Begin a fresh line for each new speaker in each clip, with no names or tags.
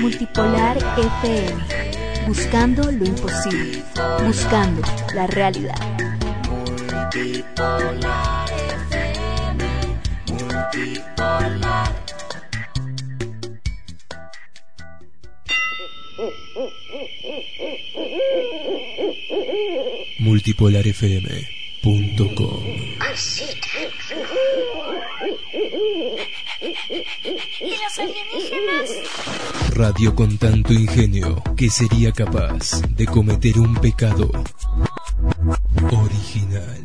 Multipolar FM. Buscando lo imposible. Buscando la realidad.
multipolarfm.com Radio con tanto ingenio que sería capaz de cometer un pecado original.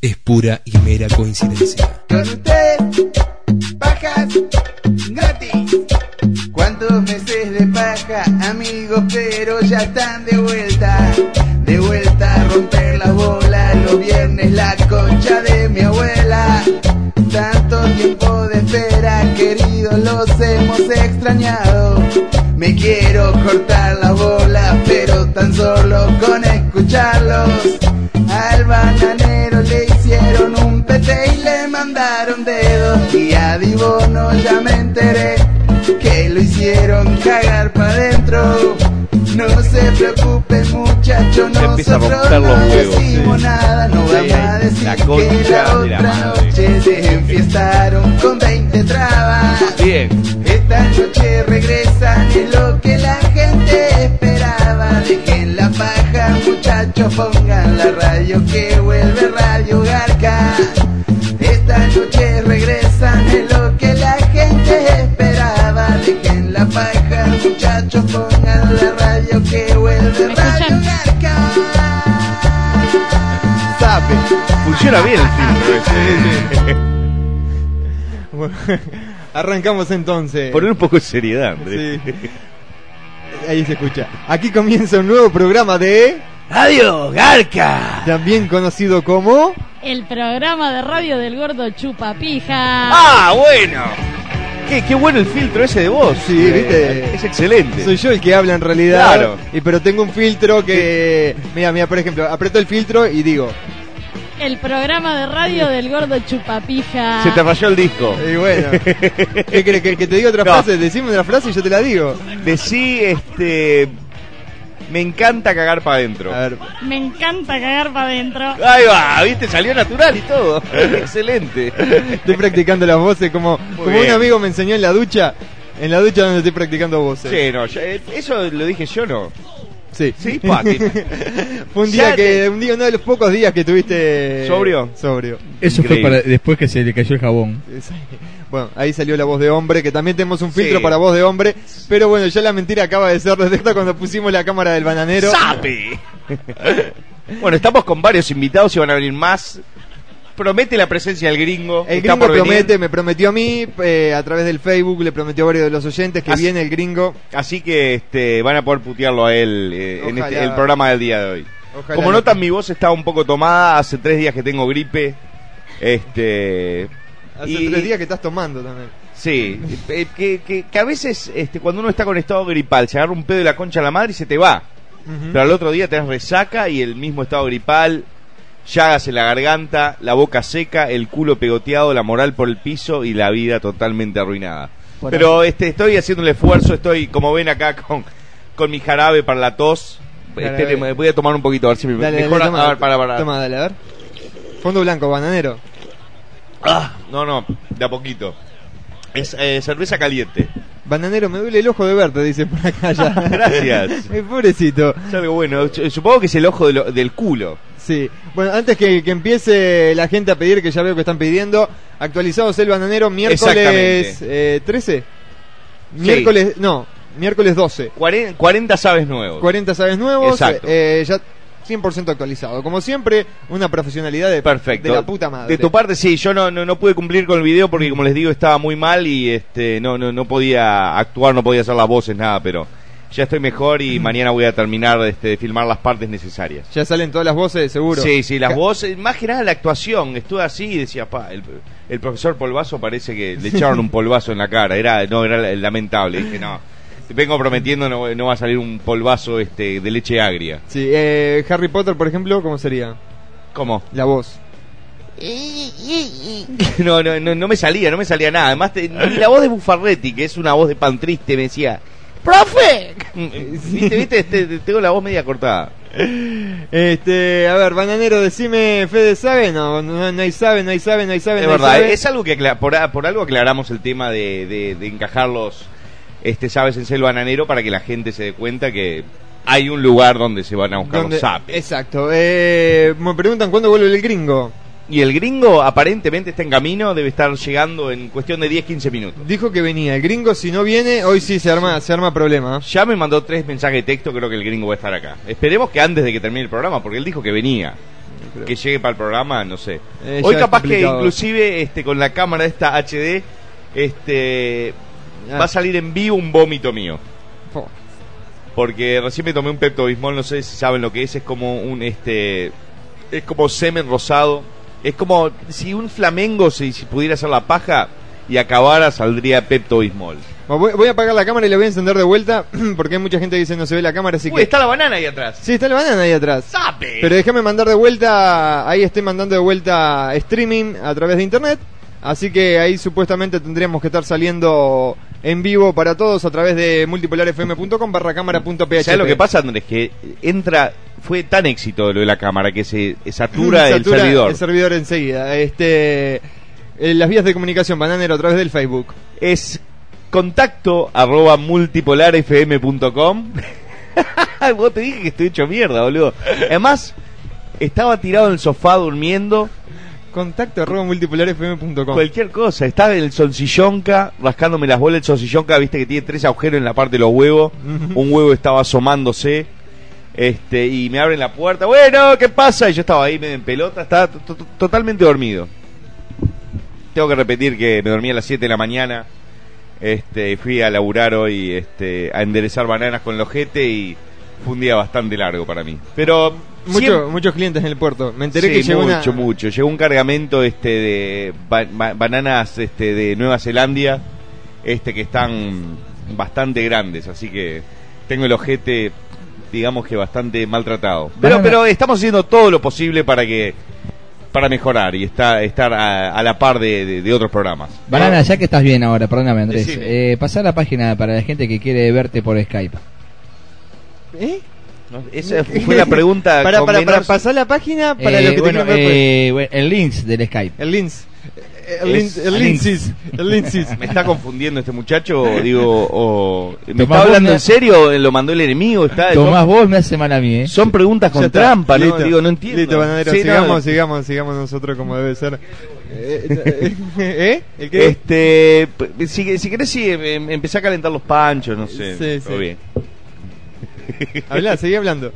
es pura y mera coincidencia.
Con usted, pajas gratis. ¿Cuántos meses de paja, amigos? Pero ya están de vuelta. De vuelta a romper la bola. Los viernes la concha de mi abuela. Tanto tiempo de espera, queridos, los hemos extrañado. Me quiero cortar la bola, pero tan solo con escucharlos. Al bananero le hicieron un pete y le mandaron dedos. Y a Dibono ya me enteré que lo hicieron cagar para adentro. No se preocupen muchachos,
Se empieza a
nosotros
romper los
no
huevos,
decimos
sí.
nada, no
Sí,
vamos a decir
la
que la
concha de la
otra
madre.
noche se enfiestaron con 20 trabas.
Bien.
Esta noche regresan es lo que la gente esperaba. Dejen la paja, muchachos, pongan la radio que vuelve Radio Garca. Esta noche regresan es lo que la gente esperaba. Dejen la paja, muchachos, pongan la radio que vuelve Radio Garca.
Sabe. Funciona bien el filtro ese.
Bueno, Arrancamos entonces.
Poner un poco de seriedad, Andrés.
Sí. Ahí se escucha. Aquí comienza un nuevo programa de.
¡Adiós, Garca!
También conocido como.
El programa de radio del gordo Chupapija.
¡Ah, bueno! Qué, qué bueno el filtro ese de vos. Eh,
Sí, ¿viste?
Es excelente.
Soy yo el que habla en realidad.
Claro.
Y, pero tengo un filtro que. Mira, mira, por ejemplo, aprieto el filtro y digo.
El programa de radio del gordo Chupapija.
Se te falló el disco.
Y bueno. ¿Qué crees? ¿Que, que te diga otra
No.
frase? Decime otra frase y yo te la digo.
Decí, este. Me encanta cagar para adentro.
A ver.
Me encanta cagar para adentro.
Ahí va, viste, salió natural y todo. excelente.
Estoy practicando las voces como, como un
bien.
amigo me enseñó en la ducha. En la ducha donde estoy practicando voces.
Sí, no, ya- eh, eso lo dije yo, ¿no?
Sí.
Sí, Pati.
Fue un día
Ya
que
te-
un día uno de los pocos días que estuviste
¿Sobrio?
Sobrio.
Eso
Increíble.
fue para después que se le cayó el jabón.
Sí. Bueno, ahí salió la voz de hombre, que también tenemos un filtro
Sí.
para voz de hombre, pero bueno, ya la mentira acaba de ser detectada cuando pusimos la cámara del bananero.
¡Sape! bueno, estamos con varios invitados y van a venir más. Promete la presencia del gringo.
El
está
gringo
por venir.
promete, me prometió a mí, eh, a través del Facebook, le prometió a varios de los oyentes que
Así-
viene el gringo.
Así que este, van a poder putearlo a él eh, en
Ojalá.
este- el programa del día de hoy.
Ojalá
Como
no-
notan, mi voz está un poco tomada. Hace tres días que tengo gripe. Este.
Hace
y-
tres días que estás tomando también.
Sí, eh, que, que- que a veces este, cuando uno está con estado gripal se agarra un pedo de la concha a la madre y se te va.
Ujú.
Pero al otro día tenés resaca y el mismo estado gripal, llagas en la garganta, la boca seca, el culo pegoteado, la moral por el piso y la vida totalmente arruinada. Pero este, estoy haciendo el esfuerzo, estoy como ven acá con, con mi jarabe para la tos. Este,
Jarabe.
le- voy a tomar un poquito a ver si me
Dale, dale,
mejora.
toma,
a ver, para, para.
Toma, dale, a ver. Fondo blanco, bananero.
Ah, no, no, de a poquito. Es eh, cerveza caliente.
Bananero, me duele el ojo de verte, dice por acá ya.
Gracias.
Eh, Pobrecito.
Es algo bueno. Yo- Supongo que es el ojo de lo- del culo.
Sí. Bueno, antes que, que empiece la gente a pedir, que ya veo que están pidiendo, actualizados el bananero miércoles eh, 13. Miércoles, no, miércoles 12.
Cuaren- 40 sabes nuevos.
40 sabes nuevos,
Exacto.
eh, ya 100% actualizado. Como siempre, una profesionalidad de,
Perfecto.
de la puta madre.
De tu parte, sí, yo no, no, no pude cumplir con el video porque, como les digo, estaba muy mal y este no, no, no podía actuar, no podía hacer las voces, nada, pero ya estoy mejor y mañana voy a terminar este, de filmar las partes necesarias.
Ya salen todas las voces, seguro.
Sí, sí, las
Ca-
voces, más que nada la actuación. Estuve así y decía, pa, el, el profesor Polvazo parece que le echaron un polvazo en la cara. Era, no, era la- lamentable. Dije, no, te vengo prometiendo, no, no va a salir un polvazo este, de leche agria.
Sí, eh, Harry Potter, por ejemplo, ¿cómo sería?
¿Cómo?
La voz.
No, no, no, no me salía, no me salía nada. Además, te- ni la voz de Bufarretti, que es una voz de pan triste, me decía, ¡Profe! ¿Viste, viste? Este, te- tengo la voz media cortada.
Este, a ver, bananero, decime, Fede, ¿sabe? No, no, no hay sabe, no hay sabe, no hay sabe.
Es
no hay
verdad, ¿eh?
sabe.
es algo que acla- por, a- por algo aclaramos el tema de, de, de encajar los este, sabes en selva bananero para que la gente se dé cuenta que hay un lugar donde se van a buscar
Donde-
los sapes.
Exacto. Eh, me preguntan cuándo vuelve el gringo.
Y el gringo aparentemente está en camino, debe estar llegando en cuestión de 10-15 minutos.
Dijo que venía. El gringo, si no viene, hoy sí se arma, se arma problema. ¿eh?
Ya me mandó tres mensajes de texto, creo que el gringo va a estar acá. Esperemos que antes de que termine el programa, porque él dijo que venía. Que llegue para el programa, no sé.
Eh,
Hoy
ya
capaz
es
que
complicado.
inclusive este, con la cámara esta HD, este,
Ah.
va a salir en vivo un vómito mío.
Po.
Porque recién me tomé un Pepto Bismol, no sé si saben lo que es, es como un este es como semen rosado, es como si un flamengo si, si pudiera hacer la paja y acabara saldría Pepto Bismol.
Bueno, Voy, voy a apagar la cámara y la voy a encender de vuelta porque hay mucha gente que dice no se ve la cámara, así
Uy,
que...
está la banana ahí atrás.
Sí, está el banana ahí atrás.
¡Sape!
Pero déjame mandar de vuelta, ahí estoy mandando de vuelta streaming a través de internet. Así que ahí supuestamente tendríamos que estar saliendo en vivo para todos a través de multipolarfm.com barra cámara punto PHP.
¿Sabes lo que pasa, Andrés? Que entra, fue tan éxito lo de la cámara que se satura, el
Satura
servidor.
El servidor enseguida. Este, eh, las vías de comunicación, bananero, a través del Facebook.
Es contacto arroba multipolarfm.com. Vos te dije que estoy hecho mierda, boludo. Además, estaba tirado en el sofá durmiendo.
Contacto arroba multipolarfm.com.
Cualquier cosa, estaba el solsillonca rascándome las bolas. El solsillonca, viste que tiene tres agujeros en la parte de los huevos.
Ujú.
Un huevo estaba asomándose. Este, y me abren la puerta. Bueno, ¿qué pasa? Y yo estaba ahí medio en pelota, estaba to- to- totalmente dormido. Tengo que repetir que me dormí a las 7 de la mañana. Este, fui a laburar hoy este, a enderezar bananas con el ojete y fue un día bastante largo para mí. Pero
Mucho-
siempre-
Muchos clientes en el puerto. Me enteré
Sí,
que llegó
mucho,
una...
mucho. Llegó un cargamento este de ba- ba- bananas este de Nueva Zelanda, este que están bastante grandes, así que tengo el ojete digamos que bastante maltratado. Pero
Banana.
pero estamos haciendo todo lo posible para que para mejorar y está, estar a, a la par de, de- de otros programas.
Banana, ya que estás bien ahora, perdóname Andrés.
Decime.
Eh, pasá la página para la gente que quiere verte por Skype.
¿Eh?
No, Esa fue la pregunta
para,
con
para,
menos-
pasar la página para
Eh,
lo que te
bueno,
quieren ver, pues.
eh, bueno, el links del Skype.
El Lins. Eh, El
Es-
Lins. El Linsis. El Linsis.
me está confundiendo este muchacho, digo, o me
Tomás,
está
vos
hablando
me-
en serio, lo mandó el enemigo, está
Tomás, vos me hace mal a mí, ¿eh?
Son preguntas
Ya
con
está.
trampa, ¿no?
Listo.
Digo, no entiendo.
Listo, bananero,
Sí, no,
sigamos, sigamos, sigamos nosotros como debe ser. Eh, ¿Eh? ¿El qué?
Este, p- si, si querés, sí, em- em- empecé a calentar los panchos, no sé.
Sí,
todo
sí.
bien.
Habla, seguí hablando.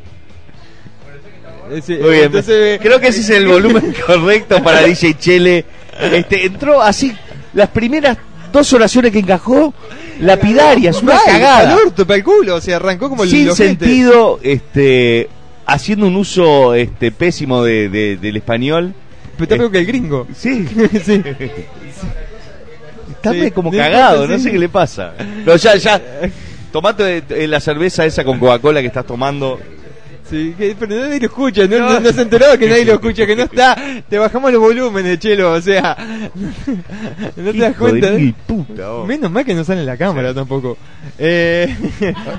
Eh, sí,
Muy bien.
entonces, eh,
Creo que ese es el volumen correcto para DJ Chele. Este, entró así, las primeras dos oraciones que encajó, lapidarias, una
Ay,
cagada.
Al orto, para el culo, o sea, arrancó como el
sin
ojete.
sentido, este, haciendo un uso este, pésimo de- de- del español.
Pero está peor que el gringo.
Sí,
sí.
Este, Está
Sí,
medio como
de
cagado,
pronto
no
sí.
sé qué le pasa. Pero ya, ya. Tomate eh, la cerveza esa con Coca-Cola que estás tomando.
Sí, que- pero nadie lo escucha, no, no- no se ha enterado que nadie lo escucha, que no está. Te bajamos los volúmenes, chelo, o sea. No te das
Hijo de
cuenta.
¿eh?
mil puta, vos.
Menos mal que no sale en la cámara tampoco. Eh,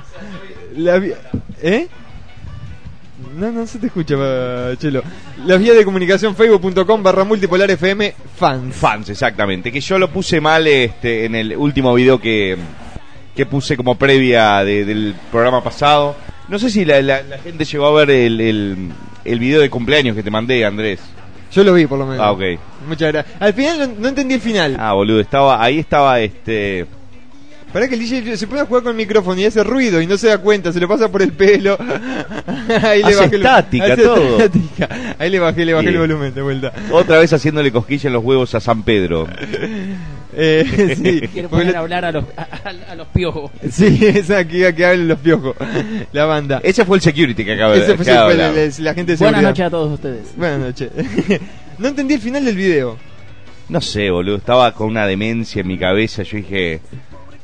la vi- ¿Eh? No, no se te escucha, pa- chelo. Las vías de comunicación facebook.com barra multipolar FM fans.
Fans, exactamente. Que yo lo puse mal este, en el último video que, que puse como previa de- del programa pasado. No sé si la, la- la gente llegó a ver el, el, el video de cumpleaños que te mandé, Andrés.
Yo lo vi por lo menos.
Ah, ok.
Muchas gracias. Al final no, no entendí el final.
Ah, boludo, estaba, ahí estaba este.
Pará que el DJ se pone a jugar con el micrófono y hace ruido y no se da cuenta, se lo pasa por el pelo. Ahí
Hace
el-
estática, todo.
estática. Ahí le bajé, le bajé
Sí.
el volumen de vuelta.
Otra vez haciéndole cosquilla en los huevos a San Pedro.
Eh, sí,
Que lo
porque
pongan
le-
a hablar a los, a, a- a los piojos.
sí, esa que, que hablen los piojos. La banda.
Ese fue el security que acaba de
Ese fue,
que acaba de
fue la,
hablar.
la- la gente
Buenas
de seguridad.
noches a todos ustedes.
Buenas noches. no entendí el final del video.
No sé, boludo. Estaba con una demencia en mi cabeza. Yo dije.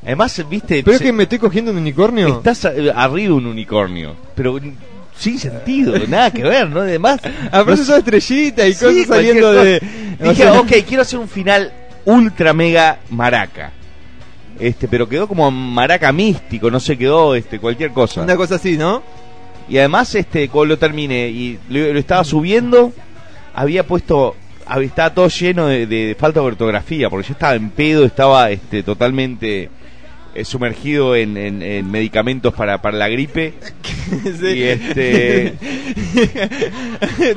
Además, viste.
Pero es
se-
que me estoy cogiendo un unicornio.
Estás a- eh, arriba de un unicornio. Pero n- sin sentido. nada que ver, ¿no? Además.
Aparece esa
no
estrellita y
Sí,
cosas saliendo de.
cualquier
o
Dije,
sea,
ok, quiero hacer un final ultra mega maraca. Este, pero quedó como maraca místico, no se quedó este cualquier cosa.
Una cosa así, ¿no?
Y además, este, cuando lo terminé y lo, lo estaba subiendo, había puesto, hab- estaba todo lleno de, de- de falta de ortografía, porque yo estaba en pedo, estaba este, totalmente eh, sumergido en, en- en medicamentos para, para la gripe.
Sí.
Y este-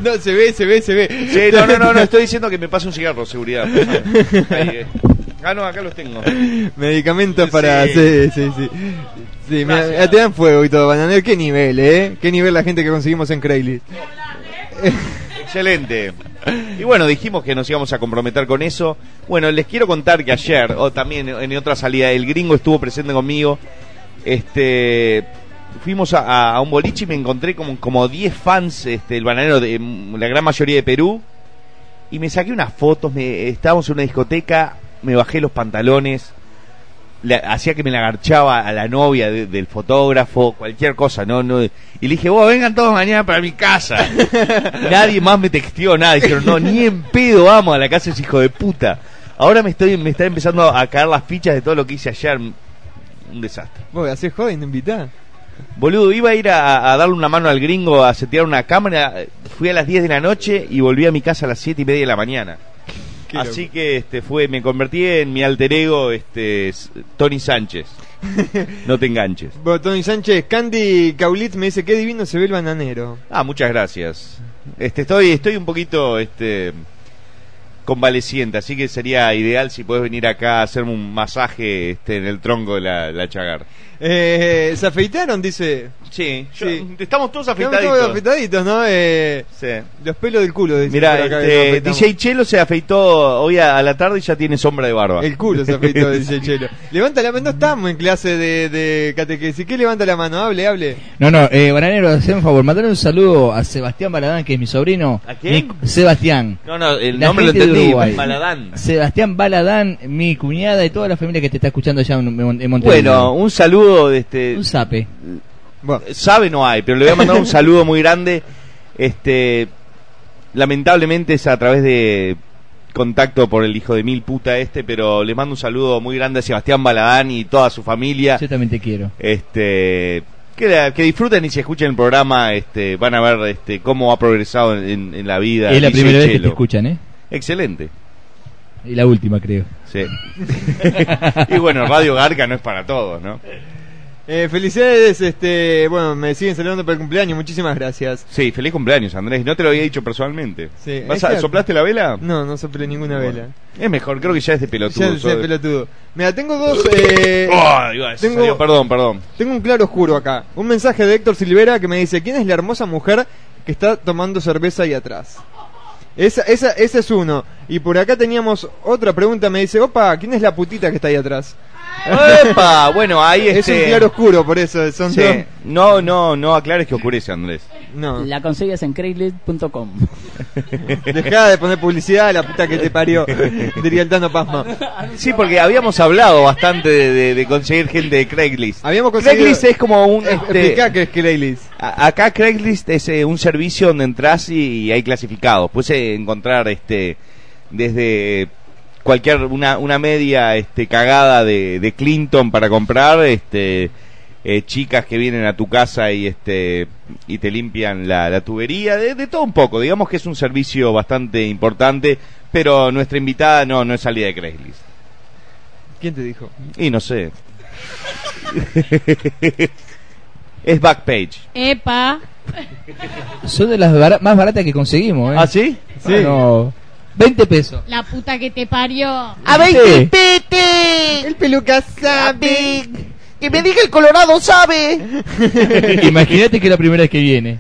no, se ve, se ve, se ve.
Sí, no, no, no, no, estoy diciendo que me pase un cigarro, seguridad. Ahí, eh. Ah, no, acá los tengo.
Medicamentos para.
Sí.
Sí, sí, sí. Sí, mira,
Gracias.
mira, te dan fuego y todo, Bananero. Qué nivel, ¿eh? Qué nivel la gente que conseguimos en Craigslist.
Excelente. Y bueno, dijimos que nos íbamos a comprometer con eso. Bueno, les quiero contar que ayer, o también en otra salida, el gringo estuvo presente conmigo. Este, fuimos a- a, a un boliche y me encontré como, como 10 fans, este, el bananero de mm, la gran mayoría de Perú. Y me saqué unas fotos, me, estábamos en una discoteca, me bajé los pantalones, la- hacía que me la agarchaba a la novia de- del fotógrafo, cualquier cosa, no, no. Y le dije, vos vengan todos mañana para mi casa. Nadie más me texteó nada, dijeron, no, ni en pedo vamos a la casa de ese hijo de puta. Ahora me estoy, me están empezando a, a caer las fichas de todo lo que hice ayer. Un desastre.
Vos, hacés joven, invitá.
Boludo, iba a ir a, a darle una mano al gringo a setear una cámara. eh, Fui a las 10 de la noche y volví a mi casa a las 7 y media de la mañana.
Qué
Así que este fue, me convertí en mi alter ego, este s- Tony Sánchez. No te enganches.
Bueno, Tony Sánchez, Candy Caulit me dice, qué divino se ve el bananero.
Ah, muchas gracias. Este, estoy, estoy un poquito este convaleciente, así que sería ideal si puedes venir acá a hacerme un masaje este, en el tronco de la, la chagar.
Eh, se afeitaron, dice.
Sí,
yo-
estamos todos
Estamos todos afeitaditos, ¿no? Eh, los pelos del culo, dice.
Mira,
por acá que nos afeitamos.
DJ este, Chelo se afeitó hoy a, a la tarde y ya tiene sombra de barba.
El culo se afeitó, dice Chelo. Levanta la mano, no estamos en clase de, de catequesis. ¿Qué levanta la mano? Hable, hable.
No, no, eh, Bananero, hazme un favor, mandale un saludo a Sebastián Baladán, que es mi sobrino.
¿A quién?
Mi- Sebastián.
No, no, el
La
nombre lo
gente de
entendí.
Uruguay.
Maladán.
Sebastián Baladán, mi cuñada y toda la familia que te está escuchando allá en, Mon- en Montevideo.
Bueno, un saludo de este
un sape.
Bueno,
sabe no hay, pero le voy a mandar un saludo muy grande. Este, lamentablemente es a través de contacto por el hijo de mil puta este, pero le mando un saludo muy grande a Sebastián Baladán y toda su familia.
Yo también te quiero.
Este, que, la- que disfruten y si escuchen el programa, este, van a ver este, cómo ha progresado en, en la vida.
es la
DJ
primera vez que te
Chelo.
escuchan, ¿eh?
Excelente.
Y la última, creo.
Sí. y bueno, Radio Garca no es para todos, ¿no?
eh, felicidades, este, bueno, me siguen saludando por el cumpleaños, muchísimas gracias.
Sí, feliz cumpleaños, Andrés. No te lo había dicho personalmente.
Sí,
¿Vas
es
a-
cierto.
¿Soplaste la vela?
No, no soplé ninguna vela.
Es mejor, creo que ya es de pelotudo.
Ya
yo
sé,
de-
pelotudo. Mira, tengo dos, eh,
Oh, iba a decir,
Tengo-
salió, perdón, perdón.
Tengo un claro oscuro acá. Un mensaje de Héctor Silvera que me dice, ¿quién es la hermosa mujer que está tomando cerveza ahí atrás? Esa, esa, ese es uno. Y por acá teníamos otra pregunta, me dice, opa, ¿quién es la putita que está ahí atrás?
¡Epa! Bueno, ahí
Es un
este-
claro oscuro, por eso, son
Sí.
dos.
No, no, no aclares que oscurece, Andrés.
No,
La consigues en Craigslist.com.
dejá de poner publicidad a la puta que te parió, diría el Tano Pasma.
Sí, porque habíamos hablado bastante de, de- de conseguir gente de Craigslist.
Habíamos conseguido-
Craigslist es como un... este,
Explicá que es que Leilis.
a- acá Craigslist es eh, un servicio donde entras y, hay clasificados. Puedes eh, encontrar este desde cualquier una, una media este cagada de, de Clinton para comprar, este eh, chicas que vienen a tu casa y este y te limpian la, la tubería, de, de todo un poco. Digamos que es un servicio bastante importante, pero nuestra invitada no no es salida de Craigslist.
¿Quién te dijo?
Y no sé. es Backpage.
Epa.
Son de las bara- más baratas que conseguimos, ¿eh?
¿Ah, sí?
Sí. Bueno, 20 pesos.
La puta que te parió.
¡A 20 pesos!
El peluca sabe.
Imagínate que la primera vez que viene.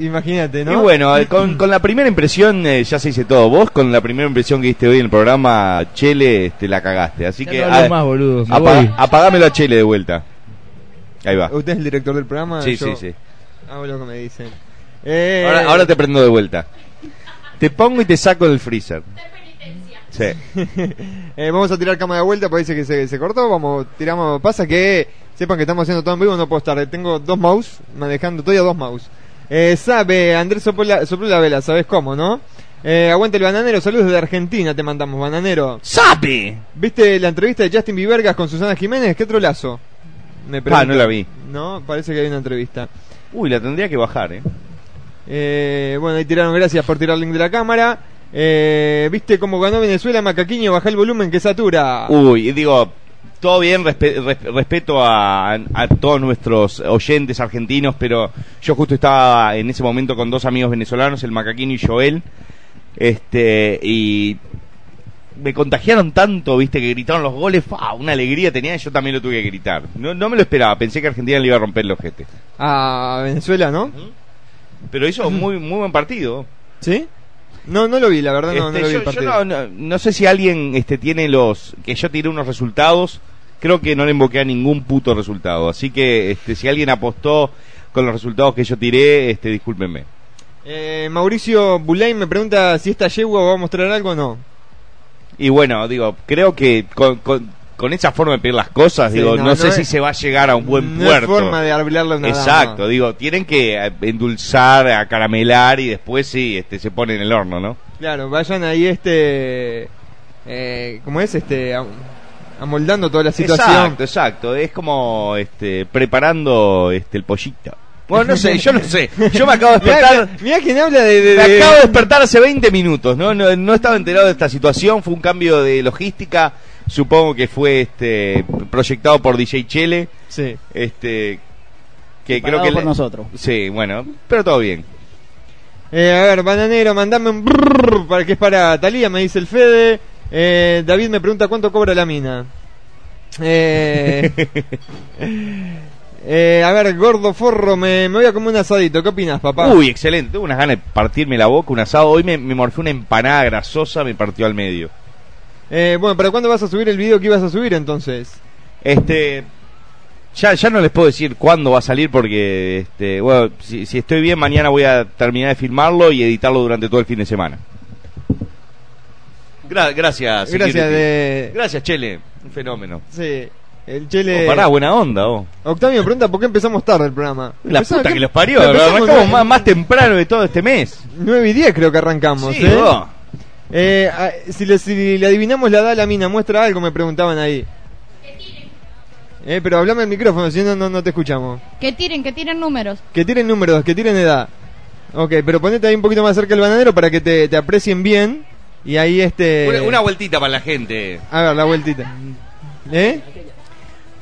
Imagínate, ¿no?
Y bueno, eh, con, con la primera impresión eh, ya se dice todo. Vos con la primera impresión que diste hoy en el programa, Chele, este, la cagaste. Así
Ya
que
no hablo
ah,
más, boludo. Me
apa-
voy.
apagámelo a Chele de vuelta. Ahí va.
¿Usted es el director del programa?
Sí,
Yo
sí, sí.
Hago lo que me dicen. Eh,
Ahora, ahora te prendo de vuelta. Te pongo y te saco del freezer. Sí.
Eh, vamos a tirar cama de vuelta, parece que se, se cortó. Vamos, tiramos. Pasa que sepan que estamos haciendo todo en vivo, no puedo estar. eh, Tengo dos mouse, manejando todavía dos mouse. Eh, sabe, Andrés sopló la, sopló la vela, ¿sabes cómo, no? Eh, aguante el bananero, saludos desde Argentina, te mandamos, bananero.
¡Sapi!
¿Viste la entrevista de Justin Vivergas con Susana Jiménez? ¿Qué trolazo? Me
Ah,
pregunto.
no la vi.
No, parece que hay una entrevista.
Uy, la tendría que bajar, ¿eh?
Eh, bueno, ahí tiraron, gracias por tirar el link de la cámara. Eh, ¿Viste cómo ganó Venezuela, Macaquiño? Baja el volumen que satura.
Uy, y digo, todo bien, respe- res- respeto a, a todos nuestros oyentes argentinos, pero yo justo estaba en ese momento con dos amigos venezolanos, el Macaquino y Joel, este, y me contagiaron tanto, viste, que gritaron los goles, ¡fa! una alegría tenía, y yo también lo tuve que gritar. No, no me lo esperaba, pensé que Argentina le iba a romper los jetes.
a Ah, Venezuela, ¿no?
Pero hizo un muy, muy buen partido.
¿Sí? No, no lo vi, la verdad, no, no
Este,
lo vi
yo,
el
yo
partido.
no, no- no sé si alguien este, tiene los. Que yo tiré unos resultados. Creo que no le invoqué a ningún puto resultado. Así que este, si alguien apostó con los resultados que yo tiré, este, discúlpenme.
Eh, Mauricio Bulain me pregunta si esta yegua va a mostrar algo o no.
Y bueno, digo, creo que con, con- con esa forma de pedir las cosas,
Sí,
digo,
no,
no,
no
sé
es-
si se va a llegar a un buen
no
puerto.
hay forma de arreglarlo nada
Exacto,
más.
digo, tienen que eh, endulzar, acaramelar y después sí, este, se pone en el horno, ¿no?
Claro, vayan ahí este... Eh, ¿Cómo es? Este... am- amoldando toda la situación.
Exacto, exacto. Es como este, preparando este, el pollito. Bueno, no sé, yo no sé. Yo me acabo de despertar.
Mirá, mirá quién habla de... de-
Me
de-
acabo de despertar hace 20 minutos. No, no, no estaba enterado de esta situación. Fue un cambio de logística. Supongo que fue este, proyectado por DJ Chele.
Sí.
Este, que creo
Pagado
que.
por
le-
nosotros.
Sí, bueno, pero todo bien.
Eh, a ver, bananero, mandame un... brrr, para que es para Talía, me dice el Fede. Eh, David me pregunta cuánto cobra la mina. Eh, eh, a ver, gordo forro, me, me voy a comer un asadito. ¿Qué opinas, papá?
Uy, excelente. Tuve unas ganas de partirme la boca, un asado. Hoy me, me morfé una empanada grasosa, me partió al medio.
Eh, bueno, ¿para cuándo vas a subir el video que ibas a subir entonces?
Este. Ya, ya no les puedo decir cuándo va a salir porque, este, bueno, si, si estoy bien, mañana voy a terminar de filmarlo y editarlo durante todo el fin de semana. Gra- gracias.
Gracias,
security.
de...
Gracias, Chele. Un fenómeno.
Sí, el chele...
Oh, pará, buena onda, vos.
Octavio pregunta por qué empezamos tarde el programa.
La
Empezamos-
puta que
¿qué?
los parió.
Empezamos
Arrancamos
nueve-
más, más temprano de todo este mes.
9 y 10 creo que arrancamos,
Sí,
¿eh?
vos.
Eh, ah, si, le, si le adivinamos la da a la mina, muestra algo, me preguntaban ahí. Eh, pero hablame al micrófono, si no, no, no te escuchamos.
Que tiren, que tiren números.
Que tiren números, que tiren edad. Ok, pero ponete ahí un poquito más cerca del bananero para que te, te aprecien bien. Y ahí este...
Una, una vueltita para la gente.
A ver, la vueltita. ¿Eh?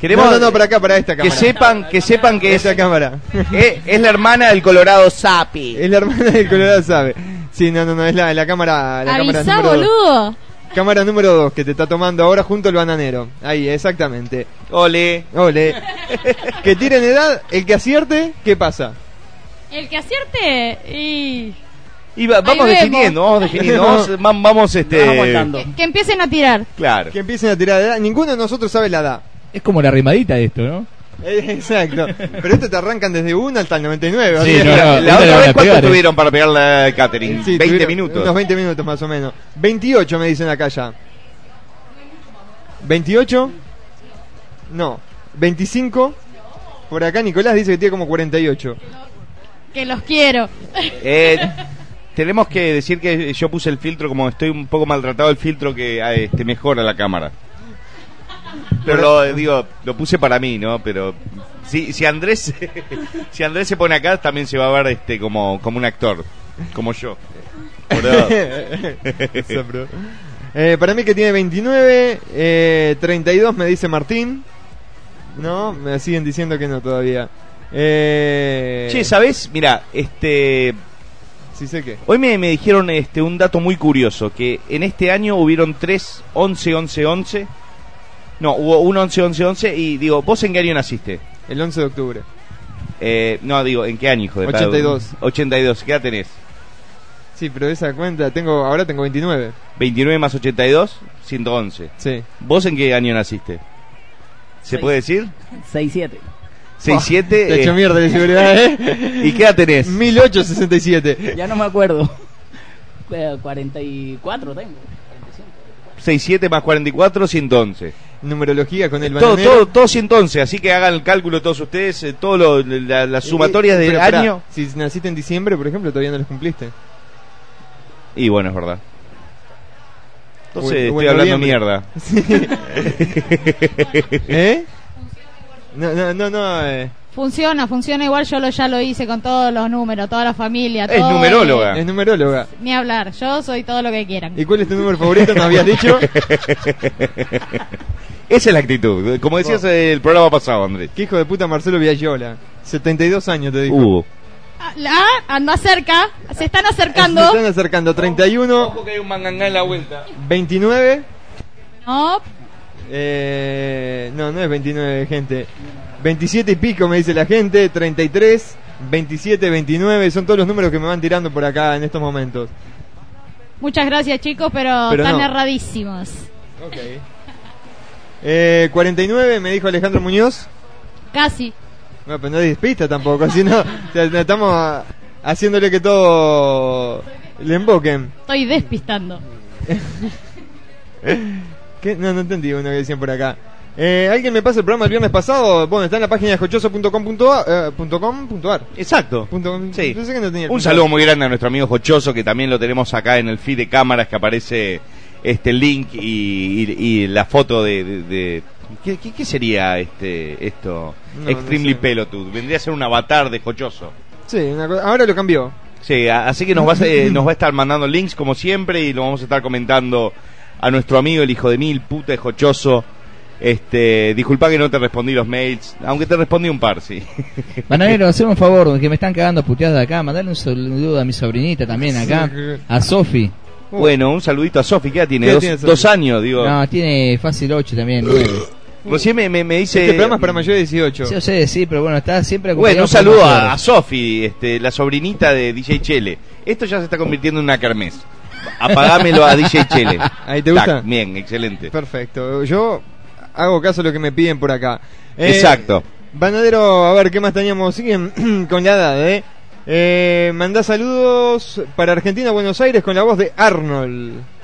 Queremos
No, no, no, para acá, para esta
que
cámara.
sepan, que sepan que es,
Esa cámara.
eh, es la hermana del Colorado Sapi.
Es la hermana del Colorado sabe. Sí, no, no, no, es la, la cámara. La cámara
Avisá,
número dos.
boludo.
Cámara número 2 que te está tomando ahora junto al bananero. Ahí, exactamente.
Ole.
Ole. que tiren edad, el que acierte, ¿qué pasa?
El que acierte y...
Y va- vamos
vemos.
definiendo, vamos definiendo, vamos, vam- vamos, este.
Vamos aguantando.
Que, que empiecen a tirar.
Claro.
Que empiecen a tirar edad. Ninguno de nosotros sabe la edad.
Es como la rimadita de esto, ¿no?
Eh, Exacto. Pero estos te arrancan desde 1 hasta el 99.
Sí,
o sea,
no,
La,
no, esta la
otra
van
vez
a
cuánto
pegar, eh.
tuvieron para pegar la catering?
sí,
20
tuvieron
minutos.
Unos 20 minutos más o menos. 28 me dicen acá ya. 28. No. 25. Por acá Nicolás dice que tiene como 48.
Que los quiero.
Eh, tenemos que decir que yo puse el filtro, como estoy un poco maltratado, el filtro que ah, este, mejora la cámara. Pero lo, eh, digo, lo puse para mí, ¿no? Pero si, si Andrés si Andrés se pone acá, también se va a ver este como, como un actor, como yo. Boludo.
Esa, bro. Eh, para mí que tiene 29, eh, 32 me dice Martín. No, me siguen diciendo que no todavía. Eh,
Che, ¿sabes? Mira, este
sí sé que.
Hoy me, me dijeron este, un dato muy curioso, que en este año hubieron tres 11-11-11. No, hubo un 11-11-11 y digo, ¿vos en qué año naciste?
El 11 de octubre.
Eh, no, digo, ¿en qué año, hijo de perra?
82.
82, ¿qué edad tenés?
Sí, pero esa cuenta, tengo ahora tengo 29.
29 más 82, 111.
Sí.
¿Vos en qué año naciste? ¿Se
Seis.
puede decir?
6-7.
6-7.
Te he
eh,
hecho mierda de seguridad, ¿eh?
¿Y qué edad tenés?
1867.
Ya no me acuerdo. Eh, 44 tengo. 45.
6-7 más 44, 111.
Numerología con el
Todo,
bananero.
todo, todo 111, así que hagan el cálculo todos ustedes, eh, todo lo- la- las sumatorias del
Pero pará,
año.
Si naciste en diciembre, por ejemplo, todavía no los cumpliste.
Y bueno, es verdad. Entonces
O en- o
estoy
en
hablando
noviembre.
mierda.
¿Eh? No, no, no, no. eh,
Funciona, funciona igual. Yo lo, ya lo hice con todos los números, toda la familia.
Es
todo,
numeróloga.
Es numeróloga.
eh, ni hablar. Yo soy todo lo que quieran.
¿Y cuál es tu número favorito? ¿No habías dicho?
Esa es la actitud. Como decías eh, el programa pasado, Andrés.
¿Qué hijo de puta Marcelo Villayola? 72 años te dijo.
Hubo.
Ah, la- ah, anda cerca. Se están
Se
acercando.
están acercando 31,
que hay un mangangá en la vuelta.
29.
No,
Eh, no, no es 29, gente. 27 y pico me dice la gente, 33, 27, 29, son todos los números que me van tirando por acá en estos momentos.
muchas gracias chicos, pero,
Pero
están
no.
erradísimos.
Ok. Eh, 49 me dijo Alejandro Muñoz.
Casi.
No, pero no despista tampoco, si no, o sea, estamos ah, haciéndole que todo le emboquen.
Estoy despistando.
¿Qué? No, no entendí uno que decían por acá. Eh, ¿Alguien me pasa el programa el viernes pasado? Bueno, está en la página de jochoso.com.ar. eh, punto com, punto ar.
Exacto.
Punto com.
Sí.
Pensé que no tenía el
Un
punto
saludo
ar.
muy grande a nuestro amigo Jochoso, que también lo tenemos acá en el feed de cámaras que aparece este link y, y- y la foto de. de- de- ¿qué, qué- qué sería este esto?
No, no
Extremely
sé.
Pelotud. Vendría a ser un avatar de Jochoso.
Sí, una cosa- ahora lo cambió.
Sí, a- así que nos va, a, eh, nos va a estar mandando links como siempre y lo vamos a estar comentando a nuestro amigo el hijo de mil, puta de jochoso. Este, disculpa que no te respondí los mails, aunque te respondí un par, sí.
Bananero, haceme un favor, que me están cagando puteadas acá. Mandale un saludo a mi sobrinita también acá. A Sofi.
Uh.
Bueno, un saludito a Sofi, ¿qué edad tiene?
¿Qué edad
Dos,
tiene Sofi?
dos años, digo.
No, tiene fácil 8 también.
Recién me, me- me dice...
Este programa es para mayores de 18.
Sí, yo sé, sí, pero bueno, está siempre
Bueno,
acompañado
un
por
saludo a,
mayores.
a Sofi, este, la sobrinita de DJ Chele. Esto ya se está convirtiendo en una kermés. Apagámelo a DJ Chele.
Ahí te gusta.
Tac, bien, excelente.
Perfecto. Yo hago caso a lo que me piden por acá. Eh,
Exacto.
Banadero, a ver, ¿qué más teníamos? Siguen con la edad, ¿eh? Eh, mandá saludos para Argentina, Buenos Aires, con la voz de Arnold.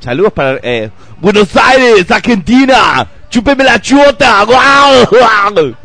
Saludos para eh, Buenos Aires, Argentina. Chúpeme la chuota. guau, guau.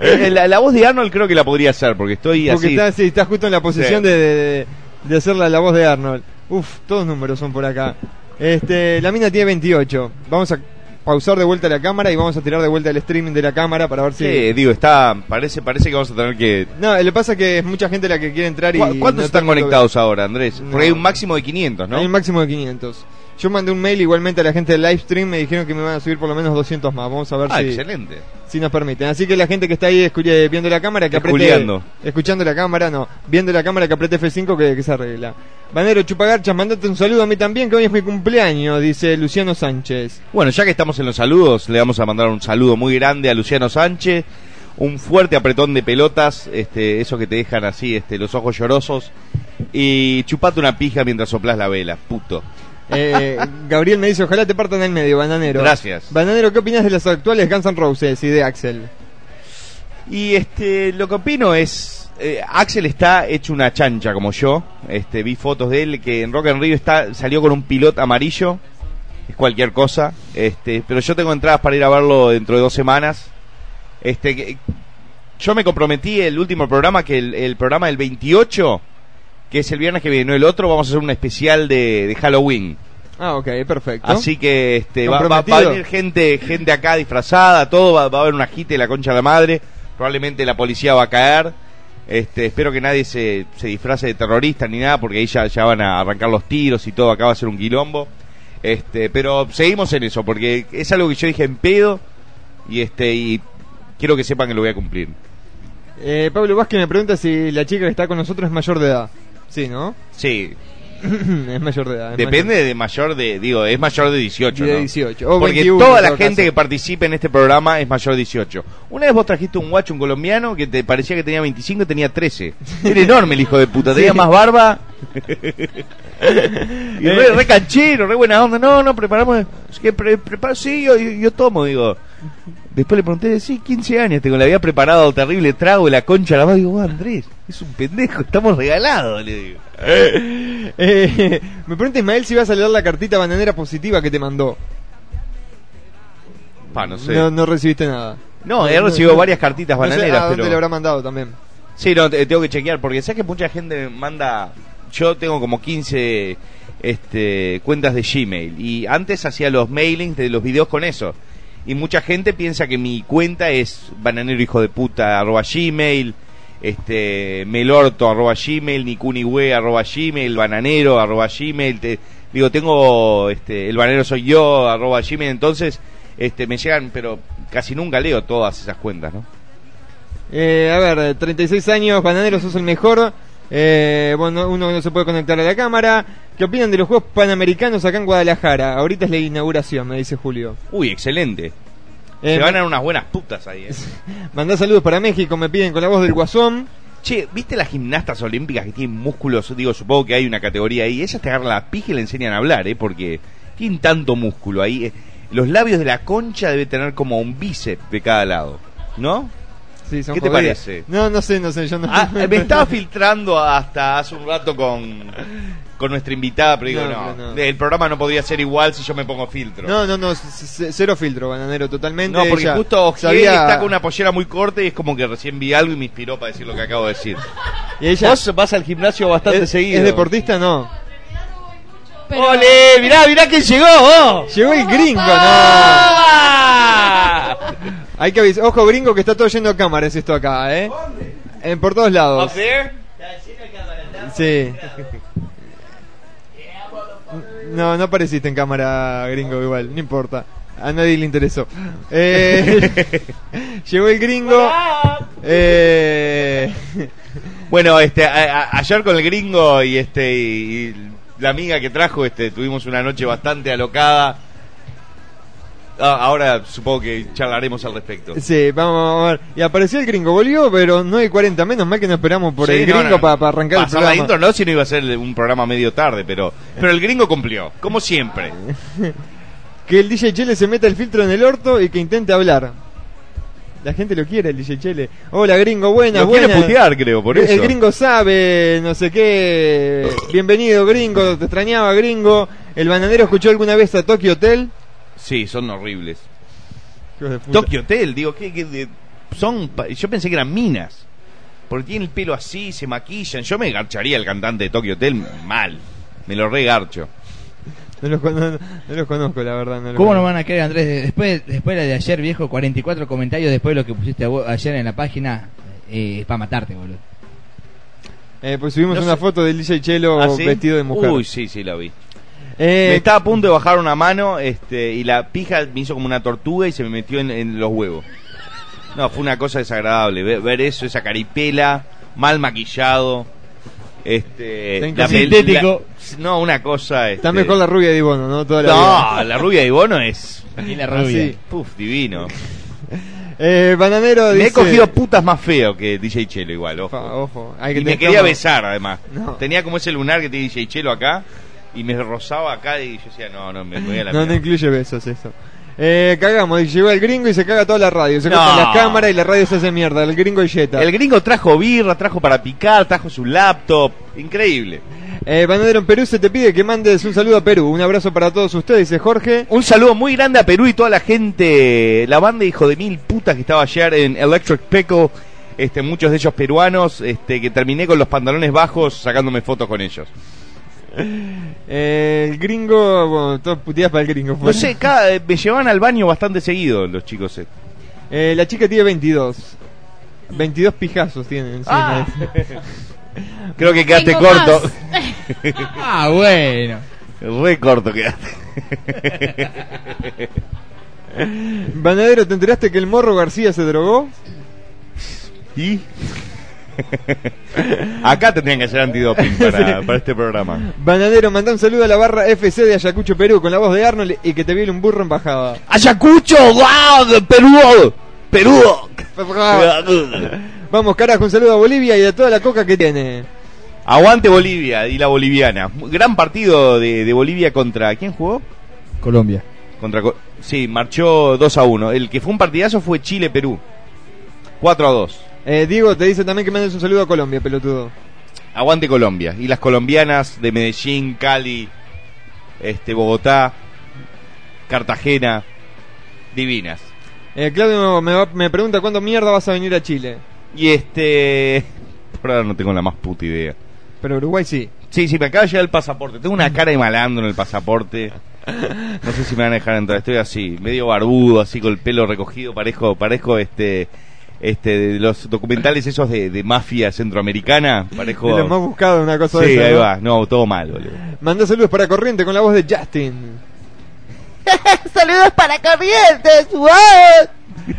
Eh, La, la voz de Arnold creo que la podría hacer porque estoy
Porque
así.
está, sí, está justo en la posición
Sí.
de, de, de hacer la, la voz de Arnold. Uf, todos números son por acá. Este, la mina tiene 28. Vamos a pausar de vuelta la cámara y vamos a tirar de vuelta el streaming de la cámara para ver si...
Sí, digo, está parece parece que vamos a tener que
No, lo que pasa es que es mucha gente la que quiere entrar y...
¿Cu- ¿Cuántos
no
están
tengo-
conectados ahora, Andrés?
No.
Porque hay un máximo de 500, ¿no?
Hay un máximo de 500. Yo mandé un mail igualmente a la gente del live stream, me dijeron que me van a subir por lo menos 200 más. Vamos a ver
Ah,
si,
excelente.
si nos permiten. Así que la gente que está ahí escu- eh, viendo la cámara, que apriete.
Esculeando.
Escuchando la cámara, no. Viendo la cámara, que apriete F5, que, que se arregla. Banero Chupagarchas, mandate un saludo a mí también, que hoy es mi cumpleaños, dice Luciano Sánchez.
Bueno, ya que estamos en los saludos, le vamos a mandar un saludo muy grande a Luciano Sánchez. Un fuerte apretón de pelotas, este, esos que te dejan así, este, los ojos llorosos. Y chupate una pija mientras soplás la vela, puto.
Eh, Gabriel me dice, ojalá te partan en el medio, Bananero.
Gracias.
Bananero, ¿qué opinas de las actuales Guns N' Roses y de Axel?
Y este, lo que opino es, eh, Axel está hecho una chancha como yo. Este, vi fotos de él que en Rock and Rio está, salió con un pilot amarillo. Es cualquier cosa. Este, pero yo tengo entradas para ir a verlo dentro de dos semanas. Este, que- yo me comprometí el último programa que el, el programa del 28, que es el viernes que viene, no el otro, vamos a hacer un especial de, de Halloween.
Ah, ok, perfecto.
Así que este, va, va- va a
Comprometido.
venir gente, gente acá disfrazada, todo, va, va a haber una agite de la concha de la madre, probablemente la policía va a caer. Este, espero que nadie se, se disfrace de terrorista ni nada, porque ahí ya, ya van a arrancar los tiros y todo, acá va a ser un quilombo. Este, pero seguimos en eso, porque es algo que yo dije en pedo, y este, y quiero que sepan que lo voy a cumplir.
Eh, Pablo Vázquez me pregunta si la chica que está con nosotros es mayor de edad. Sí, ¿no?
Sí.
es mayor de edad. es
Depende de mayor de, digo, es mayor de 18,
mayor de-
¿no?
de 18. o
Porque
21
toda
en
la
todo
gente que
caso.
participe en este programa es mayor de 18. Una vez vos trajiste un guacho, un colombiano, que te parecía que tenía 25 y tenía 13. Era enorme el hijo de puta, tenía más barba. y re, re canchero, re buena onda. No, no, preparamos. Que pre- preparo- sí, yo, yo- yo tomo, digo. Después le pregunté, sí, 15 años, tengo, le había preparado el terrible trago, la concha, la más. Digo, "Oh, Andrés, es un pendejo, estamos regalados, le digo.
Eh, me pregunta Ismael si vas a leer la cartita bananera positiva que te mandó.
Pa, no sé.
No,
No,
no recibiste nada.
he
no,
recibido
no.
varias cartitas
No sé
bananeras,
a dónde
pero.
le habrá mandado también.
Sí, no, te- tengo que chequear porque sabes que mucha gente manda. Yo tengo como 15 este, cuentas de Gmail y antes hacía los mailings de los videos con eso. Y mucha gente piensa que mi cuenta es bananero hijo de puta arroba Gmail, este, melorto arroba Gmail, nicunihue arroba Gmail, bananero arroba Gmail. te- digo, tengo este, el bananero soy yo arroba Gmail. Entonces este, me llegan, pero casi nunca leo todas esas cuentas, ¿no?
Eh, a ver, eh, 36 años, bananero, sos el mejor. Eh, bueno, uno no se puede conectar a la cámara. ¿Qué opinan de los Juegos Panamericanos acá en Guadalajara? Ahorita es la inauguración, me dice Julio.
Uy, excelente.
Eh,
Se van a dar unas buenas putas ahí. ¿eh?
Mandá saludos para México, me piden con la voz del Guasón.
Che, ¿viste las gimnastas olímpicas que tienen músculos? Digo, supongo que hay una categoría ahí. Ellas te agarran la pija y le enseñan a hablar, ¿eh? Porque tienen tanto músculo ahí. eh. Los labios de la concha debe tener como un bíceps de cada lado, ¿no?
Sí, son
¿Qué te
jodidas.
parece?
No, no sé, no sé, yo no.
Ah, me estaba filtrando hasta hace un rato con, con nuestra invitada, pero digo,
No,
no,
pero no.
El programa no podría ser igual si yo me pongo filtro.
No, no, no, c- c- cero filtro, bananero, totalmente.
No, porque
Ella
justo Ojeda
sabía-
está con una pollera muy corta y es como que recién vi algo y me inspiró para decir lo que acabo de decir.
y ella
Vos vas al gimnasio bastante
es,
seguido.
¿Es deportista? No.
Pero-
¡Ole! ¡Mirá, mirá quién llegó! vos!
Llegó el gringo, no.
¡Ah!
Hay que avisar. Ojo, gringo, que está todo yendo a cámaras esto acá, ¿eh? En, por todos lados.
Up there?
Sí. No, no apareciste en cámara, gringo, igual. No importa. A nadie le interesó. Eh, llegó el gringo. Eh,
Bueno, este, a- a- ayer con el gringo y este y, y la amiga que trajo, este, tuvimos una noche bastante alocada. Ah, ahora supongo que charlaremos al respecto.
sí, vamos a ver. Y apareció el gringo, volvió, pero 9 y 40. Menos mal que no esperamos por
Sí,
el
no,
gringo
no, no.
para arrancar el
Pasar la
programa.
intro no, si no iba a ser un programa medio tarde, pero pero el gringo cumplió, como siempre.
Que el DJ Chele se meta el filtro en el orto y que intente hablar. La gente lo quiere, el DJ Chele. Hola, gringo, buenas,
Lo quiere
buenas.
putear, creo, por eso.
El gringo sabe, no sé qué. Bienvenido, gringo. Te extrañaba, gringo. ¿El bananero escuchó alguna vez a Tokyo Hotel?
Sí, son horribles.
Hijos de puta.
Tokyo Hotel, digo, que son pa- yo pensé que eran minas. Porque tienen el pelo así, se maquillan. Yo me garcharía al cantante de Tokyo Hotel mal. Me lo regarcho.
No los, con- no- no los conozco, la verdad. No los
¿Cómo no
conozco.
van a creer, Andrés? Después, después la de ayer, viejo, 44 comentarios después de lo que pusiste vos ayer en la página. Eh, para matarte, boludo.
Eh, pues subimos
No
una
sé.
foto del DJ Chelo
¿Ah, sí?
Oh, vestido de mujer.
Uy, sí, sí, la vi.
Eh,
me estaba a punto de bajar una mano este, y la pija me hizo como una tortuga y se me metió en, en los huevos. No, fue una cosa desagradable. Ver, ver eso, esa caripela, mal maquillado. Este,
Está
pel-
sintético.
la- no, una cosa.
Está
este,
mejor la rubia de Ibono, ¿no? Toda la vida.
No, la rubia de Bono es.
Y la
rubia.
rubia.
Así.
Puf, divino.
Eh, bananero dice.
Me he cogido putas más feo que DJ Chelo igual,
Ojo,
ojo.
ojo, hay que
Y me
tener
quería
calma.
besar además.
No.
Tenía como ese lunar que tiene DJ Chelo acá y me rozaba acá y yo decía, no, no, me voy a la
No, no
mierda.
incluye besos eso. Eh, cagamos, llegó el gringo y se caga toda la radio. Se
No.
cortan las cámaras y la radio se hace mierda. El gringo y Jetta.
El gringo trajo birra, trajo para picar, trajo su laptop. Increíble.
Eh, Banadero en Perú se te pide que mandes un saludo a Perú. Un abrazo para todos ustedes, dice Jorge.
Un saludo muy grande a Perú y toda la gente, la banda hijo de mil putas que estaba ayer en Electric Pickle. Este, muchos de ellos peruanos, este, que terminé con los pantalones bajos sacándome fotos con ellos.
Eh, el gringo, bueno, todas puteadas para el gringo. pues.
No
fue.
sé, cada- eh, me llevaban al baño bastante seguido los chicos. eh.
Eh, la chica tiene 22. 22 pijazos tiene
Ah.
encima.
Creo que quedaste
Tengo
corto.
más.
Ah, bueno.
Re corto quedaste.
Banadero, ¿te enteraste que el morro García se drogó?
¿Y? Acá tendrían que hacer antidoping para, para este programa.
Bananero, manda un saludo a la barra FC de Ayacucho, Perú, con la voz de Arnold y que te viene un burro en bajada.
Ayacucho, wow, Perú, Perú.
Vamos, carajo, un saludo a Bolivia y a toda la coca que tiene.
Aguante Bolivia y la boliviana. Gran partido de, de Bolivia contra. ¿Quién jugó?
Colombia.
Contra. Co- Sí, marchó 2 a 1. El que fue un partidazo fue Chile-Perú. 4 a 2.
Eh, Diego te dice también que mandes un saludo a Colombia, pelotudo.
Aguante Colombia. Y las colombianas de Medellín, Cali, este, Bogotá, Cartagena. Divinas.
Eh, Claudio me, va- me pregunta cuándo mierda vas a venir a Chile.
Y este. Por ahora no tengo la más puta idea.
Pero Uruguay sí.
Sí, sí, me acaba de llegar el pasaporte. Tengo una cara de malandro en el pasaporte. No sé si me van a dejar entrar. Estoy así, medio barbudo, así con el pelo recogido. Parezco, parezco este. Este, de los documentales esos de, de mafia centroamericana, parezco...
De los más buscados, una cosa de
sí,
esa,
ahí
¿no?
va. No, todo mal, boludo.
Manda saludos para Corriente con la voz de Justin.
Saludos para Corrientes, wow.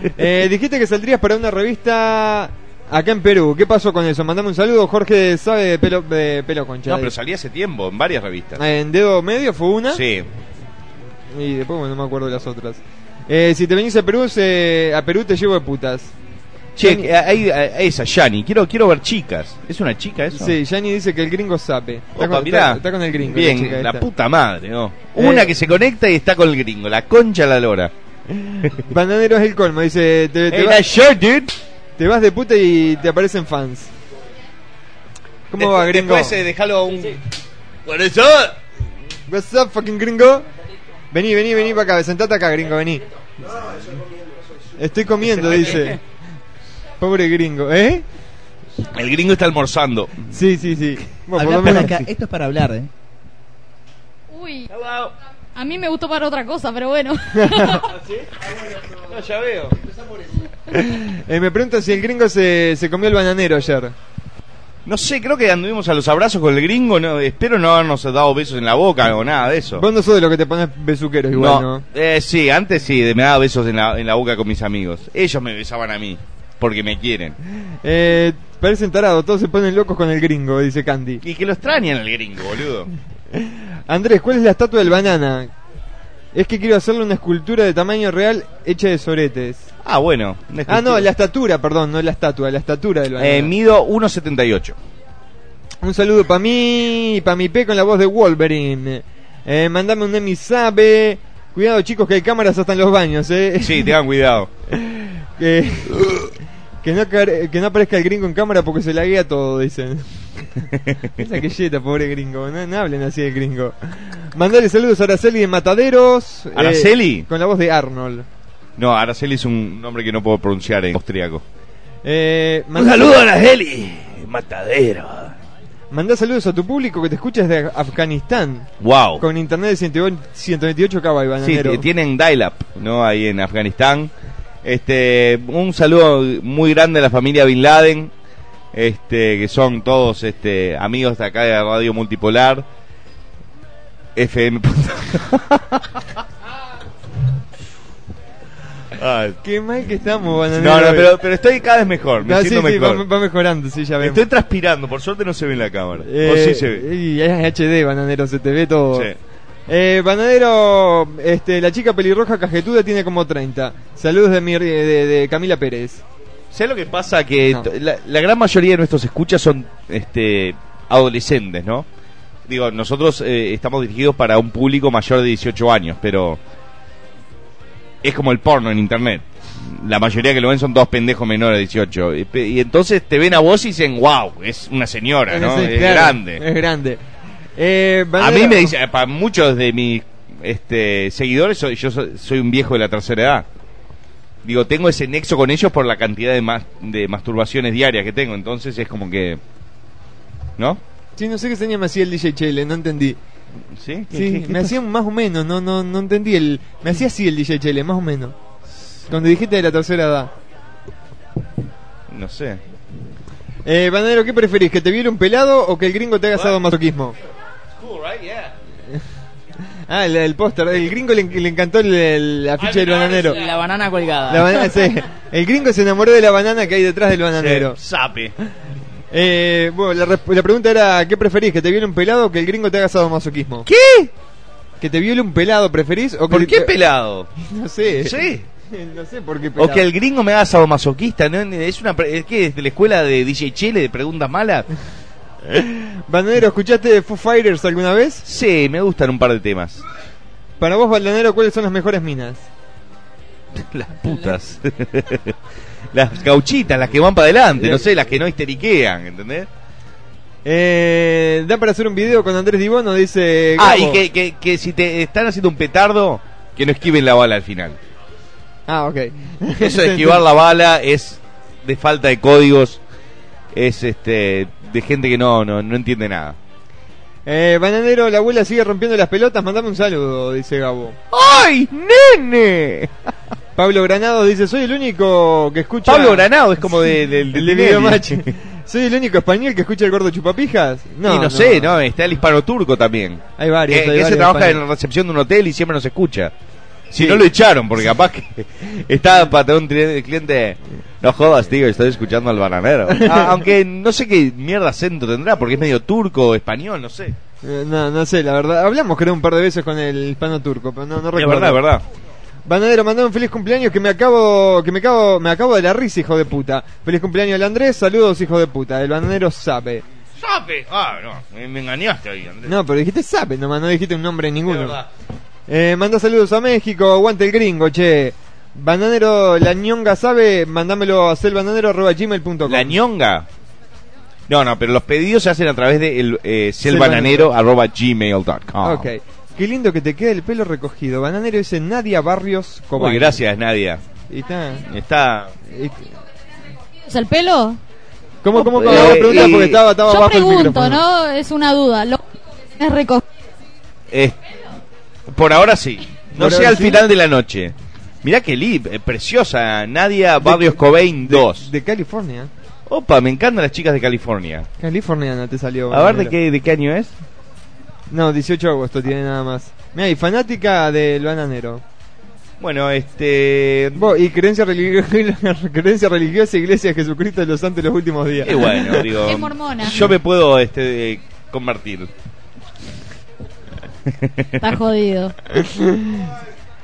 Eh, dijiste que saldrías para una revista acá en Perú. ¿Qué pasó con eso? Mandame un saludo, Jorge sabe de pelo, de pelo concha.
No, pero salí hace tiempo, en varias revistas.
Eh, En dedo medio fue una.
Sí.
Y después bueno, no me acuerdo de las otras. Eh, si te venís a Perú, se- a Perú te llevo de putas.
Che, que hay, hay esa, Yani. Quiero, quiero ver chicas. ¿Es una chica eso?
Sí, Yanni dice que el gringo sabe. Está,
Opa,
con,
mirá.
está- está con el gringo.
Bien,
la, chica
la
esta.
puta madre, ¿no? Una
Eh.
que se conecta y está con el gringo, la concha de la lora.
Bananero es el colmo, dice. Te, te
Hey,
va-
nice shirt, dude.
te vas de puta y te aparecen fans. ¿Cómo va,
Después-
gringo?
Después eh, dejalo a un. What is up?
What's up, fucking gringo? Vení, vení, vení para acá, sentate acá, gringo, vení. Estoy comiendo, dice. Pobre gringo, ¿eh?
El gringo está almorzando.
Sí, sí, sí. Bueno, por
Hablar
lo
para
menos-
acá, esto es para hablar, ¿eh?
Uy, a mí me gustó para otra cosa, pero bueno.
Ah, ya veo.
Eh, me pregunto si el gringo se, se comió el bananero ayer.
No sé, creo que anduvimos a los abrazos con el gringo. No, espero no habernos dado besos en la boca o nada de eso.
Vos no sos de lo que te pones besuqueros igual, ¿no?
Eh, sí, antes sí, me daba besos en la, en la boca con mis amigos. Ellos me besaban a mí, porque me quieren.
Eh, parecen tarados, todos se ponen locos con el gringo, dice Candy.
Y que lo extrañan al gringo, boludo.
Andrés, ¿cuál es la estatua del banana? Es que quiero hacerle una escultura de tamaño real hecha de soretes.
Ah, bueno. una
Ah, no,
escultura.
la estatura, perdón, no la estatua, la estatura del banana.
Eh, mido 1.78.
Un saludo para mí y para mi P con la voz de Wolverine. Eh, mandame un Emi Sabe. Cuidado, chicos, que hay cámaras hasta en los baños, ¿eh?
Sí, tengan cuidado.
que, que no, care- que no aparezca el gringo en cámara porque se la guía todo, dicen. Esa que yeta, pobre gringo. No, no hablen así de gringo. Mandale saludos a Araceli de Mataderos. eh,
¿Araceli?
con la voz de Arnold.
No, Araceli es un nombre que no puedo pronunciar en austriaco.
Eh,
Un
manda-
saludo a la Heli, matadero.
Mandá saludos a tu público que te escucha desde Afganistán.
Wow.
Con internet de 128 KB,
Sí,
bananero.
t- tienen dial-up, ¿no? Ahí en Afganistán. Este, un saludo muy grande a la familia Bin Laden, este, que son todos este, amigos de acá de Radio Multipolar. FM. Ay,
Ah, Qué mal que estamos, bananero.
no, no, pero, pero estoy cada vez mejor, me
No, sí,
siento
sí, va,
mejor.
va mejorando, sí, ya vemos.
Estoy transpirando, por suerte no se ve en la cámara.
Eh,
o Oh, sí se ve.
Y es HD, bananero, se te ve todo.
Sí.
Eh, bananero, este, la chica pelirroja cajetuda tiene como 30. Saludos de, mi, eh, de, de Camila Pérez.
¿Sabes lo que pasa? Que
No.
t- la, la gran mayoría de nuestros escuchas son este, adolescentes, ¿no? Digo, nosotros eh, estamos dirigidos para un público mayor de 18 años, pero es como el porno en internet. La mayoría que lo ven son dos pendejos menores de 18. Y, pe- y entonces te ven a vos y dicen, wow, es una señora, ¿no?
Eh, Sí,
es
claro,
grande.
Es grande. Eh,
a
bananero-
mí me dicen, para muchos de mis este, seguidores, soy- yo so- soy un viejo de la tercera edad. Digo, tengo ese nexo con ellos por la cantidad de, mas- de masturbaciones diarias que tengo. Entonces es como que. ¿No?
Sí, no sé qué señal me hacía el DJ Chele, no entendí.
¿Sí? ¿Qué- qué-
Sí,
qué
me
pasa?
hacía un más o menos, no, no, no entendí. el Me hacía así el DJ Chele, más o menos. Cuando dijiste de la tercera edad.
No sé.
Eh, bananero, ¿qué preferís? ¿Que te viole un pelado o que el gringo te haga asado masoquismo? Ah, el, el póster. El gringo le, le encantó el, el afiche
Ah,
del bananero.
Y la banana
La
colgada.
banana, sí. El gringo se enamoró de la banana que hay detrás del bananero.
Sí, Sape.
Eh, bueno, la, resp- la pregunta era, ¿qué preferís? ¿Que te viole un pelado o que el gringo te haga sadomasoquismo?
¿Qué?
¿Que te viole un pelado preferís o que
¿Por
el-
qué pelado?
No sé.
Sí.
no sé por qué pelado.
O que el gringo me haga sadomasoquista, ¿no? Es una pre- es que es de la escuela de DJ Chele de preguntas malas.
Bananero, ¿escuchaste Foo Fighters alguna vez?
Sí, me gustan un par de temas.
Para vos, Bananero, ¿cuáles son las mejores minas?
Las putas. las gauchitas, las que van para adelante, no sé, las que no histeriquean, ¿entendés?
Eh, da para hacer un video con Andrés Dibono, dice...
Ah,
Gabo.
y que, que- que si te están haciendo un petardo, que no esquiven la bala al final.
Ah, ok.
Eso de esquivar la bala es de falta de códigos, es este de gente que no, no, no entiende nada.
Eh, Bananero, la abuela sigue rompiendo las pelotas, mandame un saludo, dice Gabo.
¡Ay, nene!
Pablo Granado dice, soy el único que escucha...
Pablo Granado es como de-
El
del- del
de
Tinelli.
Videomatch. ¿Soy el único español que escucha el gordo chupapijas?
y no, sé, no, está el hispano turco también.
Hay varios,
Que-
hay
que ese
varios
trabaja en
españoles.
la recepción de un hotel y siempre nos escucha. Si no lo echaron, porque capaz que está patrón tri- cliente. No jodas, tío, estoy escuchando al bananero. Ah, aunque no sé qué mierda acento tendrá, porque es medio turco, español, no sé.
Eh, no, no sé, la verdad. Hablamos creo un par de veces con el hispano turco, pero no, no
Es
recuerdo.
verdad, es verdad.
Banadero, mandame un feliz cumpleaños que me acabo, que me acabo, me acabo de la risa, hijo de puta. Feliz cumpleaños al Andrés, saludos, hijo de puta. El bananero sabe.
¡Sape! Ah, no, me, me engañaste ahí, Andrés.
No, pero dijiste sabe, nomás no dijiste un nombre
Es
ninguno.
verdad.
Eh, manda saludos a México, aguante el gringo, che. Bananero, la ñonga sabe, mandámelo a selbananero.gmail.com.
La ñonga. No, no, pero los pedidos se hacen a través de el, eh,
Selbananero.
selbananero.gmail.com.
Ok. Qué lindo que te queda el pelo recogido. Bananero dice Nadia Barrios Cobal.
Uy, gracias, Nadia.
Y está-
Está.
y-
O sea, el pelo.
¿Cómo, cómo, cómo?
Eh,
Hago preguntas
y-
porque estaba, estaba
Yo
bajo el
pregunto,
micrófono.
¿no? Es una duda. Lo es recogido.
Eh, por ahora sí. No
Por
sé
ahora
al
sí.
final de la noche. Mirá que lib, eh, preciosa. Nadia Barrios Cobain 2.
De California.
Opa, me encantan las chicas de California.
Californiana te salió.
A ver
Bananero.
de qué, de qué año es.
No, 18 de agosto tiene nada más. Mira, y fanática del bananero.
Bueno, este.
Vos, y creencia, religio- creencia religiosa, iglesia de Jesucristo de los santos de los últimos días.
Y bueno, digo.
Es mormona.
Yo me puedo este, eh, convertir.
Está jodido.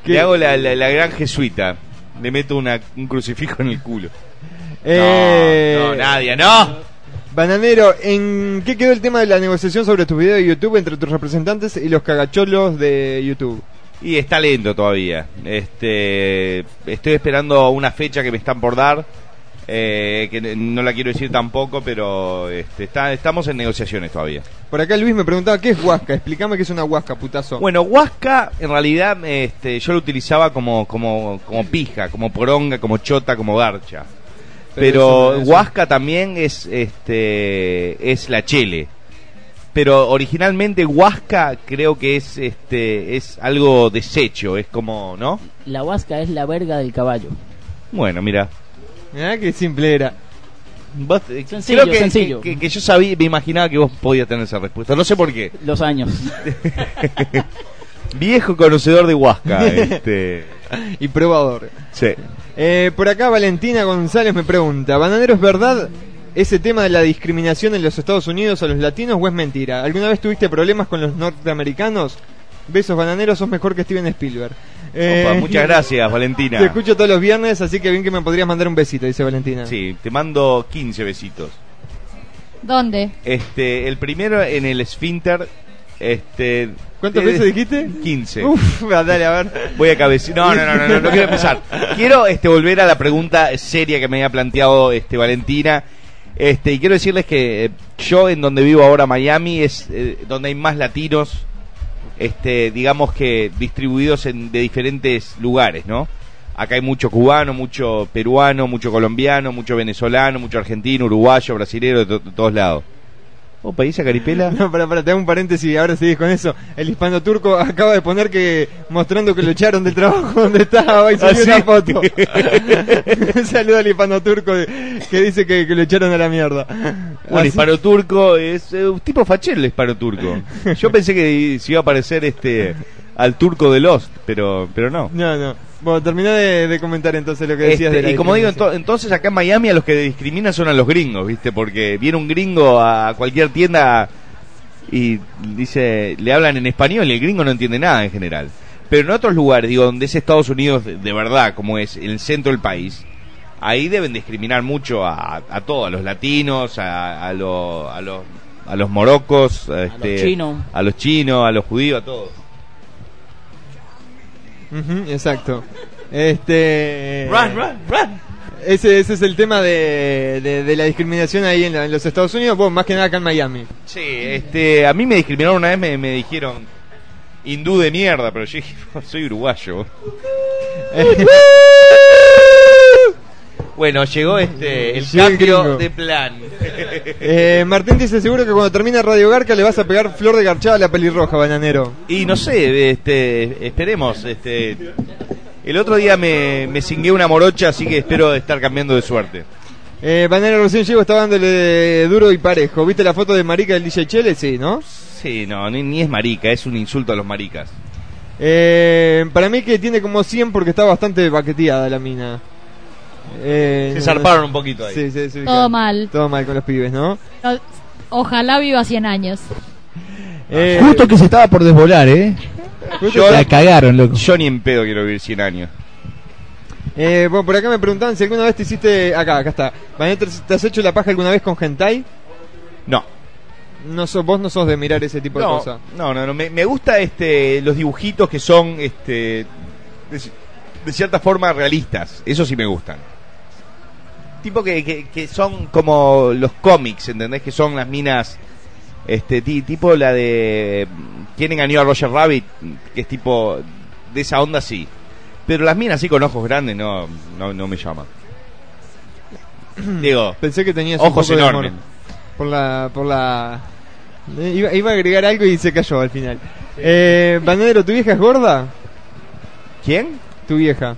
¿Qué?
Le hago la, la- la gran jesuita. Le meto una- un crucifijo en el culo.
Eh,
No, no, Nadia, no.
Bananero, ¿en qué quedó el tema de la negociación sobre tu video de YouTube entre tus representantes y los cagacholos de YouTube?
Y está lento todavía. Este, estoy esperando una fecha que me están por dar. eh, que n- no la quiero decir tampoco, pero este, está, estamos en negociaciones todavía.
Por acá Luis me preguntaba, ¿qué es Huasca? Explícame qué es una Huasca, putazo.
Bueno, Huasca, en realidad, este, yo lo utilizaba como, como, como pija, como poronga, como chota, como garcha.
Pero
Pero,
eso no es-
Huasca también es, este, es la chele. Pero originalmente Huasca creo que es, este, es algo deshecho, es como, ¿no?
La huasca es la verga del caballo.
Bueno, mira.
Mirá qué simple era.
Vos, eh,
Sencillo,
creo que,
sencillo.
Que, que- que yo sabía, me imaginaba que vos podías tener esa respuesta. No sé por qué.
Los años.
Viejo conocedor de Huasca. este.
Y probador.
Sí.
Eh, por acá Valentina González me pregunta, ¿Bananero es verdad ese tema de la discriminación en los Estados Unidos a los latinos o es mentira? ¿Alguna vez tuviste problemas con los norteamericanos? Besos bananeros, sos mejor que Steven Spielberg. Eh,
Opa, muchas gracias, Valentina.
Te escucho todos los viernes, así que bien que me podrías mandar un besito, dice Valentina.
Sí, te mando 15 besitos.
¿Dónde?
Este, el primero en el esfínter. Este,
¿Cuántos
eh,
besos dijiste?
15.
Uf, dale, a ver.
Voy a cabecear. No, no, no, no, no, no quiero empezar. Quiero este, volver a la pregunta seria que me había planteado este, Valentina. Este, y quiero decirles que eh, yo, en donde vivo ahora, Miami, es eh, donde hay más latinos, este, digamos que distribuidos en, de diferentes lugares, ¿no? Acá hay mucho cubano, mucho peruano, mucho colombiano, mucho venezolano, mucho argentino, uruguayo, brasilero, de, to- de todos lados. ¿O país a caripela?
No, para, para, te hago un paréntesis y ahora seguís con eso. El hispano turco acaba de poner que mostrando que lo echaron del trabajo donde estaba y subió
¿Ah, sí?
una foto. Un saludo al hispano turco de- que dice que, que lo echaron a la mierda.
Un
Así-
hispano turco es eh, un tipo fachero el hispano turco. Yo pensé que se iba a parecer este al turco de Lost, pero pero no.
No, no. Bueno, terminá de, de comentar entonces lo que
Este,
decías de la
y como digo,
discriminación.
ento- entonces acá en Miami a los que discriminan son a los gringos, ¿viste? Porque viene un gringo a cualquier tienda y dice, le hablan en español y el gringo no entiende nada en general. Pero en otros lugares, digo, donde es Estados Unidos de, de verdad, como es el centro del país, ahí deben discriminar mucho a, a todos, a los latinos, a, a, lo- a los, a los morocos, a, este,
chinos.
a los chinos, a los judíos, a todos.
Ujú, exacto. Este.
Run, run,
Ese, ese es el tema de, de- de la discriminación ahí en, la- en los Estados Unidos, vos, más que nada acá en Miami.
Sí, este, a mí me discriminaron una vez, me, me dijeron hindú de mierda, pero yo dije, soy uruguayo. bueno, llegó este el
Llegó el
cambio
gringo.
de plan.
Eh, Martín dice: Seguro que cuando termine Radio Garca le vas a pegar flor de garchada a la pelirroja, bananero.
y no sé, este, esperemos, este el otro día me, me cingué una morocha, así que espero estar cambiando de suerte.
Eh, bananero recién llegó, estaba dándole duro y parejo. ¿Viste la foto de Marica del DJ Chele? Sí, ¿no?
Sí, no, ni, ni es marica, es un insulto a los maricas.
Eh, para mí que tiene como 100 porque está bastante baqueteada la mina. Eh,
Se zarparon un poquito ahí.
Sí, sí, sí,
Todo mal.
Todo mal con los pibes, ¿no?
No, Ojalá viva 100 años.
Eh,
Justo que se estaba por desvolar, ¿eh? La cagaron, loco.
Yo ni en pedo quiero vivir 100 años.
eh, bueno, por acá me preguntaban si alguna vez te hiciste... Acá, acá está. Vanessa, ¿te- ¿te has hecho la paja alguna vez con hentai?
No.
no sos, vos no sos de mirar ese tipo de
No,
cosas.
no, no, no, Me, me gusta este los dibujitos que son este de, ci- de cierta forma realistas. Eso sí me gustan. Tipo que, que- que son como los cómics, ¿entendés? Que son las minas este ti- tipo la de tienen ganó a Roger Rabbit, que es tipo de esa onda sí. Pero las minas así con ojos grandes no no, no me llaman. Digo,
Pensé que tenías
ojos
un poco de amor
enormes.
por la... Por la... eh, Iba, iba a agregar algo y se cayó al final. Eh, Banadero, ¿tu vieja es gorda?
¿Quién?
Tu vieja.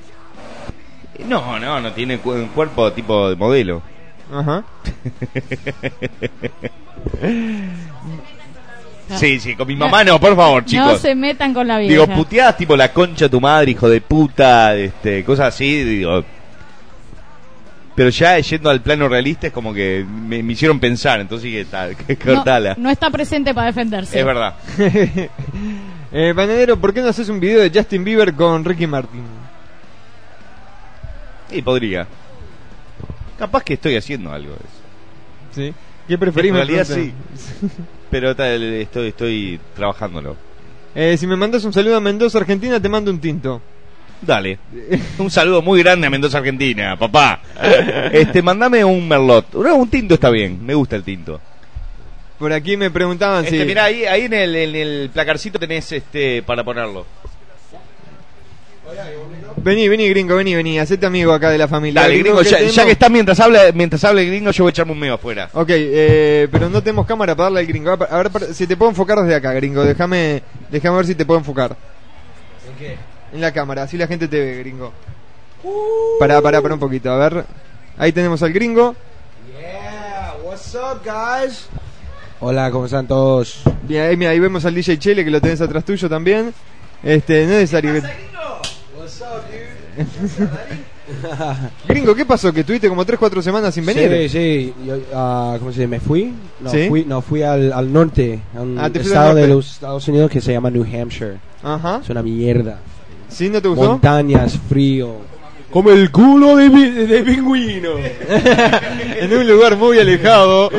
No, no, no tiene cu- un cuerpo tipo de modelo.
Ajá.
Sí, sí, con mi mamá no, por favor,
No
chicos.
se metan con la vida.
Digo, puteadas tipo la concha de tu madre, hijo de puta, este, cosas así, digo. Pero ya yendo al plano realista es como que me, me hicieron pensar, entonces dije, tal, que cortala.
No está presente para defenderse.
Es verdad.
Eh, Banadero, ¿por qué no haces un video de Justin Bieber con Ricky Martin?
Y podría. Capaz que estoy haciendo algo de eso.
¿Sí? ¿Qué preferís?
En
me
realidad sí.
preguntan?
Pero tal, estoy, estoy trabajándolo.
Eh, si me mandas un saludo a Mendoza, Argentina, te mando un tinto.
Dale. Un saludo muy grande a Mendoza, Argentina, papá. Este, mandame un merlot. No, un tinto está bien, me gusta el tinto.
Por aquí me preguntaban
Este,
si...
Mirá, ahí, ahí en, el, en el placarcito tenés este para ponerlo.
Vení, vení, gringo, vení, vení. Hacete amigo acá de la familia.
Dale, gringo, ya,
¿qué
ya que
tenemos?
está mientras habla, mientras habla el gringo, yo voy a echarme un medio afuera.
Ok, eh, pero no tenemos cámara para darle al gringo. A ver, para- si te puedo enfocar desde acá, gringo. Déjame déjame ver si te puedo enfocar.
¿En qué?
En la cámara, así la gente te ve, gringo. Pará, pará, pará un poquito. A ver. Ahí tenemos al gringo.
Yeah, what's up, guys? Hola, ¿cómo están todos?
Bien, ahí, mira, ahí vemos al DJ Chele que lo tenés atrás tuyo también. Este, no es necesario que...
What's up,
Gringo, ¿qué pasó? Que estuviste como 3-4 semanas sin
Sí,
venir.
sí. Yo, ah, ¿Cómo se dice? ¿Me fui? No,
¿Sí?
fui, no, fui al, al norte, a un
Ah, te fuiste al
estado de
norte.
los Estados Unidos que se llama New Hampshire.
Ajá.
Es una mierda.
¿Sí? ¿No te gustó?
Montañas, frío. Como el culo de, pi- de pingüino.
en un lugar muy alejado.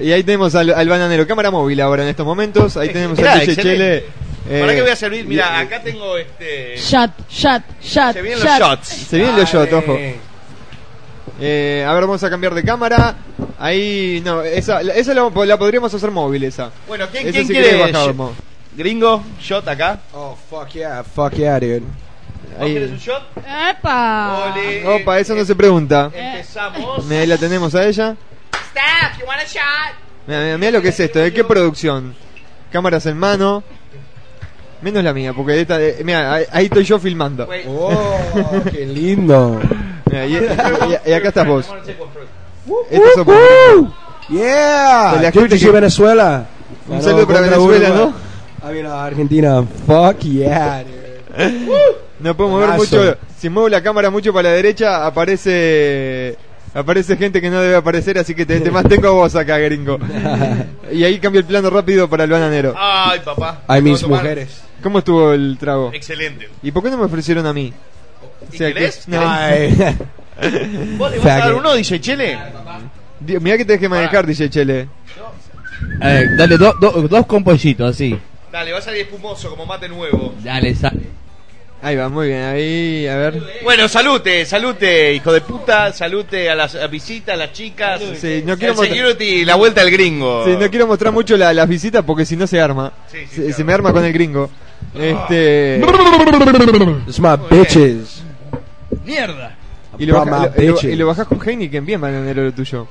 Y ahí tenemos al, al bananero. Cámara móvil ahora en estos momentos. Ahí tenemos
Mirá,
al DJ Chele.
excelente. ¿Para
Eh,
qué voy a servir? Mira, acá tengo este.
Shot, shot, shot.
Se vienen los
shot.
shots.
Se vienen los shots, ojo.
Dale.
Eh, a ver, vamos a cambiar de cámara. Ahí, no, esa, la- esa la, la podríamos hacer móvil, esa.
Bueno, ¿quién,
Esa
quién
sí
quiere?
que la
shot?
bajamos.
Gringo, shot acá.
Oh, fuck yeah, fuck yeah, dude.
¿Vos
Ahí.
querés un shot?
¡Epa!
Ole.
Opa, eso no se pregunta.
Eh, Empezamos.
Ahí la tenemos a ella.
Staff, you want a shot?
Mira, lo que es esto, ¿de qué producción? Cámaras en mano. Menos la mía, porque esta, eh, mira, ahí, ahí estoy yo filmando.
Oh, qué lindo.
Mirá, y, y- y acá estás vos. Esto es ¡Uh!
Woo-hoo. Yeah.
De la
Ah, Yo
gente
dije
que-
Venezuela.
Un saludo para
contra
Venezuela,
Uruguay. Ah, mira, Argentina. Fuck yeah, dude.
No puedo mover
Brazo.
mucho. Si muevo la cámara mucho para la derecha, aparece. Aparece gente que no debe aparecer, así que te, te mantengo a vos acá, gringo. y ahí cambia el plano rápido para el bananero.
Ay, papá.
Hay
Me voy a tomar.
¿Cómo estuvo el trago?
Excelente.
¿Y por qué no me ofrecieron a mí?
¿Y
O sea, que-
querés?
no. eh.
¿Querés? ¿Vos le
O
vas
sea
a dar
que-
uno, DJ Chele?
Dios, mirá que tenés que manejar, DJ Chele.
Eh, dale do- do- dos con pollito, así.
Dale, va a salir espumoso como mate nuevo.
Dale, sale.
Ahí va, muy bien. Ahí, a ver.
Bueno, salute, salute, hijo de puta, salute a las a visitas, a las chicas.
Sí, no quiero
el
mostrar-
security, la vuelta al gringo.
Sí, no quiero mostrar mucho la- las visitas porque si no se arma. se, se me arma con el gringo.
Ah.
Este.
It's my bitches.
¡Mierda!
Y lo, baja-
Brahma
lo- y lo-
bitches.
y lo bajás con Heineken, bien, bananero lo tuyo.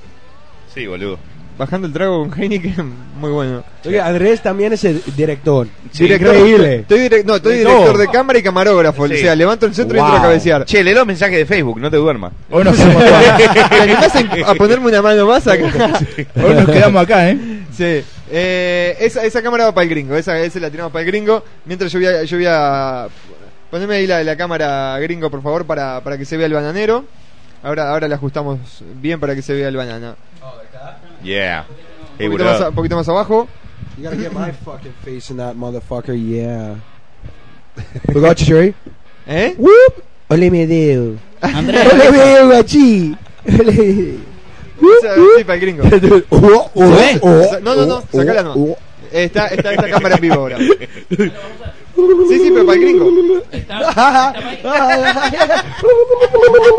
Sí, boludo.
Bajando el trago con Heineken, muy bueno.
Oye, Andrés también es el director.
Director-
Increíble.
Estoy direc- no, estoy
De
director
todo.
de cámara y camarógrafo.
Sí.
O sea, levanto el centro y entro a
Wow.
cabecear.
Che, lee los mensajes de Facebook, no te duermas.
Hoy nos quedamos acá.
¿Te animás en- a ponerme una mano más acá?
Hoy nos quedamos acá, ¿eh?
Sí, eh, esa, esa cámara va para el gringo, esa, esa la tiramos para el gringo. Mientras yo voy a... Yo voy a poneme ahí la, la cámara gringo, por favor, para, para que se vea el bananero. Ahora, ahora la ajustamos bien para que se vea el banana.
Yeah. Hey,
un, poquito
boludo.
más, a- un poquito más abajo.
You gotta get my fucking face in that motherfucker, yeah. We got you, Sherry.
¿Eh?
Whoop! Ole me deo. Ole me deo, guachi. Ole.
O sea, sí, para el gringo.
Oh, oh,
¿Eh?
oh,
No, no, no,
oh,
sacala
oh,
no.
oh.
Está, está esta cámara en vivo ahora. Sí, sí, pero para el gringo.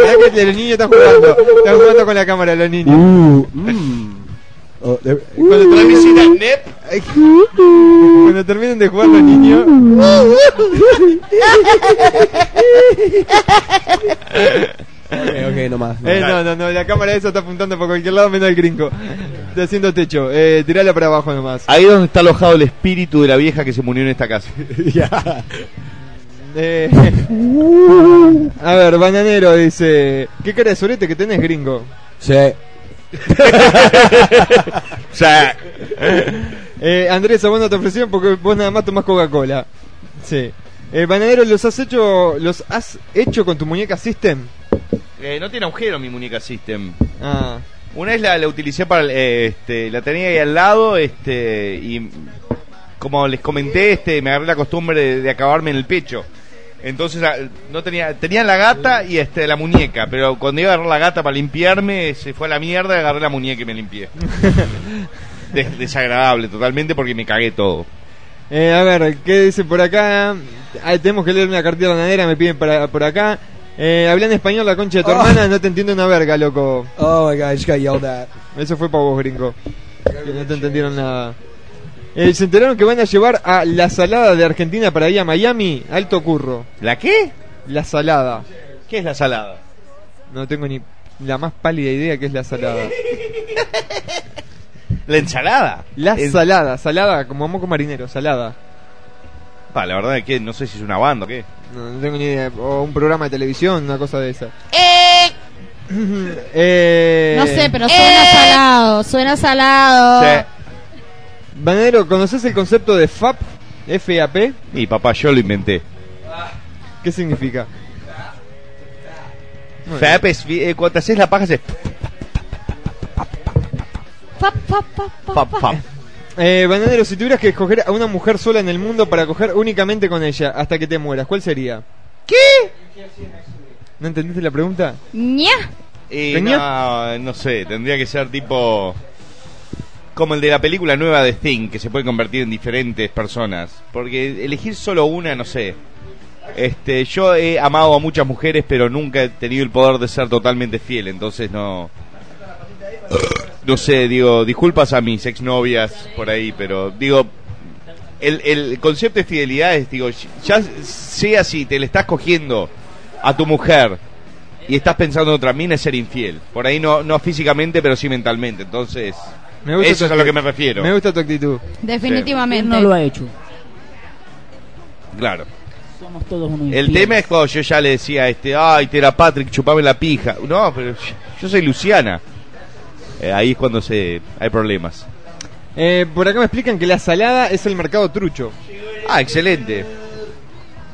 Mirá que los niños están jugando. Están jugando con la cámara los niños.
Ooh, mm. Oh, there-
Cuando
Trae
terminen,
visita NEP.
cuando terminen de jugar los niños...
Ok, ok, nomás.
Eh, no, no, no, la cámara esa está apuntando para cualquier lado menos al gringo. Está haciendo techo. Eh, tirala para abajo nomás.
Ahí donde está alojado el espíritu de la vieja que se murió en esta casa.
Eh, a ver, bananero dice: ¿Qué cara de sorete que tenés, gringo?
Sí.
o sea,
Eh, Andrés, a vos no te ofrecieron porque vos nada más tomás Coca-Cola. Sí. Eh, bananero, ¿los has hecho los has hecho con tu muñeca System?
eh, no tiene agujero mi muñeca System.
Ah,
Una vez la, la utilicé para el- eh, este, la tenía ahí al lado, este, y como les comenté, este, me agarré la costumbre de, de acabarme en el pecho. Entonces ah, no tenía, tenía la gata y este la muñeca, pero cuando iba a agarrar la gata para limpiarme, se fue a la mierda, agarré la muñeca y me limpié. Des- desagradable totalmente porque me cagué todo.
Eh, a ver, ¿qué dice por acá? Ah, tenemos que leer una cartilla bananera, me piden para, por acá. Eh, habla en español la concha de tu
Oh.
hermana, no te entiendo una verga, loco.
Oh my god, I just got yelled at.
Eso fue para vos, gringo. Que no te entendieron nada. Eh, se enteraron que van a llevar a la salada de Argentina para ir a Miami. Alto curro.
¿La qué?
La salada.
¿Qué es la salada?
No tengo ni la más pálida idea que es la salada.
¿La ensalada?
La
En-
salada, salada, como moco marinero, salada.
Pa, la verdad es que no sé si es una banda o qué.
No, no tengo ni idea. O un programa de televisión, una cosa de esa. Eh,
No sé, pero suena salado, suena salado.
Sí.
Banero, ¿conoces el concepto de FAP? FAP.
Y papá, yo lo inventé.
¿Qué significa? Muy bien.
Fap es, eh, cuando te haces la paja, haces
Pa, pa, pa, pa,
pap,
pa.
pap.
Eh, Bananero, si tuvieras que escoger a una mujer sola en el mundo para coger únicamente con ella hasta que te mueras, ¿cuál sería?
¿Qué?
¿No entendiste la pregunta?
Ña.
Y
¿Peña?
no, no sé, tendría que ser tipo. Como el de la película nueva de Sting, que se puede convertir en diferentes personas. Porque elegir solo una, no sé. Este, yo he amado a muchas mujeres, pero nunca he tenido el poder de ser totalmente fiel, entonces no. No sé, digo, disculpas a mis exnovias por ahí, pero digo. El, el concepto de fidelidad es, digo, ya sea si te le estás cogiendo a tu mujer y estás pensando en otra mina es ser infiel. Por ahí no, no físicamente, pero sí mentalmente. Entonces,
Me gusta
eso
tu
es a lo
actitud.
que me refiero.
Me gusta tu actitud.
Definitivamente.
Él no lo ha hecho.
Claro.
Somos todos unos
El
infieles.
tema es cuando yo ya le decía, este, ay, Tera Patrick, chupame la pija. No, pero yo soy Luciana. Eh, ahí es cuando se hay problemas.
Eh, por acá me explican que la salada es el mercado trucho.
Ah, excelente.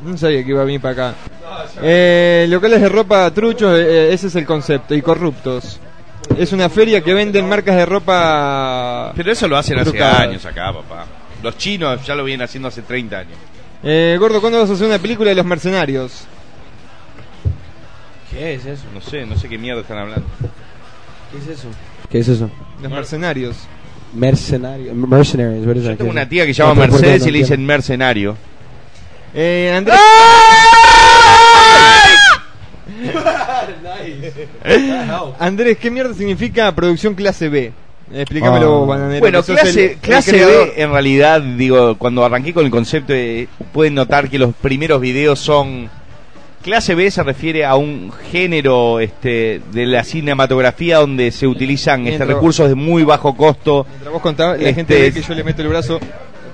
No sabía que iba a venir para acá. Eh, locales de ropa truchos, eh, ese es el concepto, y corruptos. Es una feria que venden marcas de ropa.
Pero eso lo hacen hace
trucada.
años acá, papá. Los chinos ya lo vienen haciendo hace 30 años.
Eh, Gordo, ¿cuándo vas a hacer una película de los mercenarios?
¿Qué es eso? No sé, no sé qué mierda están hablando. ¿Qué es eso?
¿Qué es eso?
Los mercenarios.
Mercenario. Mercenaries. What is that?
Tengo una tía que llama Mercedes y le dicen mercenario.
Eh, Andrés. Eh, Andrés, ¿qué mierda significa producción clase B? Explícamelo vos, bananero.
Bueno,
que sos el-
clase,
el
clase
creador.
B, Ah. en realidad, digo, cuando arranqué con el concepto, eh, pueden notar que los primeros videos son. Clase B se refiere a un género este, de la cinematografía donde se utilizan este,
Mientras-
recursos de muy bajo costo.
Mientras vos contabas, la gente
Este-
ve que yo le meto el brazo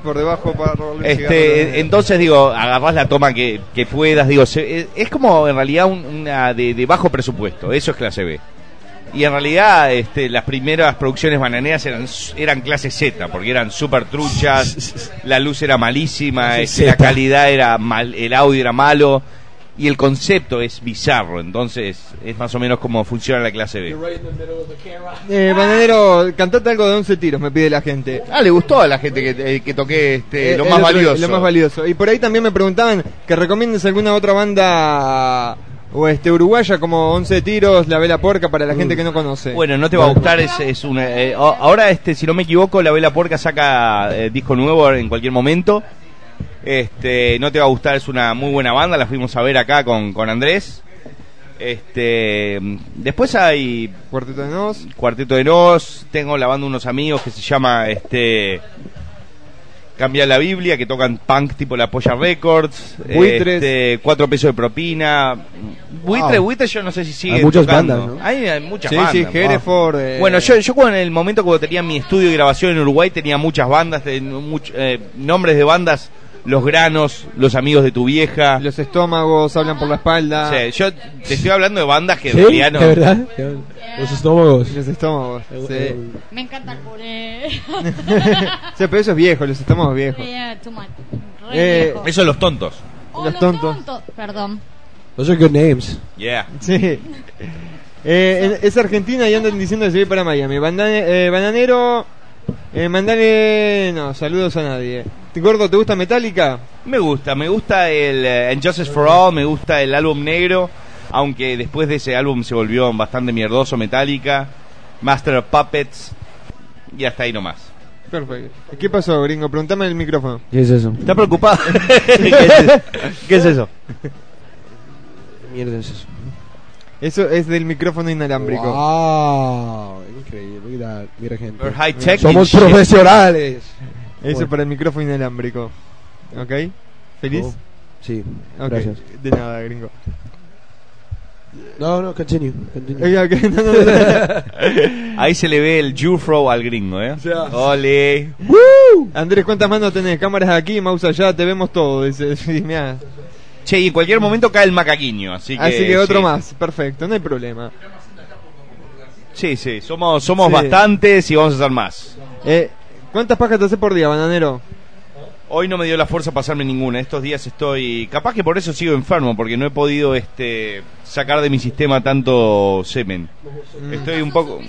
por debajo para robarle un cigarro.
Este, entonces digo, agarrás la toma que, que puedas, digo, se- eh, es como en realidad un- una de, de bajo presupuesto, eso es clase B. Y en realidad este, las primeras producciones bananeras eran, s- eran clase Z, porque eran súper truchas, la luz era malísima,
Clase
este, la
Z.
calidad era mal, el audio era malo, y el concepto es bizarro, entonces es más o menos como funciona la clase B.
Eh, bananero, cantate algo de 11 tiros, me pide la gente.
Ah, le gustó a la gente que, toqué este,
Eh,
lo
el
más
otro-
valioso.
Lo más valioso. Y por ahí también me preguntaban que recomiendes alguna otra banda o este uruguaya como 11 tiros, La Vela Porca para la gente que no conoce.
Bueno, no te va a gustar, es, es una, eh, a- ahora este, si no me equivoco, la Vela Porca saca eh, disco nuevo en cualquier momento. Este, no te va a gustar, es una muy buena banda, la fuimos a ver acá con, con Andrés. Este, después hay
Cuarteto de Nos,
Cuarteto de Nos, tengo la banda de unos amigos que se llama este Cambia la Biblia, que tocan punk tipo La Polla Records,
Buitres.
este, cuatro pesos de propina. Ah. Buitre, buitre, yo no sé si sigue. tocando. Hay, hay muchas
sí,
bandas.
Sí,
Wow.
Hereford. eh,
Bueno, yo, yo cuando en el momento cuando tenía mi estudio de grabación en Uruguay tenía muchas bandas, ten- much- eh, nombres de bandas, Los Granos, Los Amigos de tu Vieja.
Los estómagos hablan por la espalda.
Sí, yo te estoy hablando de bandas que
¿Sí?
en realidad no-
¿De verdad?
Los estómagos.
Los estómagos. Eh, Sí.
Me encanta Core.
Sí, pero eso es viejo, los estómagos viejos.
Yeah, too much. Eh, Re
Eh,
viejo.
Eso es los tontos.
Oh,
los tontos.
tontos. Perdón.
Those are good names.
Yeah.
Sí. Eh, en- es Argentina y andan diciendo que se va para Miami. Bandane- eh, bananero, eh, mandale. No, saludos a nadie. Gordo, ¿te gusta Metallica?
Me gusta, me gusta el eh, And Justice for All, me gusta el álbum negro, aunque después de ese álbum se volvió bastante mierdoso Metallica, Master of Puppets y hasta ahí nomás.
Perfecto. ¿Qué pasó, gringo? Preguntame el micrófono.
¿Qué es eso?
¿Está preocupado?
¿Qué es eso?
Mierda es eso.
Eso es del micrófono inalámbrico.
Wow, increíble. Mira, mira gente.
We're high tech
Somos
and shit.
profesionales.
Eso
Bueno.
para el micrófono inalámbrico. ¿Ok? ¿Feliz?
Oh, Sí.
Ok,
Gracias.
De nada, gringo.
No, no, continue. continue.
Ok, ok, no, no, no.
Ahí se le ve el Jufro al gringo, ¿eh?
Ya.
Ole.
Andrés, ¿cuántas manos tenés? Cámaras aquí, mouse allá, te vemos todo. Dice, Sí, mirá.
Che, y en cualquier momento cae el macaquiño, así que...
Así que otro
sí.
más, perfecto, no hay problema.
Sí, sí, somos, somos
Sí.
bastantes y vamos a hacer más.
Eh, ¿Cuántas pajas te haces por día, bananero?
Hoy no me dio la fuerza pasarme ninguna. Estos días estoy. Capaz que por eso sigo enfermo, porque no he podido este, sacar de mi sistema tanto semen.
Mm.
Estoy un poco.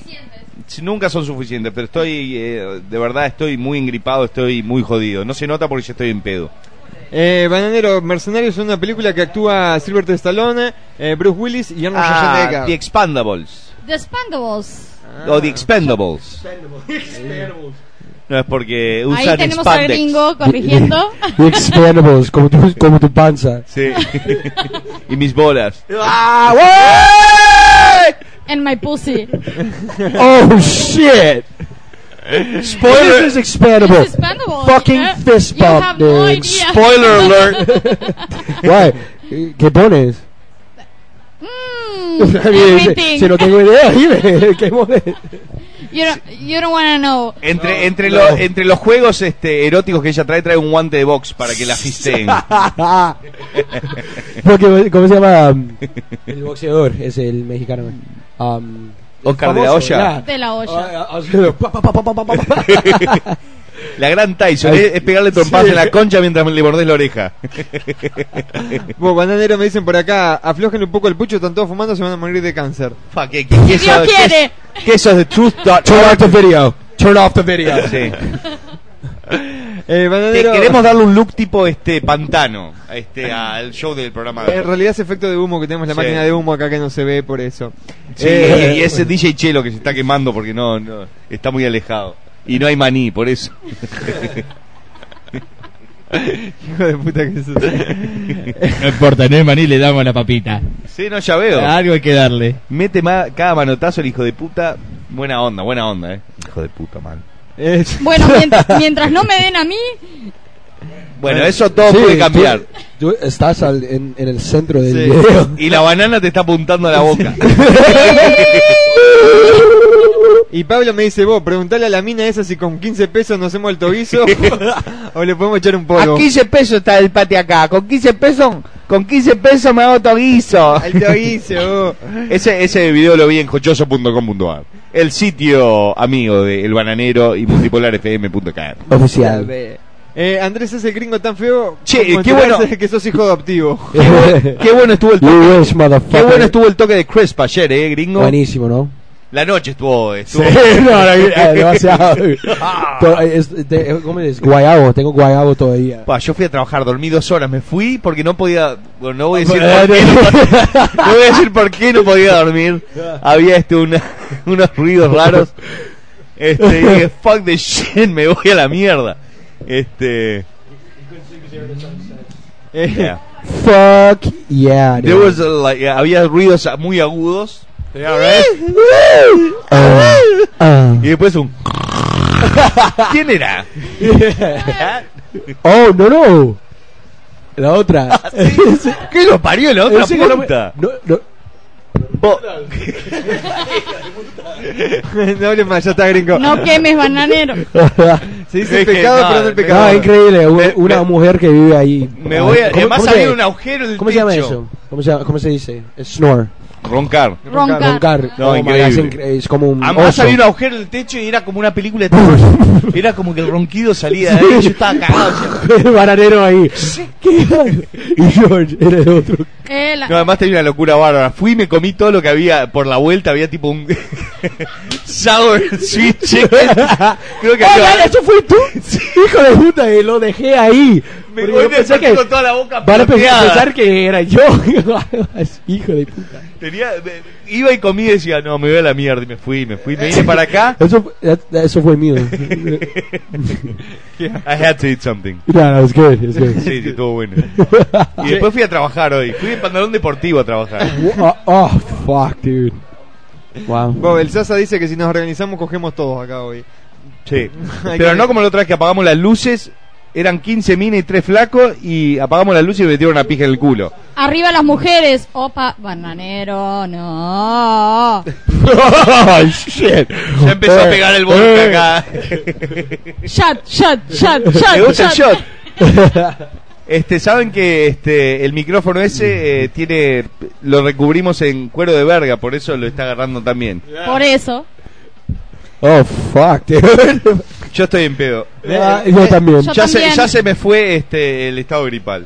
Sí, Nunca son suficientes, pero estoy. eh, de verdad, estoy muy engripado, estoy muy jodido. No se nota porque yo estoy en pedo.
Eh, bananero, Mercenarios es una película que actúa Silvestre Stallone, eh, Bruce Willis y Arnold
Ah,
Schwarzenegger.
The Expandables.
The Spandables.
O The Expendables.
ah.
No es porque uh, usan
Ahí tenemos a
spandex.
Gringo corrigiendo.
The Expendables, como tu, como tu panza.
Sí. y mis bolas. Ah,
And my pussy.
oh shit! Spoiler is expandable.
It's expandable.
Fucking
Yeah.
fist
You
bump,
have Eh, ah,
Eh,
no
dude.
idea.
Why? ¿Qué pones?
Mm, everything.
si no tengo idea, dime. ¿Qué pones?
You don't, you don't wanna know.
Entre, entre,
no.
los- entre los juegos este, eróticos que ella trae, trae un guante de box para que la fisteen.
Porque, ¿Cómo se llama? Um, el boxeador es el mexicano. Um,
Oscar de la
famoso,
Hoya.
¿verdad?
De la olla.
Pa, pa, pa, pa, pa, pa, pa.
La gran Tyson
Ay,
es, es pegarle trompadas
sí.
en la concha mientras le mordés la oreja.
Bueno, bananero me dicen por acá, aflojen un poco el pucho, están todos fumando, se van a morir de cáncer. Eh,
Fa, que- que- que eso- que- que eso es de truth.
Turn off the
video. Turn off the video.
Sí.
Eh,
Te
bananero,
queremos darle un look tipo este pantano este al show del programa. de-
En realidad es efecto de humo que tenemos la
Sí.
máquina de humo acá que no se ve por eso.
Sí,
Eh,
y ese DJ Chelo que se está quemando porque no, no está muy alejado. Y no hay maní, por eso.
Hijo de puta que sos.
No importa, no es maní, le damos la papita.
sí, no, ya
Ah,
veo.
Algo hay que darle.
Mete ma- cada manotazo el hijo de puta. Buena onda, buena onda, eh. Hijo de puta, man.
Eh,
Bueno, mientras, mientras no me den a mí,
Bueno, eso todo
Sí,
puede cambiar.
Tú, tú estás al- en, en el centro del
Sí.
video.
Y la banana te está apuntando a la boca.
Y Pablo me dice, vos, preguntale a la mina esa si con 15 pesos nos hacemos el tobizo o le podemos echar un polvo.
A 15 pesos está el pate acá. Con 15 pesos, con 15 pesos me hago toguizo.
El tobizo. vos.
Ese, ese video lo vi en jochoso.com.ar. El sitio amigo de El Bananero y multipolarfm.com.
Oficial.
Eh, Andrés, ese gringo tan feo.
Che,
como
qué
enterarse
bueno.
Que sos hijo adoptivo.
Qué bueno estuvo el toque.
You wish, motherfucker.
Qué bueno estuvo el toque de Crisp ayer, eh, gringo.
Buenísimo, ¿no?
La noche estuvo. estuvo- Ah.
no, eh, demasiado. To- es- de- eh, ¿Cómo es? Guayabo, tengo guayabo todavía.
Pa, yo fui a trabajar, dormí dos horas, me fui porque no podía. Bueno, no voy a decir por qué. No,
Eh,
no voy a decir por qué no podía dormir. Había este una- unos ruidos raros. Este, y dije, fuck the shit, me voy a la mierda. Este. yeah.
Fuck yeah.
There
dude.
was a, like, había ruidos muy agudos.
Ah, ah.
Y después un. ¿Quién era?
Oh, no, no. La otra.
¿Qué lo parió la otra
Ese que no me-
puta?
No, no.
Bo-
no hables más, ya está gringo.
no quemes bananero.
Se dice
Es que
pecado,
no,
pero no el
me-
pecado.
No, increíble. u-
Me-
Una
me-
mujer que vive ahí.
Me voy a.
¿Cómo-
además
cómo
salió
se-
un agujero en el
¿Cómo se
techo.
llama eso? ¿Cómo se, llama- cómo se dice? Snore.
Roncar.
Roncar.
Roncar. Oh
No,
my God, es,
increíble.
incre- es como un
Además
oso.
salió un agujero en el techo y era como una película de terror. Era como que el ronquido salía de ahí y yo estaba cagado. o sea.
el bananero ahí. ¿Qué? Y George era el otro.
Eh, la-
No, además tenía una locura bárbara. Fui y me comí todo lo que había por la vuelta. Había tipo un. Sour and Sweet Chicken. Creo que
¡Ay,
había.
ay, Ah, eso fue tú! ¡Hijo de puta! Y lo dejé ahí.
Me
Porque
voy
yo pensé
de
que-
con toda la boca
Van a pe-
peloteada.
pensar que era yo. Hijo de puta.
Tenía, me- iba y comí y decía, no, me voy a la mierda. Y me fui, me fui. Me vine para acá.
Eso, fu- that- that- eso fue mío.
I had to eat something.
No, no, it's good, it's good.
Sí, sí, estuvo bueno. Y después fui a trabajar hoy. Fui en pantalón deportivo a trabajar.
Oh, oh, fuck, dude. Wow.
Bob, el Sasa dice que si nos organizamos cogemos todos acá hoy.
Sí.
Hay
Pero
que-
no como la otra vez que apagamos las luces. Eran 15 minas y 3 flacos. Y apagamos las luces y me metieron una pija en el culo.
Arriba las mujeres. Opa, bananero, no.
oh, shit.
Ya empezó a pegar el bote acá.
Eh.
Shot, shot, shot,
Me
shot.
gusta el shot. Este, saben que este el micrófono ese eh, tiene lo recubrimos en cuero de verga, por eso lo está agarrando también.
Por eso.
Oh, fuck, dude.
Yo estoy en pedo.
Ah, yo también.
Yo
Ya se,
también.
ya se me fue este el estado gripal.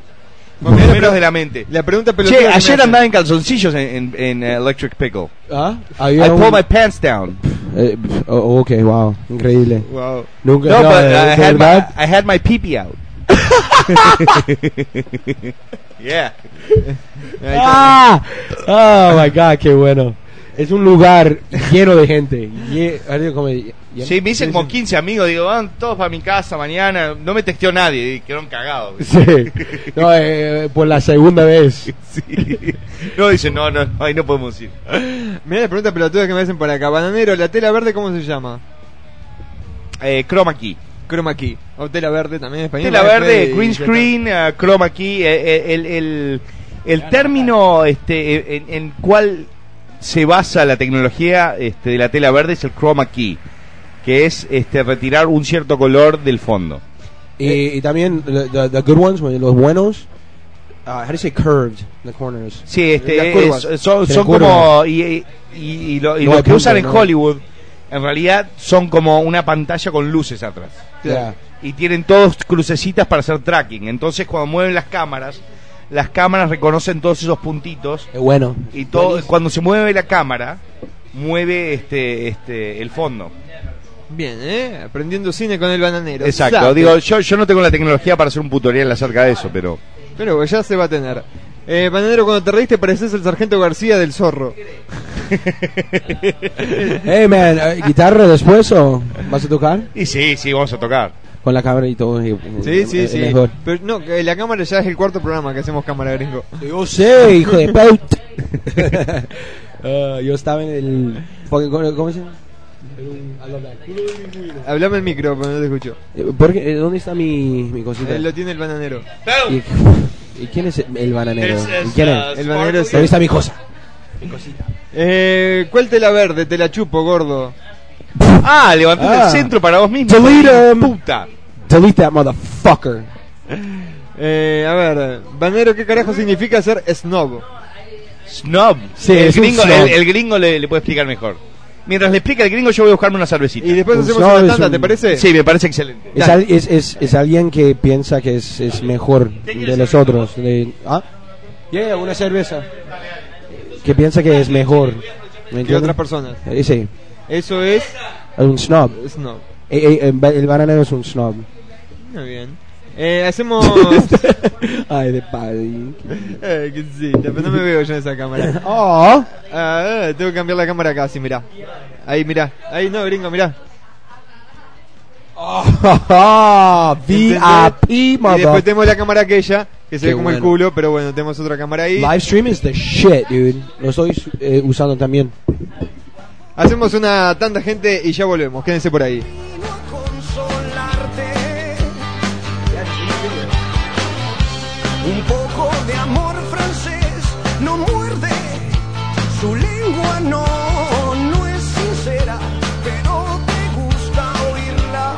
Menos de la mente.
La pregunta pelotuda
Che,
que me
ayer
hacen.
andaba en calzoncillos en, en- en Electric Pickle.
¿Ah?
I
Había
pulled
un-
my pants down.
eh, pf, oh, ok, wow. Increíble.
Wow.
Nunca,
No, eh,
no, eh,
but
de-
I
de
had, my,
verdad.
I had my pee pee out. yeah.
¡Ah! Oh, my God, qué bueno. Es un lugar lleno de gente. Lle- algo como- lle-
Sí, me hice como 15 amigos, digo, van todos para mi casa mañana. No me testeó nadie, y quedaron cagados.
Sí. No, eh, por la segunda vez.
Sí. No, dicen, no, no, no, ahí no podemos ir.
Ah,
Mira la pregunta pelotuda que me hacen por acá. Bananero, la tela verde, ¿cómo se llama?
Eh, chroma key.
Croma key. O tela verde también en español.
Tela
Vale,
Este verde,
Freddy,
green
ya
screen, eh, chroma key, eh, el, el, el- el término este, en, en cual se basa la tecnología este, de la tela verde es el chroma key, que es este, retirar un cierto color del fondo.
Y, y también the, the- the good ones, los buenos. Uh, how do you say curved in the corners?
Sí, este,
Las curvas.
es- son,
Las
son
curvas.
como... Y, y- y lo, y
No
lo
hay
que
punto,
usan en
no hay-
Hollywood en realidad son como una pantalla con luces atrás.
Claro.
Y tienen todos crucecitas para hacer tracking. Entonces, cuando mueven las cámaras, las cámaras reconocen todos esos puntitos.
Es bueno.
Y todo, cuando se mueve la cámara, mueve este, este, el fondo.
Bien, ¿eh? Aprendiendo cine con el bananero.
Exacto.
Sape.
Digo, yo, yo no tengo la tecnología para hacer un tutorial acerca de eso, pero.
Pero ya se va a tener. Eh, bananero, cuando te reíste pareces el sargento García del Zorro.
Hey man, eh, ¿guitarra después o vas a tocar?
Y sí, sí, vamos a tocar.
Con la cámara y todo. y-
Sí, sí,
eh,
sí.
mejor.
Pero no, que la cámara ya es el cuarto programa que hacemos cámara gringo.
Yo sé, eh, hijo de puta. Ah, yo estaba en el. porque- ¿Cómo cómo se llama?
Hablame el micro, pero no te escucho.
Eh, porque, eh, ¿Dónde está mi, mi cosita?
Eh, lo tiene el bananero.
¿Y, y quién es el bananero?
Es- es,
¿Y quién
ah,
es?
El bananero es-
¿Dónde está mi cosa?
Eh, ¿Cuál tela verde? Te la chupo, gordo.
Ah, levantaste
Ah.
el centro para vos mismo.
Delete him.
Puta.
Delete that motherfucker.
Eh, a ver, bananero, ¿qué carajo significa ser snob?
Snob.
Sí,
el,
es un
gringo,
snob.
el, el gringo le, le puede explicar mejor. Mientras le explica el gringo, yo voy a buscarme una cervecita. Y
después Un hacemos snob una es tanda, un- ¿te parece?
Sí, me parece excelente.
Es, al- es, es, es alguien que piensa que es, es mejor de los otros. de- ¿ah? Yeah, una cerveza. Que piensa que es mejor. ¿me
Que
entiendes?
otras personas.
Eh, sí,
Eso es.
es un snob.
Snob.
Eh, eh, el ba- el bananero es un snob.
Muy bien. Eh, hacemos.
Ay, de padre.
Eh, que sí, pero no me veo yo en esa cámara.
Oh.
Ah, eh, tengo que cambiar la cámara acá, sí, mirá. Ahí, mirá. Ahí, no, gringo, mirá.
Oh.
VIP,
Y después
mother.
tenemos la cámara aquella, que se
Qué
ve como el
bueno.
culo, pero bueno, tenemos otra cámara ahí.
Live stream is the shit, dude. Lo estoy eh, usando también.
Hacemos una tanda gente y ya volvemos. Quédense por ahí.
Un poco de amor francés no muerde, su lengua no, no es sincera, pero te gusta oírla.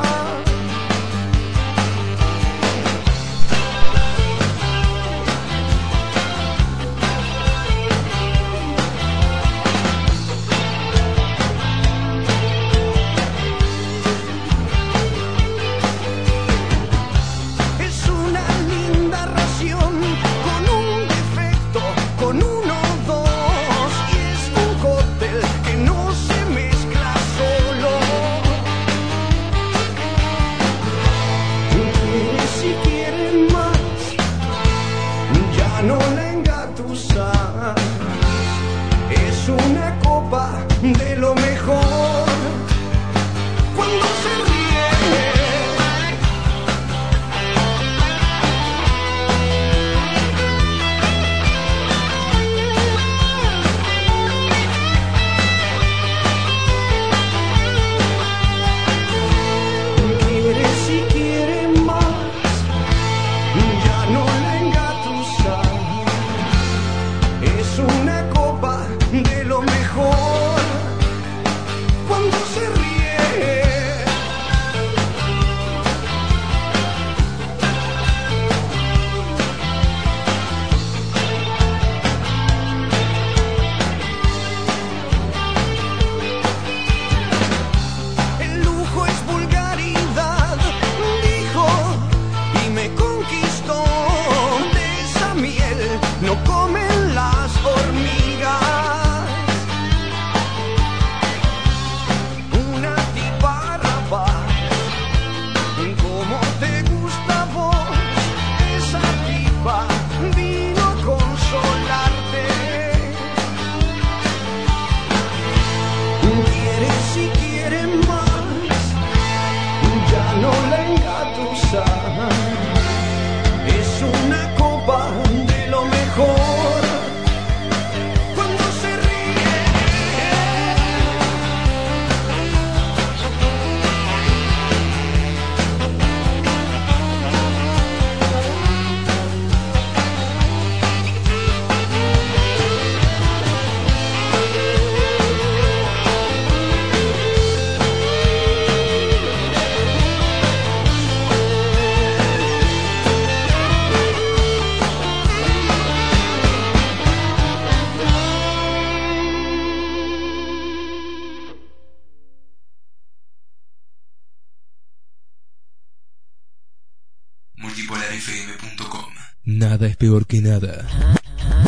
multipolarfm.com. Nada es peor que nada.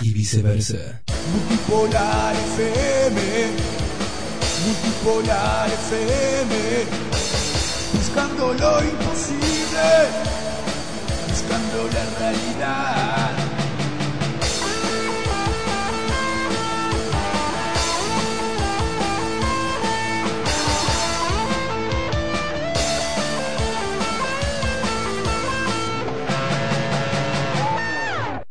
Y viceversa.
Multipolar FM. Multipolar FM. Buscando lo imposible. Buscando la realidad.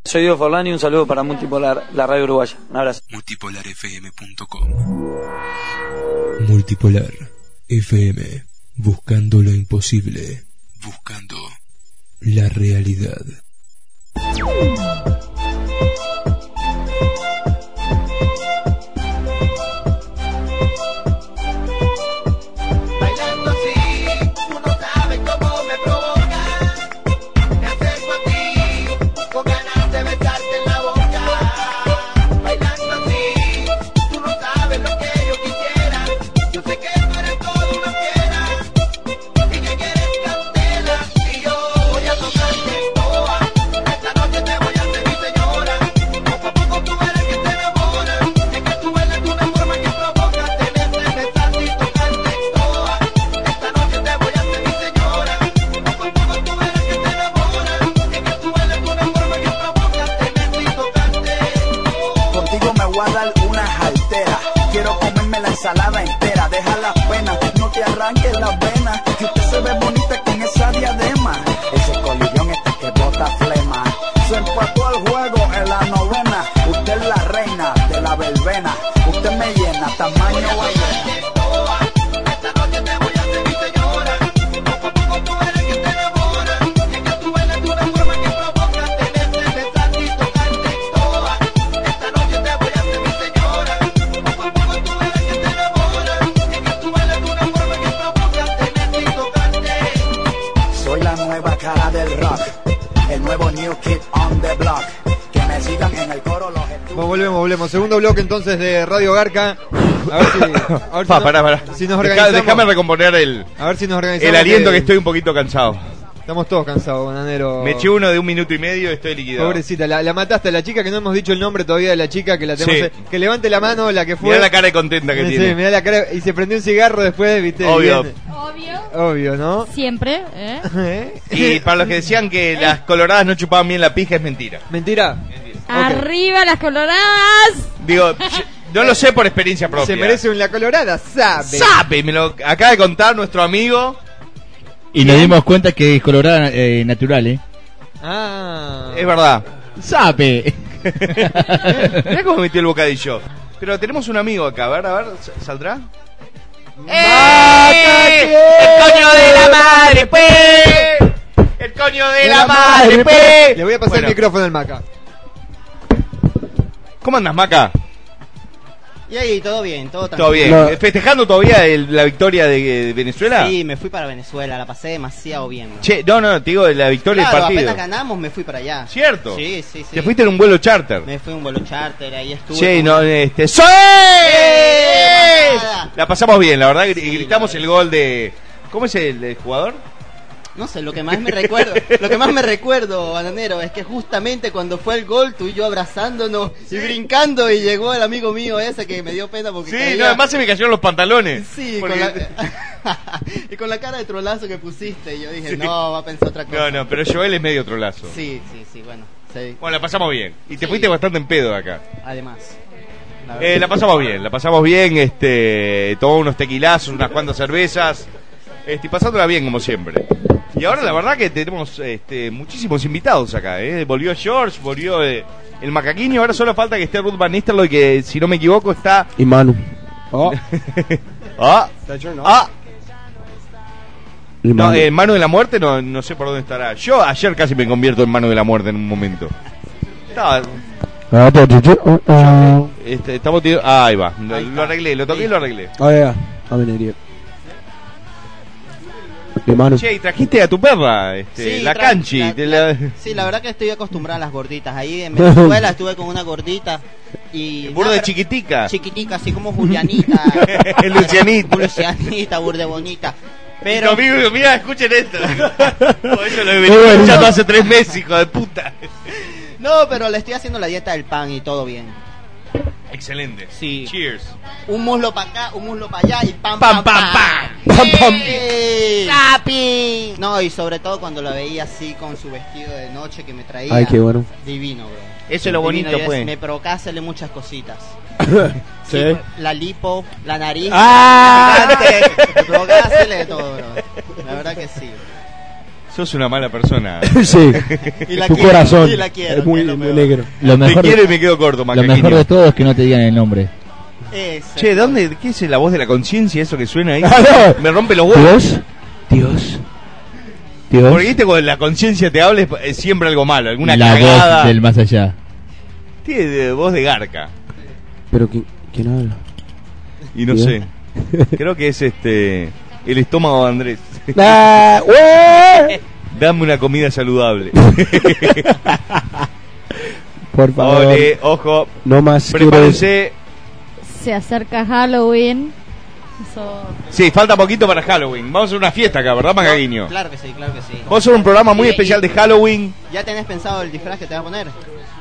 Soy Diego Forlán y un saludo para Multipolar, la radio uruguaya. Un abrazo.
Multipolarfm.com. Multipolar FM. Buscando lo imposible. Buscando la realidad.
Bailando así, tú no sabes cómo me provocas. Me acerco a ti, con ganas de besarte en la boca. Bailando así, tú no sabes lo que yo quisiera. Yo sé que tú eres todo una fiera y que quieres candela. Y yo voy a tocarte toa. Esta noche te voy a hacer mi señora. Poco a poco tú eres que te enamora. Es que tú eres de una forma que provoca. Tenés que besarte y tocarte toa.
Contigo me voy a dar una jaltera. Quiero comerme la ensalada entera. Deja las penas, no te arranques las venas. Que usted se ve bonita con esa diadema. Ese colillón está que bota flema. Se empató el juego en la novena. Usted es la reina de la verbena. Usted me llena, tamaño ballena. Soy la nueva cara del rock. El nuevo new kid on the block. Que me sigan en el coro los
Bueno, volvemos, volvemos. Segundo bloque entonces de Radio Garca. A ver si, a ver si
Pa,
no-
pará, pará.
si nos
Deja-
organizamos.
Déjame recomponer el,
A ver si nos organizamos.
el aliento que estoy un poquito cansado.
Estamos todos cansados, bananero.
Me eché uno de un minuto y medio y estoy liquidado.
Pobrecita, la, la mataste a la chica que no hemos dicho el nombre todavía de la chica que la tenemos.
Sí.
Que levante la mano la que fue.
Mirá la cara de contenta que
Sí,
tiene.
mirá la cara. Y se prendió un cigarro después, viste.
Obvio.
bien.
Obvio.
Obvio, ¿no?
Siempre, ¿eh?
Y para los que decían que las coloradas no chupaban bien la pija, es mentira.
Mentira.
Arriba las coloradas.
Digo, yo- no lo sé por experiencia propia.
Se merece un la colorada, sabe.
Sabe, me lo acaba de contar nuestro amigo.
Y nos dimos cuenta que es colorada eh, natural, ¿eh?
Ah.
Es verdad.
¡Sape!
Mirá cómo metió el bocadillo. Pero tenemos un amigo acá, a ver, a ver, ¿sa- ¿saldrá?
¡El coño de la madre, pues!
¡El coño
de la madre, pues!
Le voy a pasar
Bueno.
el micrófono al Maca.
¿Cómo andas, Maca?
Y ahí, todo bien, todo tranquilo.
¿Todo bien? ¿Festejando todavía el- la victoria de, de Venezuela?
Sí, me fui para Venezuela, la pasé demasiado bien.
Che, no, no, te digo de la victoria
Claro,
del
apenas
partido.
ganamos, me fui para allá.
¿Cierto?
Sí, sí, sí.
Te fuiste en un vuelo charter.
Me fui en un vuelo charter, ahí estuve. ¡Eh,
Che,
con-
no, este... ¡Sí! La pasamos bien, la verdad, gr- y gritamos el gol de... ¿Cómo es el, el jugador?
No sé, lo que más me recuerdo, lo que más me recuerdo, Bananero, es que justamente cuando fue el gol, tú y yo abrazándonos y brincando y llegó el amigo mío ese que me dio pena porque
Sí,
caía.
no, además se me cayeron los pantalones.
Sí, con la- y con la cara de trolazo que pusiste, yo dije,
Sí.
no, va a pensar otra cosa.
No, no, pero Joel es medio otro lazo.
Sí, sí, sí, bueno, sí,
Bueno, la pasamos bien. Y te
Sí.
fuiste bastante en pedo de acá.
además.
Eh, la pasamos bien, la pasamos bien, este, tomamos unos tequilazos, unas cuantas cervezas, este, y pasándola bien como siempre. Y ahora la verdad que tenemos este, muchísimos invitados acá, ¿eh? volvió George, volvió eh, el macaquinho, ahora solo falta que esté Ruth Van Nistelrooy que si no me equivoco está...
Y Manu.
Ah, ah,
Y
no,
Manu.
eh, mano de la muerte no, no sé por dónde estará. Yo ayer casi me convierto en mano de la muerte en un momento. Estaba-
Ah, pero yo- yo- oh, oh.
este, estamos teniendo- ah, ahí va, lo, lo arreglé, lo toqué y lo arreglé.
Oh, yeah. I'm in an idiot. Y Manu.
Che, y trajiste a tu perra, este,
Sí,
la
tra-
canchi.
la-
te la-
Sí, la verdad que estoy acostumbrada a las gorditas. Ahí en Venezuela estuve con una gordita y...
Burda
no,
de
pero-
chiquitica.
Chiquitica, así como Julianita.
Lucianita.
Lucianita, burde bonita.
Pero... Conmigo, mira, escuchen esto. Por eso lo he
Muy
venido
bueno.
escuchando hace tres meses, hijo de puta.
No, pero le estoy haciendo la dieta del pan y todo bien.
Excelente. Sí. Cheers.
Un muslo para acá, un muslo para allá y pam pam pam. Pam pam. ¡Sapi! No, y sobre todo cuando lo veía así con su vestido de noche que me traía.
Ay, qué bueno.
Divino, bro.
Eso es lo bonito,
Divino, y
pues.
Me provocaba hacerle muchas cositas.
Sí.
Sí, La lipo, la nariz.
¡Ah!
la gigante. Me provocaba hacerle de todo, bro. La verdad que sí.
Sos una mala persona.
sí.
Y la
tu
quiero,
corazón
y la quiero,
es muy, muy negro.
Lo
Te
mejor,
quiero y me quedo corto,
lo
Macaquinho.
mejor de todo es que no te digan el nombre.
Che, ¿dónde? ¿Qué es la voz de la conciencia eso que suena ahí?
Ah,
me rompe los huevos.
Dios, Dios, Dios.
Porque viste cuando la conciencia te habla es es siempre algo malo, alguna
la
cagada.
voz del más allá.
Tiene eh, voz de garca.
Pero ¿quién, quién habla?
Y no
Dios.
sé. Creo que es este el estómago de Andrés.
Ah, ué.
Dame una comida saludable.
Por favor.
Ole, ojo.
No más quiero-
Prepárense.
Se acerca Halloween. Eso.
Sí, falta poquito para Halloween. Vamos a hacer una fiesta acá, ¿verdad, Magaguinho?
Claro que sí, claro que sí.
Vamos a hacer un programa muy
Y-
especial
y-
de Halloween.
¿Ya tenés pensado el disfraz que te vas a poner?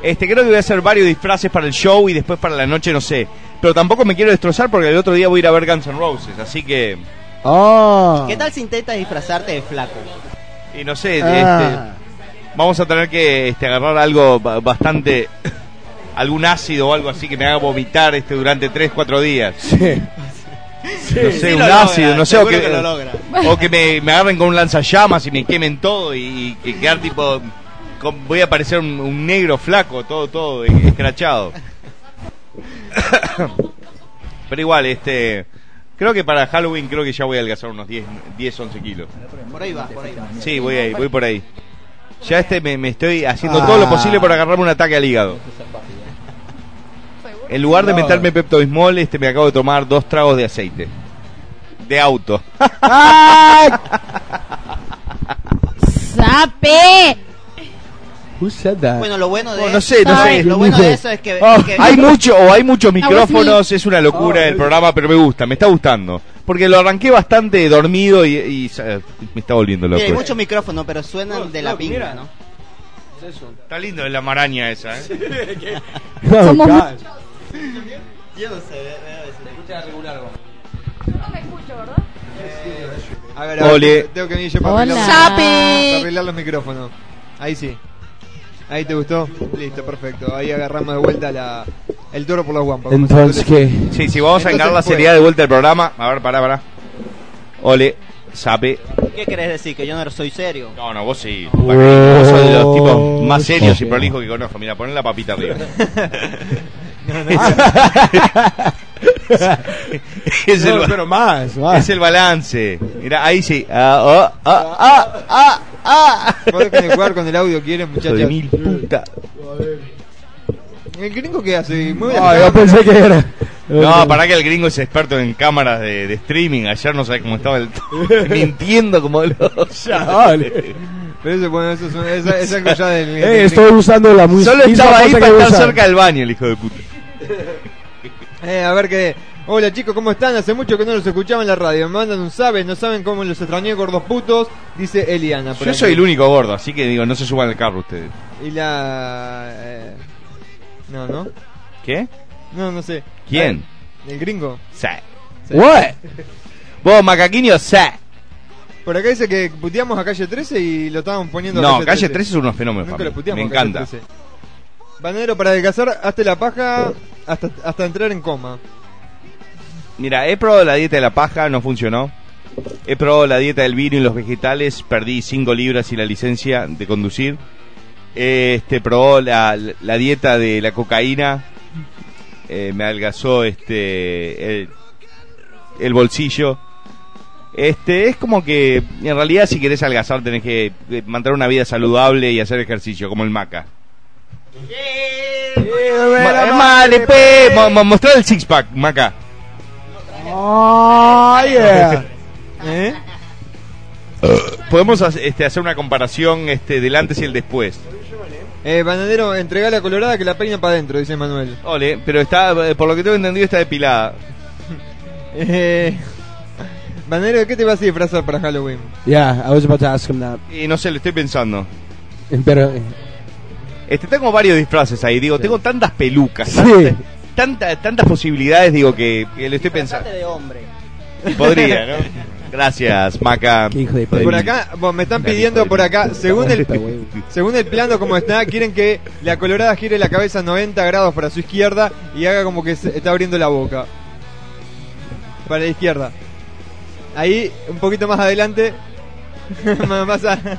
Este, creo que voy a hacer varios disfraces para el show y después para la noche, no sé. Pero tampoco me quiero destrozar porque el otro día voy a ir a ver Guns N' Roses, así que.
Ah.
¿Qué tal si intentas disfrazarte de flaco?
Y no sé,
Ah.
este, vamos a tener que este, agarrar algo ba- bastante. algún ácido o algo así que me haga vomitar este durante 3-4 días. No sé,
Sí
un
lo logra,
ácido, no sé, o
seguro
que,
que lo logra.
o que me, me agarren con un lanzallamas y me quemen todo y, y quedar tipo. con- voy a parecer un, un negro flaco, todo, todo, eh, escrachado. Pero igual, este. Creo que para Halloween creo que ya voy a alcanzar unos 10, 10 11 kilos.
Por ahí va, por ahí va.
Sí, voy ahí, voy por ahí. Ya este me, me estoy haciendo todo
Ah.
lo posible por agarrarme un ataque al hígado. En lugar de
No.
meterme Pepto Bismol, este me acabo de tomar dos tragos de aceite. De auto.
¡Sape!
Who said that?
Bueno, lo bueno de
No sé, no sé.
Lo bueno de eso es que, que-
hay mucho o hay muchos micrófonos,
Smith.
es una locura el programa, pero me gusta, me está gustando. Porque lo arranqué bastante dormido y, y, eh, me está volviendo
Mira, hay
loco.
mucho micrófono, pero suenan de la pinga, ¿no?
Está lindo la maraña esa, ¿eh?
Somos
Acá.
Yo no sé, escucha regular.
A ver, a ver,
Ole.
tengo que venir yo para
Hola.
arreglar,
Sapi.
para arreglar los micrófonos. Ahí sí. Ahí te gustó. Listo, perfecto. Ahí agarramos de vuelta la, el toro por las guampas.
Entonces, ¿qué?
Sí, sí, vamos a
Entonces
encarar la
fue.
seriedad de vuelta del programa. A ver, pará, pará. Ole, sape.
¿Qué querés decir? Que yo no soy serio.
No, no, vos sí.
Oh.
Vos sos de los tipos más serios y prolijos que conozco. Mira, ponen la papita arriba. es, el,
No,
ba-
pero más, más.
es el balance. Mira, ahí sí. Ah, oh, ah, ah, ah, ah.
Pueden jugar con el audio, quieren, muchachos.
de mil puta.
¿El gringo qué hace? Mueve la
Ah,
cámara.
yo pensé que era.
No, para que el gringo es experto en cámaras de, de streaming. Ayer no sabés cómo estaba el. Mintiendo como los.
Dale.
Pero eso, bueno, eso es, un- esa- es algo ya del. del
Eh, estoy
gringo.
usando la música.
Solo
misma
estaba ahí
cosa
para
que
estar
usan.
cerca del baño, el hijo de puta.
Eh, a ver qué. Hola chicos, ¿cómo están? Hace mucho que no los escuchaba en la radio. Me mandan un sabes, no saben cómo los extrañé, gordos putos. Dice Eliana. por
Yo
aquí.
soy el único gordo, así que digo, no se suban al carro ustedes.
Y la. eh, No, no.
¿Qué?
No, no sé.
¿Quién?
El gringo.
Sa.
Sí.
Vos, macaquinho, sa.
Por acá dice que puteamos a calle 13 y lo estaban poniendo a
No, Calle 13 es unos fenómenos
Nunca
para
lo
mí.
puteamos a
Me
Calle
encanta.
13. Banero, para adelgazar, hazte la paja hasta, hasta entrar en coma.
Mira, he probado la dieta de la paja, no funcionó. He probado la dieta del vino y los vegetales, perdí 5 libras y la licencia de conducir. Este, probó la, la dieta de la cocaína. Eh, me adelgazó este el, el bolsillo. Este, es como que en realidad si querés adelgazar tenés que eh, mantener una vida saludable y hacer ejercicio, como el maca. Ma- eh, male, pe, mo- mo- mostrar el six pack, maca.
Oh, yeah.
¿Eh?
Eh, Podemos hace- este, hacer una comparación este, del antes y el después.
Eh, bananero, entrega la colorada que la peina para adentro, dice Manuel.
Ole, pero está, eh, por lo que tengo entendido, está depilada.
Eh, Bananero, ¿de qué te vas a disfrazar para Halloween?
Yeah, I was about to ask him that.
Y no sé, lo estoy pensando.
Pero, eh,
Este, tengo varios disfraces ahí, digo, tengo tantas pelucas, tantas, tanta- tantas posibilidades, digo, que, que lo estoy pensando.
de hombre.
Podría, ¿no? Gracias, Maca.
Por acá, bueno, me están pidiendo por acá, según el, según el plano como está, quieren que la colorada gire la cabeza 90 grados para su izquierda y haga como que se está abriendo la boca. Para la izquierda. Ahí, un poquito más adelante, más, más a-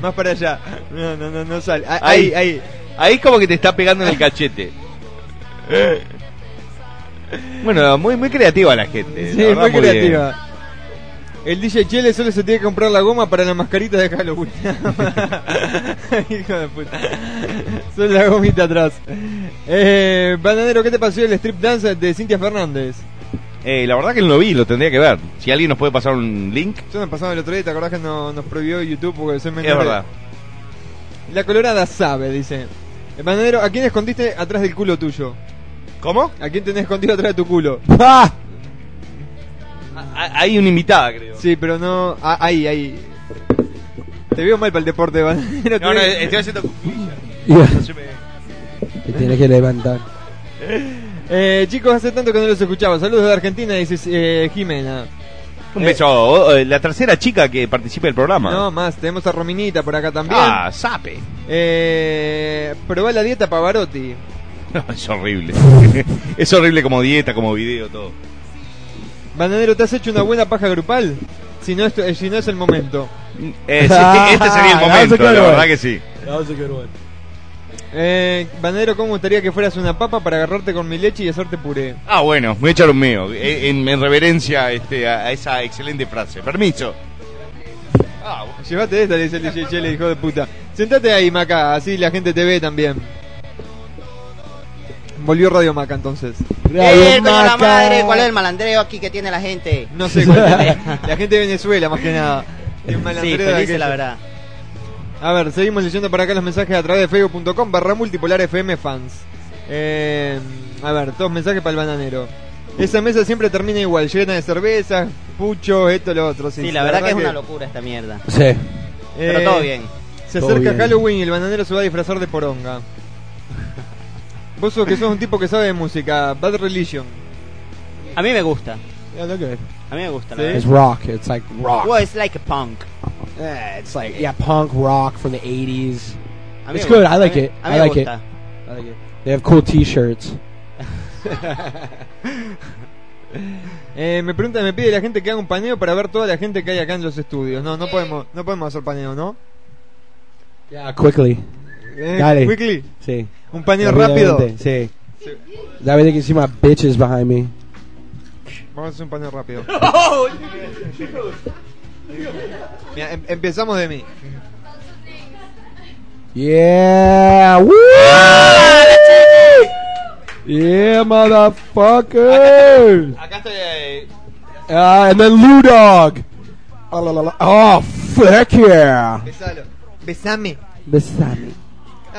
más para allá. No, no, no, no sale. Ah, Ahí, ahí.
Ahí como que te está pegando en el cachete. Bueno, muy, muy creativa la gente.
Sí,
Eh, la verdad,
muy
bien.
creativa. El DJ Chele solo se tiene que comprar la goma para la mascarita de Halloween. Hijo de puta. Solo la gomita atrás. Eh, Bananero, ¿qué te pasó el strip dance de Cintia Fernández?
Eh, la verdad que no lo vi, lo tendría que ver. Si alguien nos puede pasar un link.
Yo me pasaba el otro día, ¿te acordás que no- nos prohibió YouTube porque soy menor?
Es verdad.
La colorada sabe, dice. Eh, Bananero, ¿a quién escondiste atrás del culo tuyo?
¿Cómo?
¿A quién tenés escondido atrás de tu culo?
A- Hay una invitada, creo.
Sí, pero no. ah, ahí, ahí. Te veo mal para el deporte, Bananero.
No,
te-
no, estoy haciendo cuclillas. No se me-
te tienes que levantar.
Eh, chicos, hace tanto que no los escuchaba. Saludos de Argentina, dice eh, Jimena.
Un beso. Oh, eh, la tercera chica que participa del programa.
No, más, tenemos a Rominita por acá también.
ah, sape.
Eh, probá la dieta Pavarotti.
No, es horrible. es horrible como dieta, como video, todo.
Bananero, ¿te has hecho una buena paja grupal? Si no, esto, eh, si no es el momento.
Eh, sí, este sería
Ah,
el momento, la verdad que sí.
Eh, Bananero, ¿cómo gustaría que fueras una papa para agarrarte con mi leche y hacerte puré?
Ah, bueno, voy a echar un mío. eh, En, en reverencia este, a, a esa excelente frase. Permiso. Ah,
Llévate esta, le dice el DJ Chele, hijo de puta. Sentate ahí, Maca, así la gente te ve también. Volvió Radio Maca entonces.
¡Eh, coño la madre! ¿Cuál es el malandreo aquí que tiene la gente?
No sé cuál es. La gente de Venezuela, más que nada. Qué mala
Sí,
entrega
felices,
aquella.
la verdad.
A ver, seguimos leyendo para acá los mensajes a través de facebook.com barra multipolar FM fans. Eh, a ver, todos mensajes para el bananero. Esa mesa siempre termina igual, llena de cerveza, pucho, esto, lo otro.
Sí, la verdad que es una locura esta mierda.
Sí.
Pero todo bien.
Eh, Se
Todo
acerca
bien.
Halloween y el bananero se va a disfrazar de poronga. Vos sos que sos un tipo que sabe de música, Bad Religion.
A mí me gusta.
Yeah, they're good.
A mí me gusta. la
It's
verdad.
rock. It's like rock.
Well, it's like a punk.
Eh,
it's like yeah, punk rock from the 80s.
A mí
It's
me
good.
gusta,
I like
a mí-
it.
a mí me
I like it.
gusta.
I like it. They have cool T-shirts.
Eh, me pregunta, me pide la gente que haga un paneo para ver toda la gente que hay acá en los estudios. No, no podemos, no podemos hacer paneo, ¿no?
Yeah, Uh, quickly.
Eh,
Dale.
quickly.
Sí.
Un paneo rápido.
Rápidamente, Sí. That way they can see my bitches behind me.
Vamos a hacer un paneo rápido. Mira, em- empezamos de mí.
Yeah. Woo! Yeah, motherfucker.
Acá estoy. eh,
Uh, and then Lou Dog. Oh, la, la, la. oh fuck yeah.
Besalo. Besame.
Besame.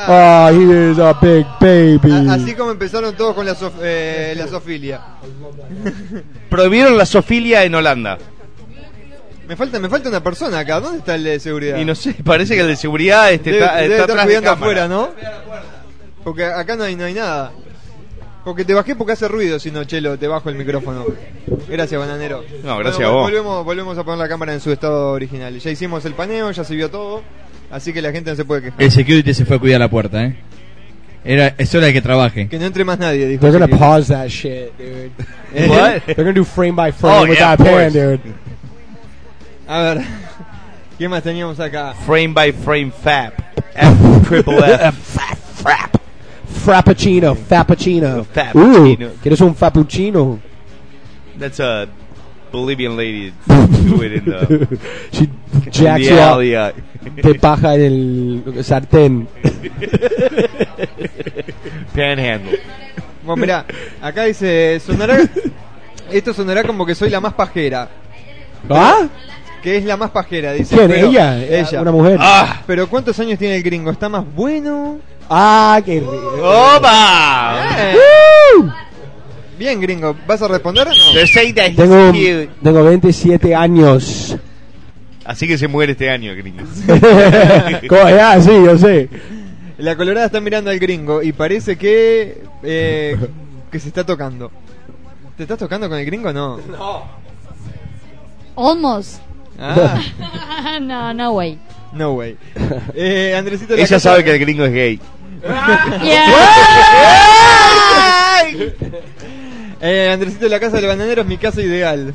Oh, he is a big baby.
A- así como empezaron todos con la, sof- eh, la sofilia.
Prohibieron la sofilia en Holanda.
Me falta, me falta una persona acá. ¿Dónde está el de seguridad?
Y no sé, parece que el de seguridad este,
Debe-
está,
debe
está
estar
atrás de
cuidando
cámara.
afuera, ¿no? Porque acá no hay, no hay nada. Porque te bajé porque hace ruido, si no, Chelo, te bajo el micrófono. Gracias, bananero.
No, gracias
Bueno,
a vos.
Volvemos, volvemos a poner la cámara en su estado original. Ya hicimos el paneo, ya se vio todo. Así que la gente no se puede quejar.
El security se fue a cuidar la puerta, ¿eh? Era, es hora de que trabaje.
Que no entre más nadie, dijo.
They're gonna
Chelo.
pause that shit, dude.
What?
They're gonna do frame by frame
Oh,
with
yeah,
that
of
pen,
course.
dude.
A ver, ¿qué más teníamos acá?
Frame by frame fab. F triple F.
Frappuccino, Frappuccino.
Frappuccino.
Ooh, ¿Quieres un Frappuccino?
That's a Bolivian lady. Do it in the.
She jacks
Yeah,
you up.
yeah.
Te paja en el sartén.
Panhandle.
Bueno, mirá, acá dice, sonará... Esto sonará como que soy la más pajera.
¿Ah?
Que es la más pajera, dice.
¿Quién?
pero-
¿Ella?
Ella.
Una mujer.
Ah.
Pero ¿cuántos años tiene el gringo? ¿Está más bueno?
Ah, qué rico.
¡Opa!
Eh. Bien, gringo, ¿vas a responder o no?
Tengo, tengo 27 años.
Así que se muere este año, gringo.
Co- ah, sí, yo sé.
La colorada está mirando al gringo y parece que. eh, que se está tocando. ¿Te estás tocando con el gringo o no?
No. Almost.
Ah,
no, no way.
no way. Eh, Andresito. la
Ella
casa-
sabe que el gringo es gay.
Eh, Andresito, la casa del bananero es mi casa ideal.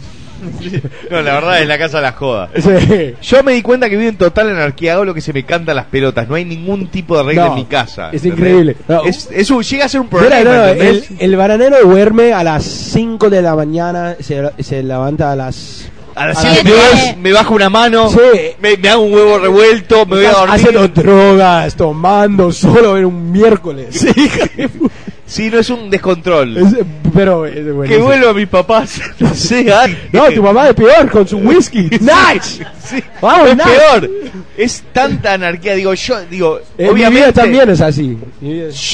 No, la verdad es la casa de la joda.
Sí.
Yo me di cuenta que vivo en total anarquía, hago lo que se me canta las pelotas. No hay ningún tipo de regla
No,
en mi casa.
es
¿entendés?
increíble. No.
Es, es un- llega a ser un problema.
Mira, no, no, el,
¿entendés?
el bananero duerme a las 5 de la mañana, se, se levanta a las...
A las
a
siete me, bas- me bajo una mano,
Sí.
me, me hago un huevo revuelto, me voy a
Estás
dormir.
Haciendo drogas, tomando solo en un miércoles. Sí,
Sí, no es un descontrol.
es- pero
eh,
es buenísimo.
que vuelvo a mis papás. No sé, Ari.
No, tu mamá es peor con su whisky. Nice.
Sí.
Vamos,
es
nada.
peor. Es tanta anarquía. Digo, yo, digo,
Eh, Mi
obviamente.
vida también es así.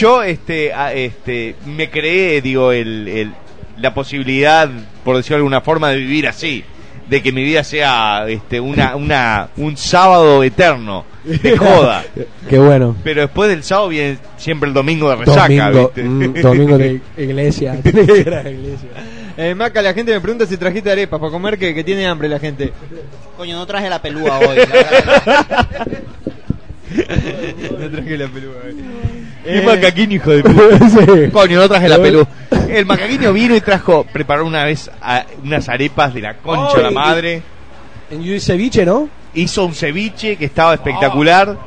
Yo, este, a- este, me creé, digo, el, el- la posibilidad, por decirlo de alguna forma, de vivir así. De que mi vida sea, este, una, una, un sábado eterno. De joda.
Qué bueno.
Pero después del sábado viene siempre el domingo de resaca,
Domingo,
¿viste?
mm, domingo de iglesia. Tiene que ir a la iglesia.
Eh, Maca, la gente me pregunta si trajiste arepas para comer, que, que tiene hambre la gente.
Coño, no traje la pelúa hoy. la verdad.
no traje la pelúa. eh.
Qué
Eh,
macaquín, hijo de
Sí. Eh.
puta. Coño, no traje la
A ver.
pelu. El macaquinho vino y trajo, preparó una vez a- unas arepas de la concha de la
Oh, y-
madre.
Y un ceviche, ¿no?
Hizo un ceviche que estaba espectacular.
Oh.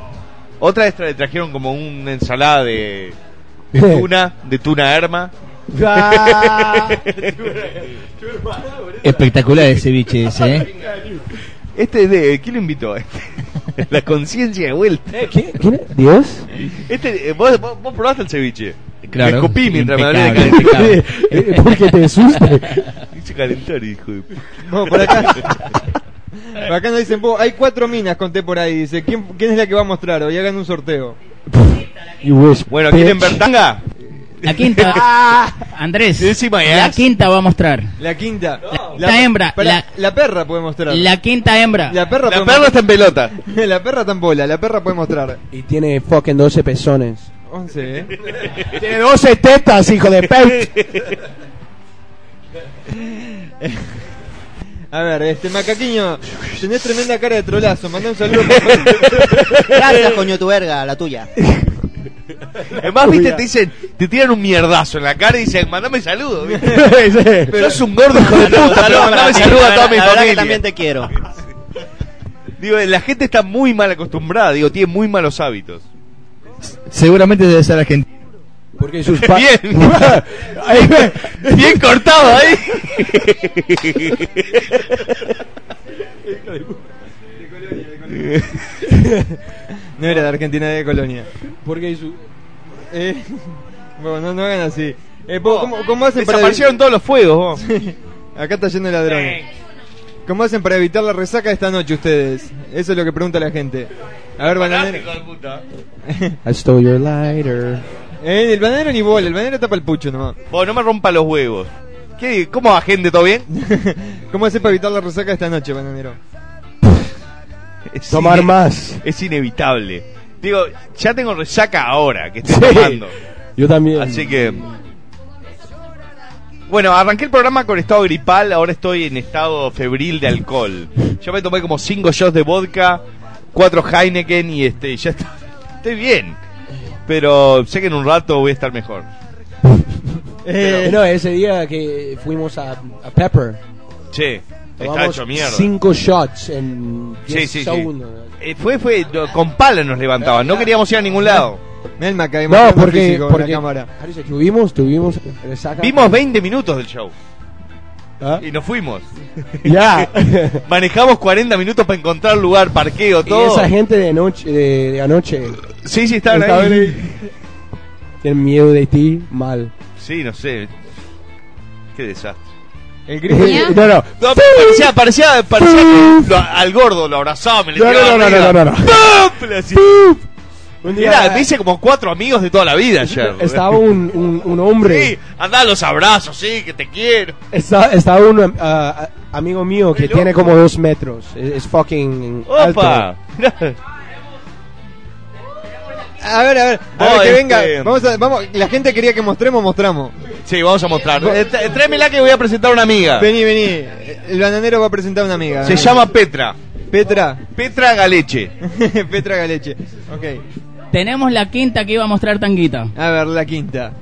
Otra vez tra- le trajeron como una ensalada de, de
Sí.
tuna, de tuna herma.
Ah.
Espectacular ese biche ese, ¿eh?
Este es de. ¿Quién lo invitó? Este? La conciencia de vuelta.
¿Quién es? ¿Dios?
Este, eh, vos, vos- vos probaste el ceviche.
Eh, Claro.
Me escupí mientras me hablé de
Impecable,
calentar.
Eh, Porque te asuste.
Hice calentar, hijo de puta.
No, por acá. Por acá nos dicen, "Po, hay cuatro minas, conté por ahí. Dice, ¿quién, quién es la que va a mostrar hoy? Hagan un sorteo.
You wish,
Bueno,
bitch.
¿quieren ver tanga?
La quinta. Andrés.
¿eh?
La quinta va a mostrar.
La quinta.
La hembra,
pará,
la-
La, perra puede mostrar.
La quinta hembra.
La perra,
La
puede
perra está en pelota.
mostrar. La perra tan bola. La perra puede mostrar.
Y tiene fucking 12 pezones.
11, ¿eh?
Tiene 12 tetas, hijo de pe...
A ver, este macaquiño, tenés tremenda cara de trolazo. Mandá un saludo. por favor.
Gracias, coño, tu verga, la tuya.
Además, viste, te dicen, te tiran un mierdazo en la cara y dicen, mandame saludos. ¿viste? Pero es un gordo hijo de puta, pero mandame saludos a toda mi
La verdad que
familia.
también te quiero.
Digo, la gente está muy mal acostumbrada, digo, tiene muy malos hábitos.
Seguramente debe ser argentino.
Porque sus pa-
Bien.
ah, Ahí ve.
Bien cortado ¿eh? ahí.
No era de Argentina, era de Colonia.
Porque su...
Eh, bueno, no, no hagan así. Eh, po, ¿cómo, cómo hacen para
Desaparecieron todos los fuegos, vos.
Acá está yendo el ladrón. ¿Cómo hacen para evitar la resaca esta noche ustedes? Eso es lo que pregunta la gente. A ver, bananero.
I stole your lighter.
Eh, el bananero ni bola, el bananero tapa el pucho nomás.
Vos, no me rompa los huevos. ¿Qué, ¿Cómo va, gente? ¿Todo bien?
¿Cómo hacen para evitar la resaca esta noche, bananero?
Es
Tomar
ine-
más.
Es inevitable. Digo, ya tengo resaca ahora que estoy
Sí.
tomando.
Yo también.
Así que. Bueno, arranqué el programa con estado gripal, ahora estoy en estado febril de alcohol. Yo me tomé como 5 shots de vodka, 4 Heineken y este, ya está- estoy bien. Pero sé que en un rato voy a estar mejor.
Eh, no, ese día que fuimos a, a Pepper,
Che, está
tomamos
hecho mierda.
cinco shots en 10
Sí, sí, sí.
segundos.
Eh, fue, fue, no, con pala nos levantaban, no queríamos ir a ningún lado.
Mirá el maca,
No,
mostrando el
porque,
físico en la
porque
cámara.
Harry, tuvimos, tuvimos resaca.
Vimos 20 minutos del show
¿Ah?
y nos fuimos.
Ya.
Manejamos 40 minutos para encontrar lugar, parqueo,
y
todo.
esa gente de, noche, de, de anoche
Sí, sí, estaban
Estaban
ahí.
tiene miedo de ti mal.
Sí, no sé. Qué desastre.
El gringo.
no, no.
No, parecía, parecía, parecía que lo- al gordo lo abrazaba, me le
No,
tiraba
no, no, no,
arriba.
no, no, no.
¡Pum! Le hacía-
Un día-
Mira, dice como cuatro amigos de toda la vida ayer.
Estaba un, un- un hombre.
Sí, anda a los abrazos, sí, que te quiero.
Está, está un am- ah, ah, amigo mío que tiene como dos metros. Es, es fucking alto.
¡Opa!
A ver, a ver, a ver
Vos,
que
este-
venga. Vamos a, vamos, la gente quería que mostremos, mostramos.
Sí, vamos a mostrar. Eh, tra- tráemela que voy a presentar a una amiga.
Vení, vení. El bananero va a presentar a una amiga.
Se llama Petra.
Petra.
Petra Galeche.
Petra Galeche. Ok.
Tenemos la quinta que iba a mostrar Tanguita.
A ver, la quinta.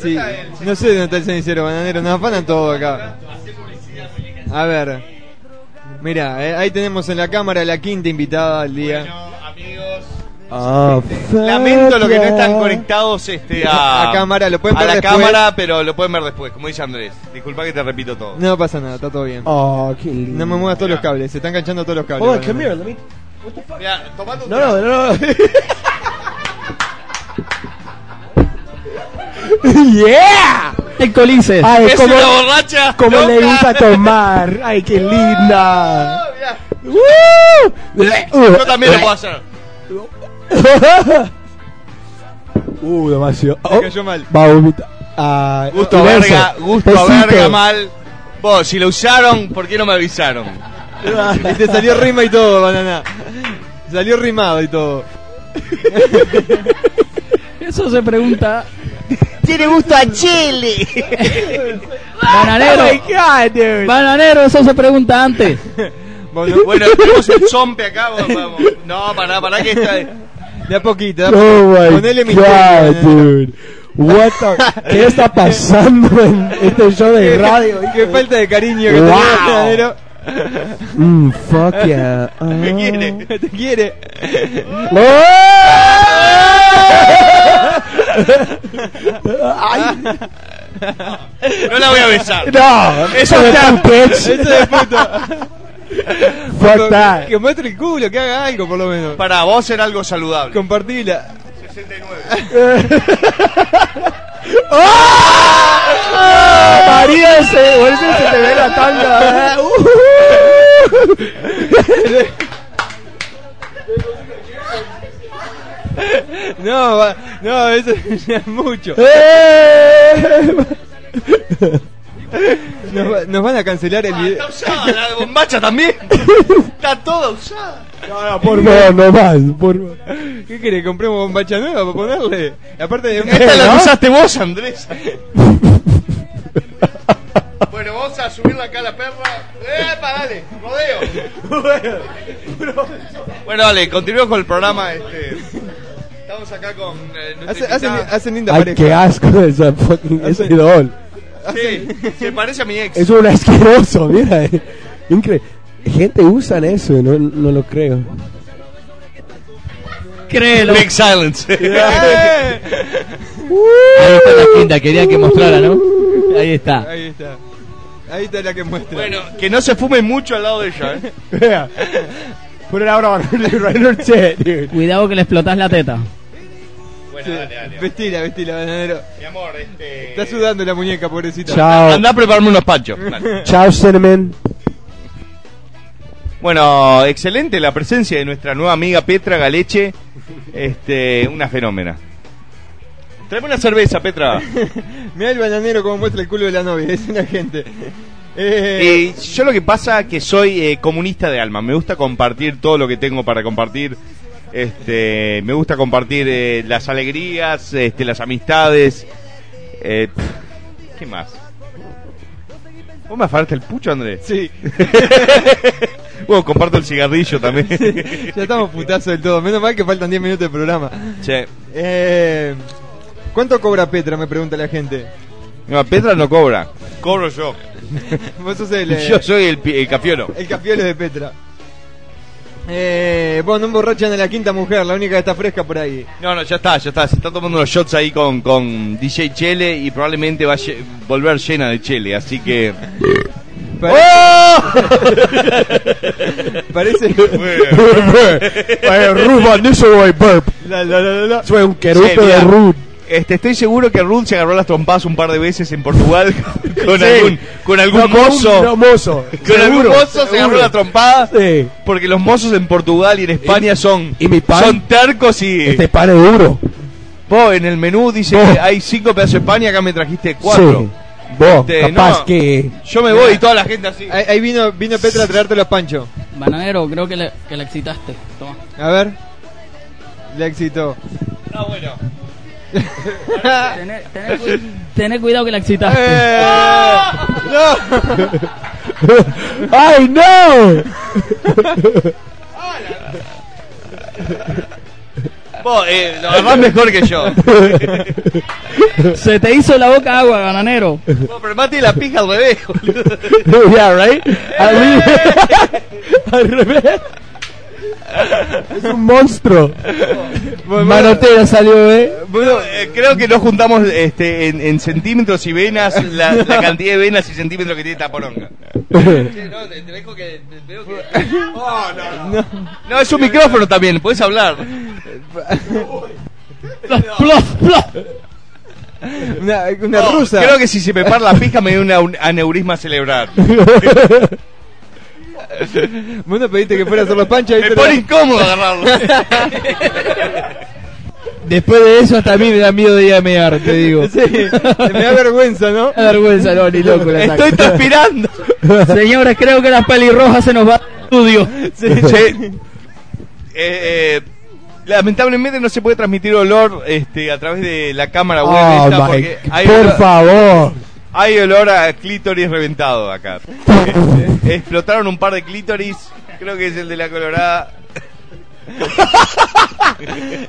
Sí, no sé dónde está el cenicero, bananero. Nos afanan todo acá. A ver. Mira, ahí tenemos en la cámara la quinta invitada al día.
Lamento lo que no están conectados este, a,
A cámara, lo pueden
a
ver
la
después.
cámara, pero lo pueden ver después, como dice Andrés. Disculpa que te repito todo.
No pasa nada, está todo bien.
Ah,
No me muevas todos los cables, se están enganchando todos los cables.
Oh,
Hold on,
bananero.
come here, let me-
Mira, tomando un
No, no, no, no. ¡Yeah!
El colice.
Ay,
Es
cómo-
una borracha
cómo le
loca.
gusta tomar. Ay, qué linda.
Yo también lo puedo hacer.
Uh, demasiado.
Me cayó mal.
Va a vomitar. Ah,
Gusto a
beso.
verga, gusto a
Besito.
verga mal. Vos, si lo usaron, ¿por qué no me avisaron?
Y Ah, te salió rima y todo, banana. Salió rimado y todo.
Eso se pregunta.
Tiene gusto a chile.
Bananero.
Oh my God, dude.
Bananero, eso se pregunta antes.
Bueno, bueno, tenemos un zompe acá, vos, vamos. No, pará, pará que está.
De a poquito, de a
Oh
poquito.
my
Ponele mi
God, dude. What the- ¿Qué está pasando en este show de radio?
Qué falta de cariño que
Wow.
tenía el bananero.
Mm, fuck yeah. Ah.
Te quiere.
¡Oh! Ay.
No la voy a besar.
No,
eso
son de
está.
tu bitch.
Eso de puta.
Fuck that.
Que muestre el culo, que haga algo por lo menos.
Para vos era algo saludable.
Compartila.
69.
María se vuelve y se te ve la ¿eh? tanga.
Uh.
No, va- no, eso ya es mucho.
Eh.
Nos, va- nos van a cancelar el video.
Ah, usada, la bombacha también. Está toda usada.
No, no,
Por no, no más, por
¿Qué querés? ¿Compremos bombacha nueva para ponerle? Aparte de
Esta la usaste vos, Andrés. Bueno, vamos a subirla acá a la perra. ¡Epa, dale! ¡Rodeo! Bueno, dale, continuemos con el programa. Este. Estamos acá con. eh, nuestra
Hacen, hacen,
invitada.
hacen linda
Ay,
pareja.
qué asco esa fucking, ese idol.
Sí, se parece a mi ex.
Es un asqueroso, mira. eh. Incre- Gente usan eso, no, no lo creo.
Créelo. Big silence. Eh.
Ahí está la quinta, quería que mostrara, ¿no? Ahí está.
Ahí está. Ahí está la que muestra.
Bueno, que no se fume mucho al lado de ella, ¿eh?
Yeah. Put it out on right on chat, dude.
Cuidado que le explotás la teta.
Bueno, dale, dale.
Vestila, vestila, bananero.
Mi amor, este.
Está sudando la muñeca, pobrecita.
Chao.
Andá a prepararme unos panchos. Dale.
Chao, Cinnamon.
Bueno, excelente la presencia de nuestra nueva amiga Petra Galeche. Este, una fenómena. Traeme una cerveza, Petra.
Mira el bananero como muestra el culo de la novia, es una gente. Eh,
Eh, yo lo que pasa es que soy eh, comunista de alma. Me gusta compartir todo lo que tengo para compartir. Este, me gusta compartir eh, las alegrías, este, las amistades. Eh, pff, ¿Qué más? ¿Vos me afanaste el pucho, Andrés?
Sí.
bueno, comparto el cigarrillo también.
ya estamos putazos del todo, menos mal que faltan 10 minutos de programa.
Che.
Eh, ¿Cuánto cobra Petra? Me pregunta la gente.
No, Petra no cobra. Cobro yo.
Vos sos el, eh,
Yo soy el, pi- el capiolo.
el cafiolo de Petra. Eh, bueno, no emborrachan a la quinta mujer, la única que está fresca por ahí.
No, no, ya está, ya está. Se está tomando unos shots ahí con, con DJ Chele y probablemente va a lle- volver llena de Chele, así que.
Parece-
¡Oh!
Parece
Ruban, eso voy burp.
La, la, la, la, la.
Eh, Soy un querupe
Che,
de
mirá.
Rude.
Este, estoy seguro que Ruth se agarró las trompas un par de veces en Portugal con- con
Sí.
algún, con algún
No, con un-
mozo.
no, mozo.
Con algún
Seguro,
mozo se
seguro.
agarró la trompada. Porque los mozos en Portugal y en España son, son tercos y.
Este pan es duro.
Vos en el menú dice
Vos.
que hay cinco pedazos de pan y acá me trajiste cuatro.
Sí. Vos,
Este,
capaz
no.
que.
Yo me voy y toda la gente así.
Ahí, ahí vino, vino Petra a traerte los panchos.
Bananero, creo que le, que la excitaste. Toma.
A ver. Le excitó.
Ah, bueno.
tener, tener cu- tener cuidado que la excitaste.
¡Eh!
¡Ay, no!
Vos, eh, lo demás mejor que yo.
Se te hizo la boca agua, bananero.
Vos, pero mate la pija al revés, boludo.
yeah, right?
Al revés. Es un monstruo. Manotero salió, eh.
Bueno, eh, creo que no juntamos este, en, en centímetros y venas la, la cantidad de venas y centímetros que tiene esta poronga.
no, te, dejo que. Veo que... no,
No, es un micrófono también, puedes hablar.
Una, una
No,
rusa.
Creo que si se me para la pija me dio un au- aneurisma cerebral.
Vos no pediste que fuera a hacer los panchos. ahí
Me
te lo-
pone incómodo agarrarlo.
Después de eso hasta a mí me da miedo de ir a mear, te digo.
Sí, me da vergüenza, ¿no?
Me da vergüenza, no, ni loco la saco.
Estoy transpirando.
Señores, creo que las pelirrojas se nos va al estudio.
Che, eh, eh, lamentablemente no se puede transmitir olor este, a través de la cámara web
Oh,
esta
my-
porque hay
por
olor,
favor.
hay olor a clítoris reventado acá. Este, explotaron un par de clítoris, creo que es el de la colorada.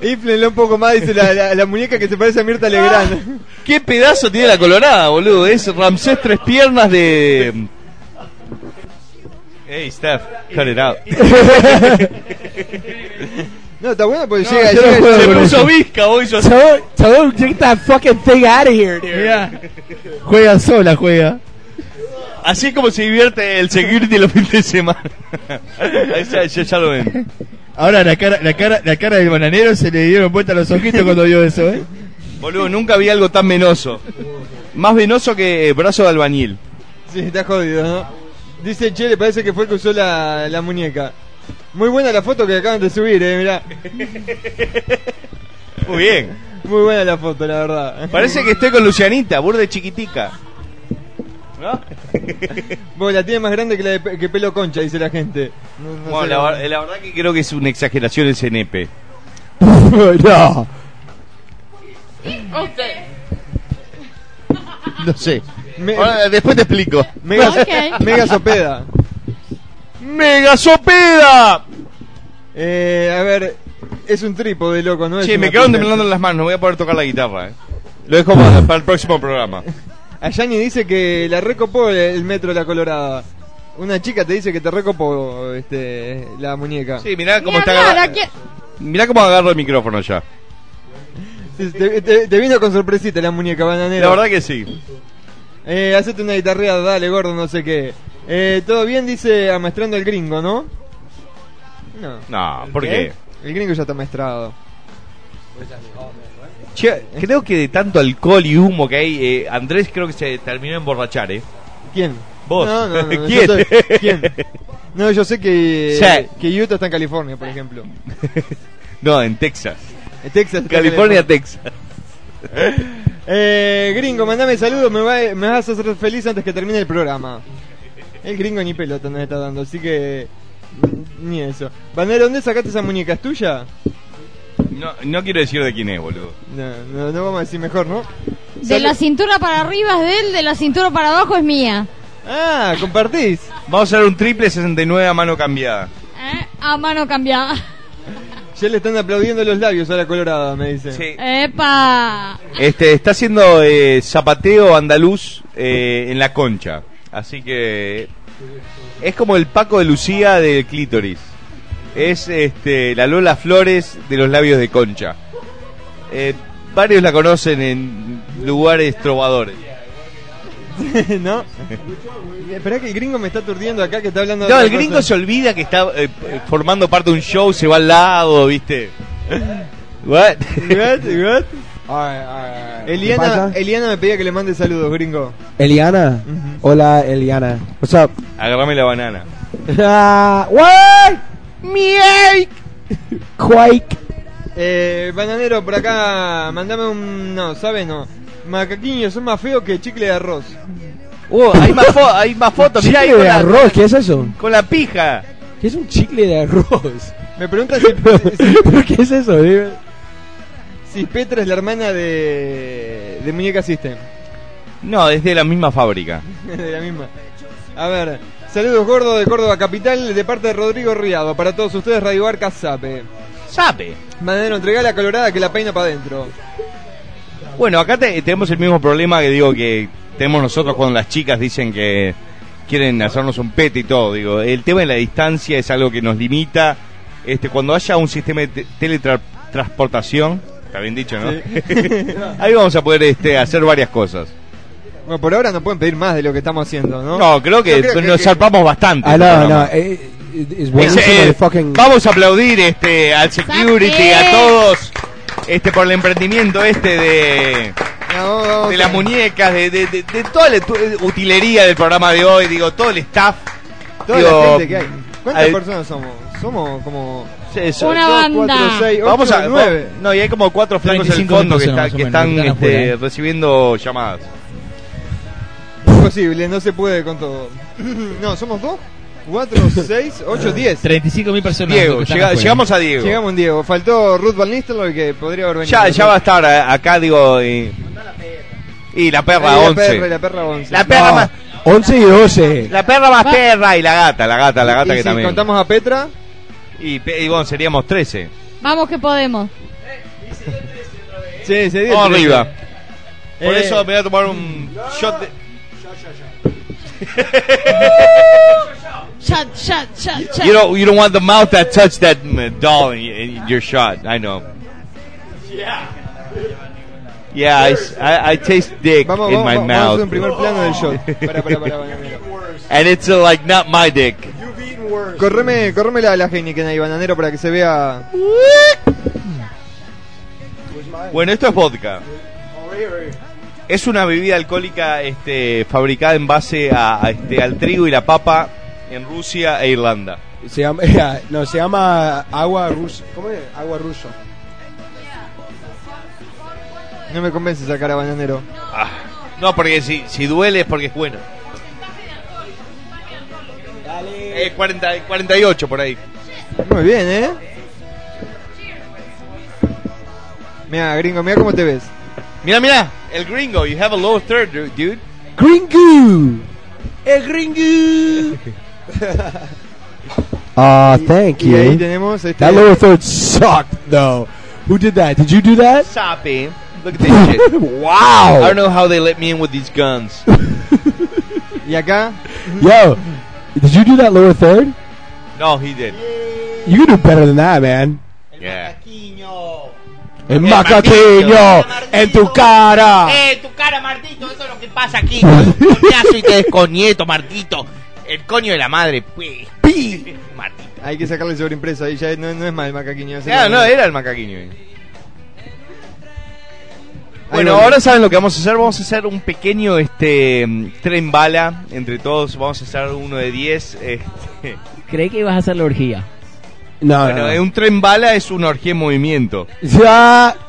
Inflenlo un poco más, dice la, la- la muñeca que se parece a Mirta Legrand.
¿Qué pedazo tiene la colorada, boludo? Es Ramsés Tres Piernas de... Hey, Steph, cut it out.
No, está bueno porque
Pues
No,
llega,
yo no
llega-
puedo
se
con
puso
eso.
vi-
Vizca, vos hizo-
Chabón, chabón, get that fucking thing out of here, dude.
Juega sola, juega.
Así es como se divierte el security los fines de semana. Ahí ya, ya- ya lo ven.
Ahora la cara, la cara, la cara del bananero se le dieron vuelta los ojitos cuando vio eso, ¿eh?
Boludo, nunca vi algo tan venoso. Más venoso que brazo de albañil.
Sí, está jodido, ¿no? Dice Che, le parece que fue el que usó la, la muñeca. Muy buena la foto que acaban de subir, eh, mirá.
Muy bien.
Muy buena la foto, la verdad.
Parece que estoy con Lucianita, burda de chiquitica. ¿No?
Bueno, la tiene más grande que la de pe- que pelo concha, dice la gente. No- no
Bueno,
sé
la, ver- la verdad que creo que es una exageración el CNP.
no.
No sé.
Me-
Ahora, después te explico.
Mega, mega sopeda.
¡Mega sopeda!
Eh, a ver, es un trípode, loco, ¿no? es
Che, me
una
quedaron
pila.
temblando las manos, no voy a poder tocar la guitarra. eh. Lo dejo para, para el próximo programa.
Ayani dice que la recopó el- el metro de la Colorada. Una chica te dice que te recopó este, la muñeca.
Sí, mirá cómo está agarra- Mirá cómo agarro el micrófono ya.
Te, te- te vino con sorpresita la muñeca bananera.
La verdad que sí.
Eh, hacete una guitarreada, dale, gordo, no sé qué. Eh, Todo bien, dice amaestrando al gringo, ¿no? No.
No, Ah, ¿por qué?
El gringo ya está maestrado.
Che, creo que de tanto alcohol y humo que hay, eh, Andrés creo que se terminó de emborrachar, ¿eh?
¿Quién?
Vos.
No, no, no, no,
¿Quién?
yo estoy- ¿Quién? No, yo sé que,
Sí.
que Utah está en California, por ejemplo.
No, en Texas.
En Texas. está
California,
en
Texas.
Eh, gringo, mandame saludos, me, va- me vas a hacer feliz antes que termine el programa. El gringo ni pelota nos está dando, así que mm, ni eso. Bandera, ¿dónde sacaste esa muñeca? ¿Es tuya?
No, no quiero decir de quién es, boludo.
No, no, no vamos a decir mejor, ¿no?
De la cintura para arriba es de él, de la cintura para abajo es mía.
Ah, compartís.
Vamos a hacer un triple 69 a mano cambiada.
Eh, A mano cambiada.
Ya le están aplaudiendo los labios a la colorada, me dicen.
Sí.
Epa.
Este, está haciendo eh, zapateo andaluz eh, en la concha. Así que. Es como el Paco de Lucía del clítoris. Es este, la Lola Flores de los labios de concha. Eh, varios la conocen en lugares trovadores.
¿No? Esperá que el gringo me está aturdiendo acá que está hablando de
No, el
otra
gringo
cosa.
se olvida que está eh, eh, formando parte de un show, se va al lado, ¿viste? What?
What? What? Eliana,
pasa?
Eliana me pedía que le mande saludos, gringo.
Eliana. Hola, Eliana. What's up?
Agarrame la banana.
Ah, what? Miel. Quake.
Eh, bananero, por acá, mandame un. No, ¿sabes? No. Macaquiños son más feos que chicle de arroz.
Uh, hay más, fo- hay más fotos. Mirá ahí
Chicle
con
de
la,
arroz, ¿qué es eso?
con la pija.
¿Qué es un chicle de arroz?
Me pregunta si,
¿Pero qué es eso? dime?
si Petra es la hermana de. de Muñeca System.
No, es de la misma fábrica.
de la misma. A ver, saludos gordo de Córdoba Capital de parte de Rodrigo Riado. Para todos ustedes, Radio Barca Sape.
Sape.
Manero, entrega la colorada que la peina para adentro.
Bueno, acá te- tenemos el mismo problema que digo que tenemos nosotros cuando las chicas dicen que quieren hacernos un pete y todo. Digo, el tema de la distancia es algo que nos limita. Este, cuando haya un sistema de te- teletransportación, está bien dicho, ¿no? Ahí vamos a poder este, hacer varias cosas.
Bueno, por ahora no pueden pedir más de lo que estamos haciendo, ¿no?
No, creo que nos zarpamos bastante.
Ah, no,
Nada
no.
más.
eh, Es buenísimo
Ese, eh,
el fucking.
Vamos a aplaudir este al security,
Saque.
a todos, este por el emprendimiento este de,
No,
de las muñecas, de, de- de- de toda la tu- eh, utilería del programa de hoy, digo, todo el staff.
Toda
digo,
la gente que hay. ¿Cuántas
al-
personas somos? Somos como.
Sí, son
Una
dos,
banda.
cuatro, seis, ocho,
Vamos a-
nueve. No, y hay como cuatro flacos en el
35
fondo que,
personas, más
está-
o
que
menos,
están
que están
este,
afuera, ¿eh?
recibiendo llamadas.
Imposible, no se puede con todo. no, somos dos, cuatro, seis, ocho, diez.
35.000 personas.
Diego,
que están
llega-
afuera.
llegamos a Diego.
Llegamos en Diego. Faltó Ruth Van Nistelrooy que podría haber venido.
Ya, ya va a estar eh, acá, digo. eh, y la
Ahí,
perra,
la
11.
perra, la perra once.
La perra más.
11 y 12.
La perra más perra y la gata, la gata, la gata
Y
que
si
también.
contamos a Petra,
Y, pe- y bueno, seríamos 13.
Vamos que podemos.
Sí, se
Vamos arriba. Por
Eh.
eso me voy a tomar un shot de.
Chat, chat, chat, chat.
You don't, you don't want the mouth that touched that mm, doll in, in your shot. I know. Yeah, I, s- I- I taste dick
vamos,
in
vamos,
my
vamos a hacer un
mouth.
primer plano del shot. Para, para, para,
And it's uh, like not my dick.
Correme, correme la, la Heineken ahí, bananero, para que se vea.
Pues, Bueno, esto es vodka. Es una bebida alcohólica este, fabricada en base a, a, este, al trigo y la papa en Rusia e Irlanda.
Se llama, no, se llama agua rusa. ¿Cómo es? Agua rusa.
No me convence sacar a bananero.
Ah, No, porque si, si duele es porque es bueno. Eh, 40, 48 por ahí.
Muy bien, ¿eh? Mira, gringo, mira cómo te ves.
Mira, mira, el gringo, you have a low third, du- dude.
Gringo. El gringo. Ah, thank
Y
you.
ahí tenemos este-
That lower third sucked, though. Who did that? Did you do that?
Sappy. Look at this shit.
Wow.
I don't know how they let me in with these guns.
Y acá,
Yo, did you do that lower third?
No, he did.
You can do better than that, man.
Yeah.
El macaqueño en tu cara.
¡Eh, tu cara, Martito! Eso es lo que pasa aquí. Coñazo y te descoñeto, Martito.
El coño de la madre. pues.
hay que sacarle sobreimpreso. Ahí ya no, no es mal, macaquiño. ese
Ah,
no-
no, era el macaquiño. Bueno,
va.
ahora saben lo que vamos a hacer. Vamos a hacer un pequeño este mm, tren bala entre todos. Vamos a hacer uno de 10. Este.
Creí que ibas a hacer la orgía.
No,
bueno, eh, un tren bala es una orgía en movimiento.
Ah. Ya.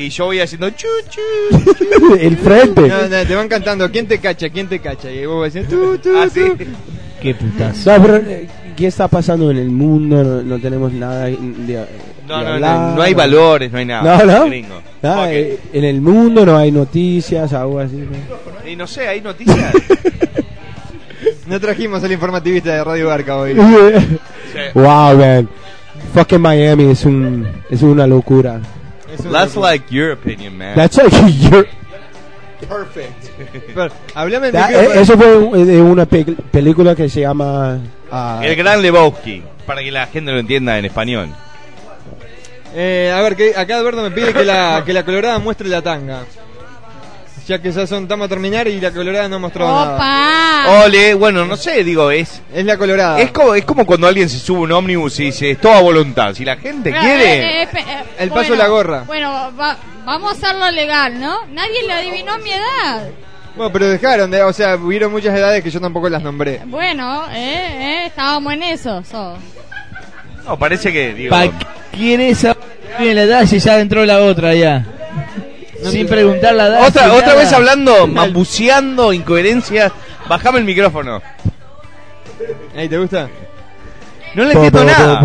Y yo voy haciendo chu chu.
El frente.
No, no, te van cantando. ¿Quién te cacha? ¿Quién te cacha? Y vos vas diciendo, tú, tú,
Ah,
tú.
Qué putazo. No, pero, eh, ¿qué está pasando en el mundo? No, no tenemos nada de, de
No, no,
hablar.
no, no hay valores, no hay nada.
No, no.
Gringo.
Nada, eh, en el mundo no hay noticias, algo así. ¿no?
Y no sé, hay noticias.
No trajimos al informativista de Radio Barca hoy.
wow, man. Fucking Miami es un es una locura.
That's like your opinion, man.
That's like your-
Perfect. Pero, hablame el
that-
micrófono.
eh, eso fue un- de una pe- película que se llama ah,
El gran Lebowski, para que la gente lo entienda en español.
Eh, a ver, que acá Alberto me pide que la, que la colorada muestre la tanga. ya que ya son estamos a terminar y la colorada no ha mostrado
¡Opa!
nada.
Ole, bueno, no sé, digo, es.
Es la colorada.
Es como, es como cuando alguien se sube a un ómnibus y dice, es toda voluntad. Si la gente
Pero,
quiere.
eh, eh, pe- eh,
El paso de la gorra.
Bueno, va- vamos a hacerlo legal, ¿no? Nadie le adivinó mi edad.
Bueno, pero dejaron, de- o sea, hubieron muchas edades que yo tampoco las nombré.
Bueno, eh, eh, estábamos en eso. so.
No, parece que, digo.
¿Para quién es esa tiene la edad si ya entró la otra ya? Sin preguntar la edad.
Otra,
sin
otra
nada.
vez hablando, mambuceando, incoherencias. Bajame el micrófono.
Ahí, ¿te gusta?
No le entiendo nada.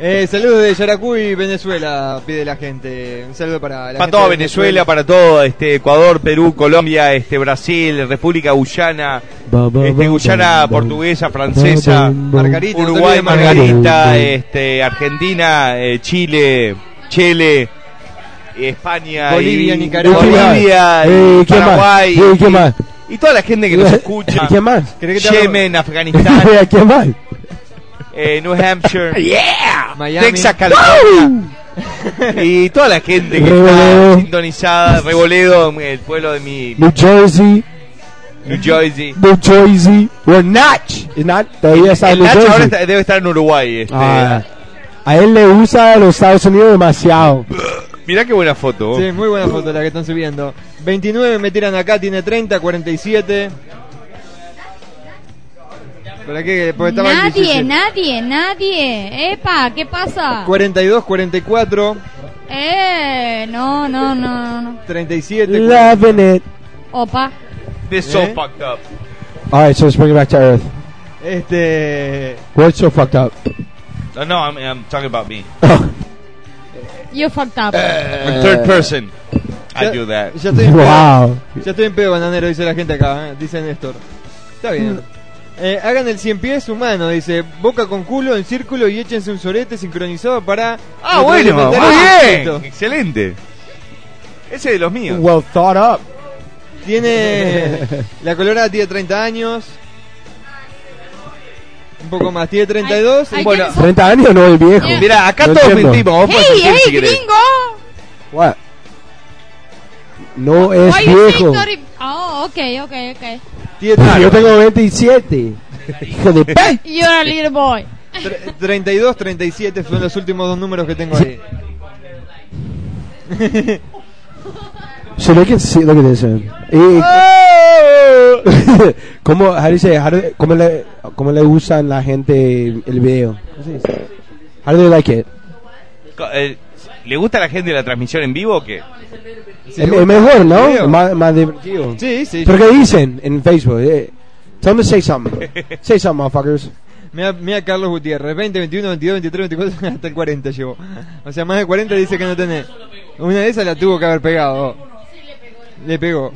Eh, saludos de Yaracuy, Venezuela, pide la gente. Un saludo para la
Para
gente
toda
de
Venezuela, para todo este Ecuador, Perú, Colombia, este Brasil, República Guyana, este Guyana portuguesa, francesa,
Margarita, no te
Uruguay,
olvides de Margarita.
Margarita, este Argentina, eh, Chile, Chile, España,
Bolivia,
y-
Nicaragua.
Bolivia,
Eh,
y
¿quién más?
Paraguay
Eh, ¿quién
y-
más?
y toda la gente que nos
Eh,
escucha.
¿quién más? ¿Querés que te hable?
Yemen, Afganistán,
¿Qué mal?
eh, New Hampshire,
Yeah!
Miami.
Texas, California. y toda la gente que
Revoledo.
está sintonizada, Revoledo, el pueblo de mi
New Jersey,
New Jersey.
New Jersey, o Natch. Y Natch todavía está en
El
Ah, New
Nacho ahora
Jersey.
está- debe estar en Uruguay. Este.
Ah, a él le usa a los Estados Unidos demasiado.
Mirá qué buena foto.
Sí, muy buena foto la que están subiendo. 29 me tiran acá, tiene 30, 47. ¿Para qué? Porque estaba el
Nadie,
17.
nadie, nadie. Epa, ¿qué pasa?
42, 44,
Eh, no, no, no, no, no.
37.
Loving it.
Opa.
This so fucked up.
Alright, so let's bring it back to earth.
Este.
We're so fucked up.
No, no, I'm, I'm talking about me.
You fucked up.
Eh,
I'm third person. I
Ya-
do that.
Ya estoy en
Wow.
pedo. Ya estoy en pedo, bananero, dice la gente acá, ¿eh? dice Néstor. Está
Mm.
bien. Eh, hagan el cien pies humano, dice. Boca con culo en círculo y échense un sorete sincronizado para.
Ah, bueno, muy bien. Excelente. Ese es de los míos.
Well thought up.
Tiene. La colorada tiene 30 años. Un poco más, tiene 32.
Ay, ay,
bueno,
¿quién
30 años no el viejo.
Mira, acá
No
todos
entiendo.
mentimos. Vos podés
¡Hey,
mentir si
hey,
querés.
gringo!
What? No es
Why you say
viejo.
30? Oh, okay, okay, okay.
Yo tengo 27. Hijo de p.
You're a little boy.
tre- 32, 37 son los últimos dos números que tengo ahí.
So they can see, look at this. man. Y-
Oh,
¿Cómo, how do you say, how do- cómo le, cómo le usan la gente el video? How do they like it?
Co- eh, ¿Le gusta a la gente la transmisión en vivo o qué?
es, es mejor, ¿no? Es Más, más divertido.
Sí, sí.
Pero ¿qué dicen en Facebook? Eh, tell me to say something. say something, motherfuckers.
Mira, mira Carlos Gutiérrez, 20, 21, 22, 23, 24, hasta el 40 llevó. O sea, más de 40 dice que no tenés. Una de esas la tuvo que haber pegado. Le pegó.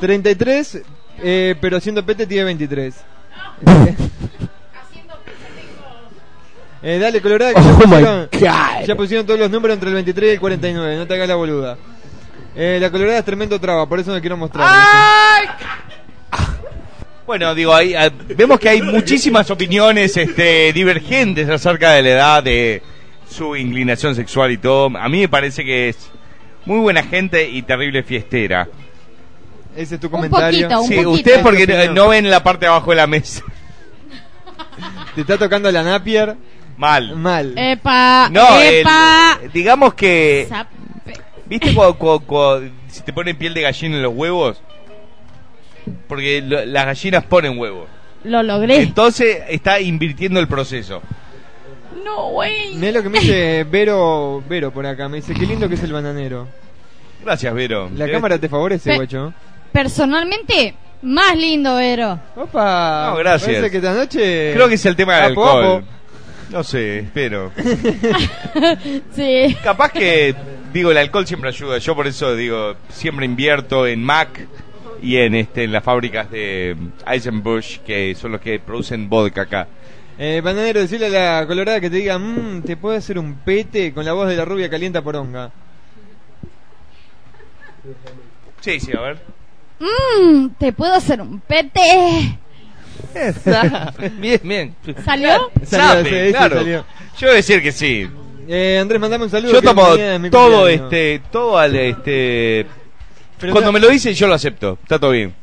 33, eh, pero haciendo pete tiene 23. Eh, dale, Colorado. que ya
Oh my
pusieron-
God.
Ya pusieron todos los números entre el 23 y el 49, no te hagas la boluda. Eh, la Colorada es tremendo traba, por eso no quiero mostrar.
Ah,
Bueno, digo, ahí, ah, vemos que hay muchísimas opiniones este, divergentes acerca de la edad, de su inclinación sexual y todo. A mí me parece que es muy buena gente y terrible fiestera.
Ese es tu comentario. Este
poquito, un
Sí,
poquito.
ustedes porque
Es tu
no,
opinión.
no ven la parte de abajo de la mesa.
Te está tocando la Napier.
Mal.
Mal.
Eh. Epa,
No, eh, el-
epa.
digamos que...
Zap.
¿Viste cuando, cuando- cuando se te pone piel de gallina en los huevos? Porque lo- las gallinas ponen huevos.
Lo logré.
Entonces está invirtiendo el proceso.
No, wey.
Mirá lo que me dice Vero, Vero por acá. Me dice, qué lindo que es el bananero.
Gracias, Vero. Eh,
La
Te-
cámara te favorece,
Pe-
guacho.
Personalmente, más lindo, Vero.
Opa.
No, gracias.
Parece que esta noche...
Creo que es el tema del
Apo,
alcohol.
apo.
No sé, espero. eh.
sí.
Capaz que, digo, el alcohol siempre ayuda. Yo por eso digo, siempre invierto en Mac y en este en las fábricas de Eisenbusch, que son los que producen vodka acá.
Eh, bananero, decirle a la colorada que te diga, mmm, te puede hacer un pete con la voz de la rubia calienta poronga.
Sí, sí, a ver.
Mmm, te puedo hacer un pete.
bien, bien.
¿Salió?
Salió,
Sabe,
sí, sí,
claro.
salió.
Yo voy a decir que sí.
Eh, Andrés, mandame un saludo.
Yo
que
tomo
mañana es mi
todo
cumpleaños.
este, todo al este.
Pero
Cuando
no-
me lo dicen yo lo acepto, está todo bien.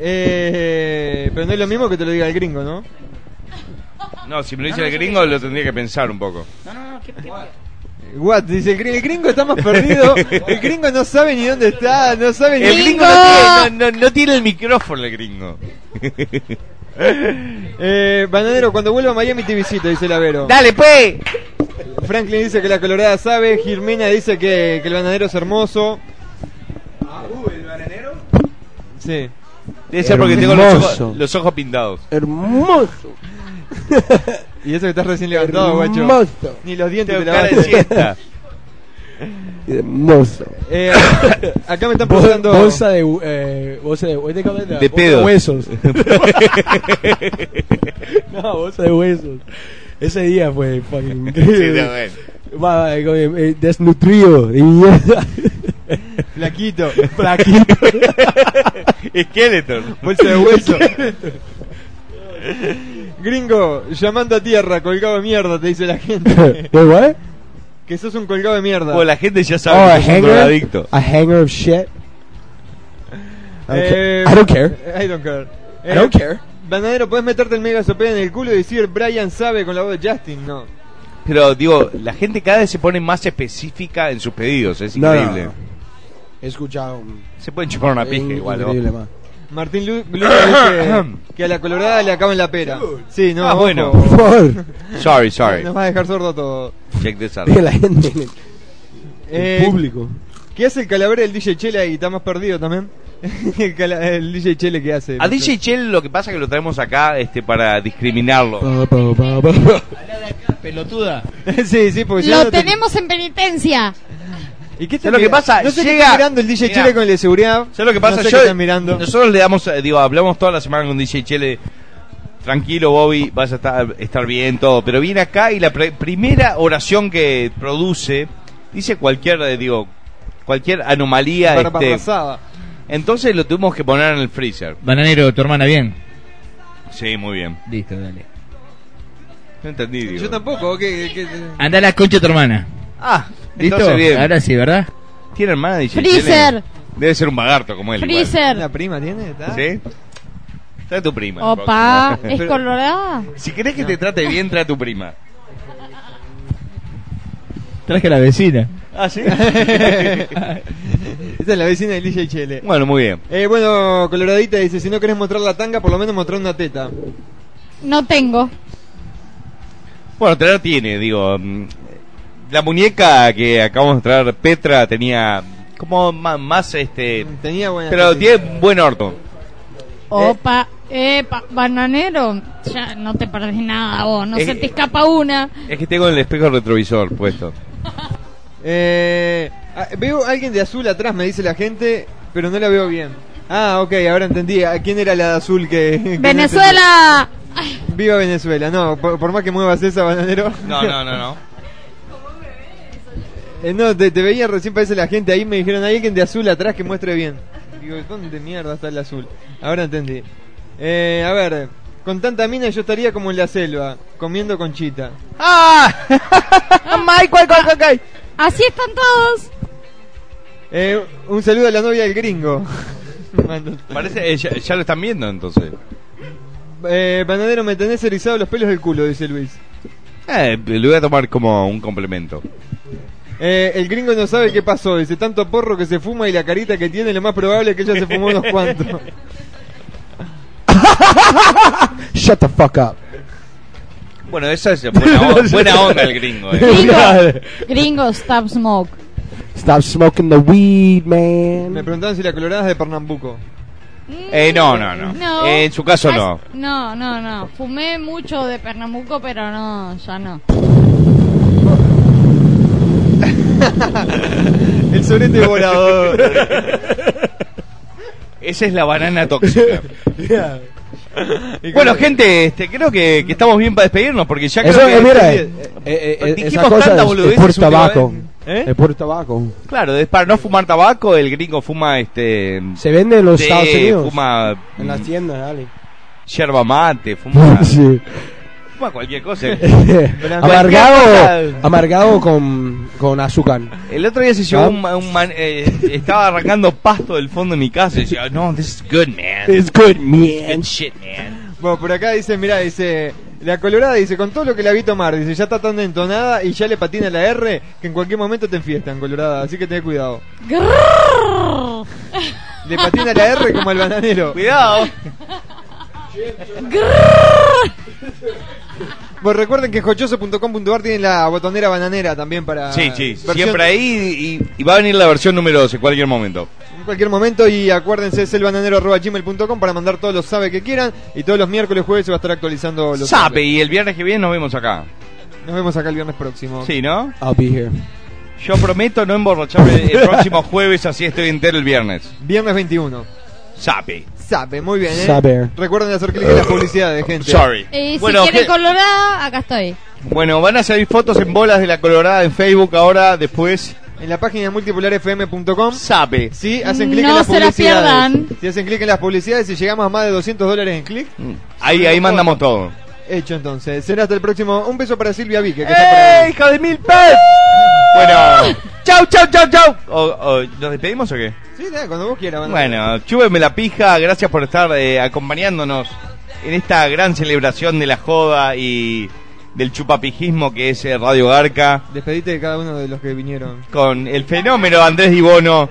Eh, pero no es lo mismo que te lo diga el gringo, ¿no?
No, si me lo dice el gringo lo tendría que pensar un poco.
What? Dice el gringo, el gringo está más perdido. El gringo no sabe ni dónde está, no sabe ni
El gringo no tiene, no- no- no tiene el micrófono, el gringo.
Eh, Bananero, cuando vuelva a Miami te visito, dice el Avero.
Dale, pues.
Franklin dice que la colorada sabe, Girmina dice que, que el bananero es hermoso. Sí.
Debe ser porque tengo los ojos, los ojos pintados.
Hermoso. y eso que estás recién levantado, guacho.
Hermoso.
Ni los dientes
Tengo
te
cara de
lavaste.
siesta.
Hermoso.
Eh, acá me están
Bol-
preguntando.
Bolsa de. hu- Eh, bolsa de. hue- de cabeza, bolsa De huesos. no, bolsa de huesos. Ese día fue fucking increíble. Va, va, eh, eh, desnutrido de mierda.
Flaquito.
Flaquito.
Skeleton.
Bolsa de hueso. Gringo, llamando a tierra, colgado de mierda, te dice la gente.
¿Qué, what?
que sos un colgado de mierda.
Bueno, la gente ya
Oh,
sabe
a
que soy un
hanger?
drogadicto.
A hanger of shit.
Eh,
Okay. I don't care.
I don't care. Eh,
I don't care.
Bananero, ¿podés meterte el mega sopé en el culo y decir Brian sabe con la voz de Justin? No.
Pero digo, la gente cada vez se pone más específica en sus pedidos, es
No, no,
increíble.
no. He escuchado. un-
Se pueden chupar una pija igual. ¿no?
Increíble, man.
Martín Lu Luca dice que a la colorada le acaban la pera. Sí, no.
Ah,
ojo.
bueno.
Por favor.
Sorry, sorry.
Nos va a dejar sordo todo.
Check this out.
De la gente. El
Eh,
público.
¿Qué hace el calavera del DJ Chele ahí? ¿Está más perdido también? el, cala- el DJ Chele, ¿qué hace?
A DJ Chell lo que pasa es que lo traemos acá este para discriminarlo.
Pelotuda. sí, sí, porque si no,
Lo
no te-
tenemos en penitencia.
¿Y qué está
¿Sabes lo que
mira-
pasa?
No sé qué
Llega-
está mirando el DJ
Mirá.
Chele con el de seguridad.
¿Sabes lo que pasa?
No sé
Yo-
qué están mirando.
Nosotros le damos, eh, digo, hablamos toda la semana con DJ Chele. Tranquilo, Bobby, vas a estar, estar bien, todo. Pero viene acá y la pre- primera oración que produce dice cualquier, eh, digo, cualquier anomalía.
Barba
este,
arrasada.
entonces lo tuvimos que poner en el freezer.
Bananero, tu hermana bien.
Sí, muy bien.
Listo, dale.
No entendí, digo.
Yo tampoco. ¿qué, qué-
Anda a la concha de tu hermana.
Ah,
¿Listo?
entonces bien.
Ahora sí, ¿verdad?
¿Tiene hermana DJ Chele?
Freezer.
Debe ser un vagarto como él. igual.
Freezer.
¿La prima tiene? ¿Está?
¿Sí? Trae a tu prima.
Opa, es
Pero-
colorada.
Si querés que te trate bien, trae a tu prima.
Traje a la vecina.
Ah, ¿sí?
Esta es la vecina del DJ Chele.
Bueno, muy bien.
Eh, bueno, Coloradita dice, si no querés mostrar la tanga, por lo menos mostrar una teta.
No tengo.
Bueno, traer tiene, digo. mm, La muñeca que acabamos de traer, Petra, tenía como ma- más, este.
Tenía buena
Pero
teta.
tiene buen orto.
Opa,
Eh.
epa, bananero. Ya no te perdés nada vos, no
Eh,
se te escapa una.
Es que tengo el espejo retrovisor puesto.
Eh, ah, veo a alguien de azul atrás, me dice la gente, pero no la veo bien. Ah, ok, ahora entendí. ¿A quién era la de azul que... que no
Venezuela.
entendí? Viva Venezuela, no, por, por más que muevas esa, bananero.
No, no, no, no.
Eh, no, te, te veía recién, parece la gente ahí, me dijeron, hay alguien de azul atrás que muestre bien. Digo, ¿dónde mierda está el azul? Ahora entendí. Eh, a ver, con tanta mina yo estaría como en la selva, comiendo conchita.
¡Ah!
Michael,
Así están todos.
Eh, un saludo a la novia del gringo. Mando-
Parece, eh, ya, ya lo están viendo entonces.
eh, panadero, me tenés erizado los pelos del culo, dice Luis.
Eh, lo voy a tomar como un complemento.
Eh, el gringo no sabe qué pasó, dice tanto porro que se fuma y la carita que tiene, lo más probable es que ella se fumó unos cuantos.
Shut the fuck up.
Bueno, esa es buena, o- buena onda el gringo. eh.
Gringo, gringo, stop smoke.
Stop smoking the weed,
Me
man.
preguntaban si la colorada es de Pernambuco.
Eh, no, no, no.
No.
Eh, en su caso, no.
No, no, no. Fumé mucho de Pernambuco, pero no, ya no.
El sorete volador.
Esa es la banana tóxica.
Yeah.
Bueno, gente, este, creo que, que estamos bien para despedirnos porque ya
Eso,
creo que
eh, mira, eh,
eh, eh,
Esa cosa es, es por tabaco.
¿Eh?
Es por tabaco.
Claro, es para no fumar tabaco, el gringo fuma este
Se vende en los
té,
Estados Unidos.
fuma
En las tiendas, dale.
yerba mate, fuma
Sí.
fuma cualquier cosa.
amargado, amargado con, con azúcar.
El otro día se llevó
¿Ah?
un, ma- un man- eh, estaba arrancando pasto del fondo de mi casa y decía, no, this is good, man.
This is good, man.
This is good shit, man.
Bueno, por acá dice, mira, dice, la colorada dice, con todo lo que la vi tomar, dice, ya está tan entonada y ya le patina la R que en cualquier momento te enfiestan, colorada, así que ten cuidado. Le patina la R como al bananero.
Cuidado.
Pues recuerden que jochoso.com.ar tiene la botonera bananera también para...
Sí, sí,
versión-
siempre ahí y, y va a venir la versión número 12 en cualquier momento.
En cualquier momento y acuérdense es elbananero.gmail.com para mandar todos los sabe que quieran y todos los miércoles jueves se va a estar actualizando los
Sabe, y el viernes que viene nos vemos acá.
Nos vemos acá el viernes próximo.
Sí, ¿no?
I'll be here.
Yo prometo no emborracharme el próximo jueves, así estoy entero el viernes.
Viernes 21.
Sabe.
Sabe, muy bien, ¿eh?
Sabe.
Recuerden hacer clic en la publicidad de gente.
Sorry.
Y
Bueno,
si quieren
¿qué?
colorada, acá estoy.
Bueno, van a salir fotos en bolas de la colorada en Facebook ahora, después.
En la página multipolarfm.com.
Sabe.
Sí, hacen clic en
No
las
se las
publicidades.
pierdan.
Si hacen clic en las publicidades y llegamos a más de 200 dólares en clic,
Mm. Ahí, ahí mandamos todo.
hecho entonces. Será hasta el próximo. Un beso para Silvia Vique. Que
¡Eh, hija de mil pez! Bueno. ¡Chau, chau, chau, chau! ¿Nos despedimos o qué?
Sí, nada, cuando vos quieras. manda.
Bueno, chúvenme la pija, gracias por estar eh, acompañándonos en esta gran celebración de la joda y del chupapijismo que es eh, Radio Garca,
Despedite de cada uno de los que vinieron.
con el fenómeno Andrés Dibono,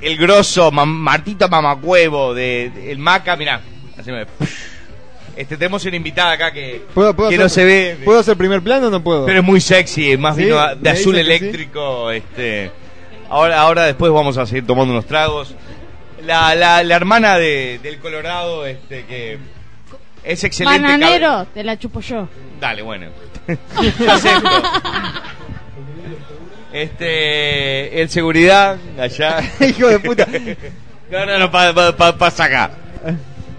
el grosso Mam- Martito Mamacuevo, de, de- el Maca, mirá, haceme- Este, tenemos una invitada acá que,
¿Puedo, puedo
que
hacer-
no se ve,
¿Puedo hacer primer plano o no puedo?
pero es muy sexy, más
Sí,
vino a-
me
de azul
dicen que sí.
eléctrico, este... Ahora, ahora después vamos a seguir tomando unos tragos. La, la, la hermana de, del Colorado, este, que es excelente. cab-
Bananero, te la chupo yo.
Dale, bueno. Yo acepto. Este, el seguridad, allá.
Hijo de puta.
No, no, no, pa- pa- pa- pasa acá.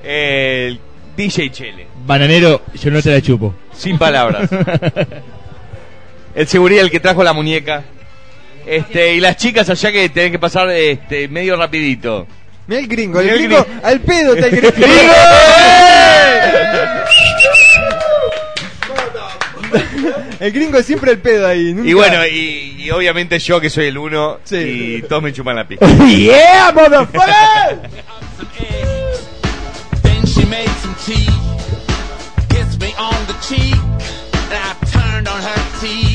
El DJ Chele,
Bananero, yo no te la chupo.
sin palabras. El seguridad, el que trajo la muñeca. Este, y las chicas allá que tienen que pasar este, medio rapidito.
Mirá el gringo, el
Mirá el
gringo, al pedo está el gringo.
¡Gringo!
el gringo es siempre el pedo ahí. nunca-
Y bueno, y, y obviamente yo que soy el uno y todos me chupan la pija.
yeah, motherfucker! then she made some tea, kissed me on the cheek, and I turned on her tea.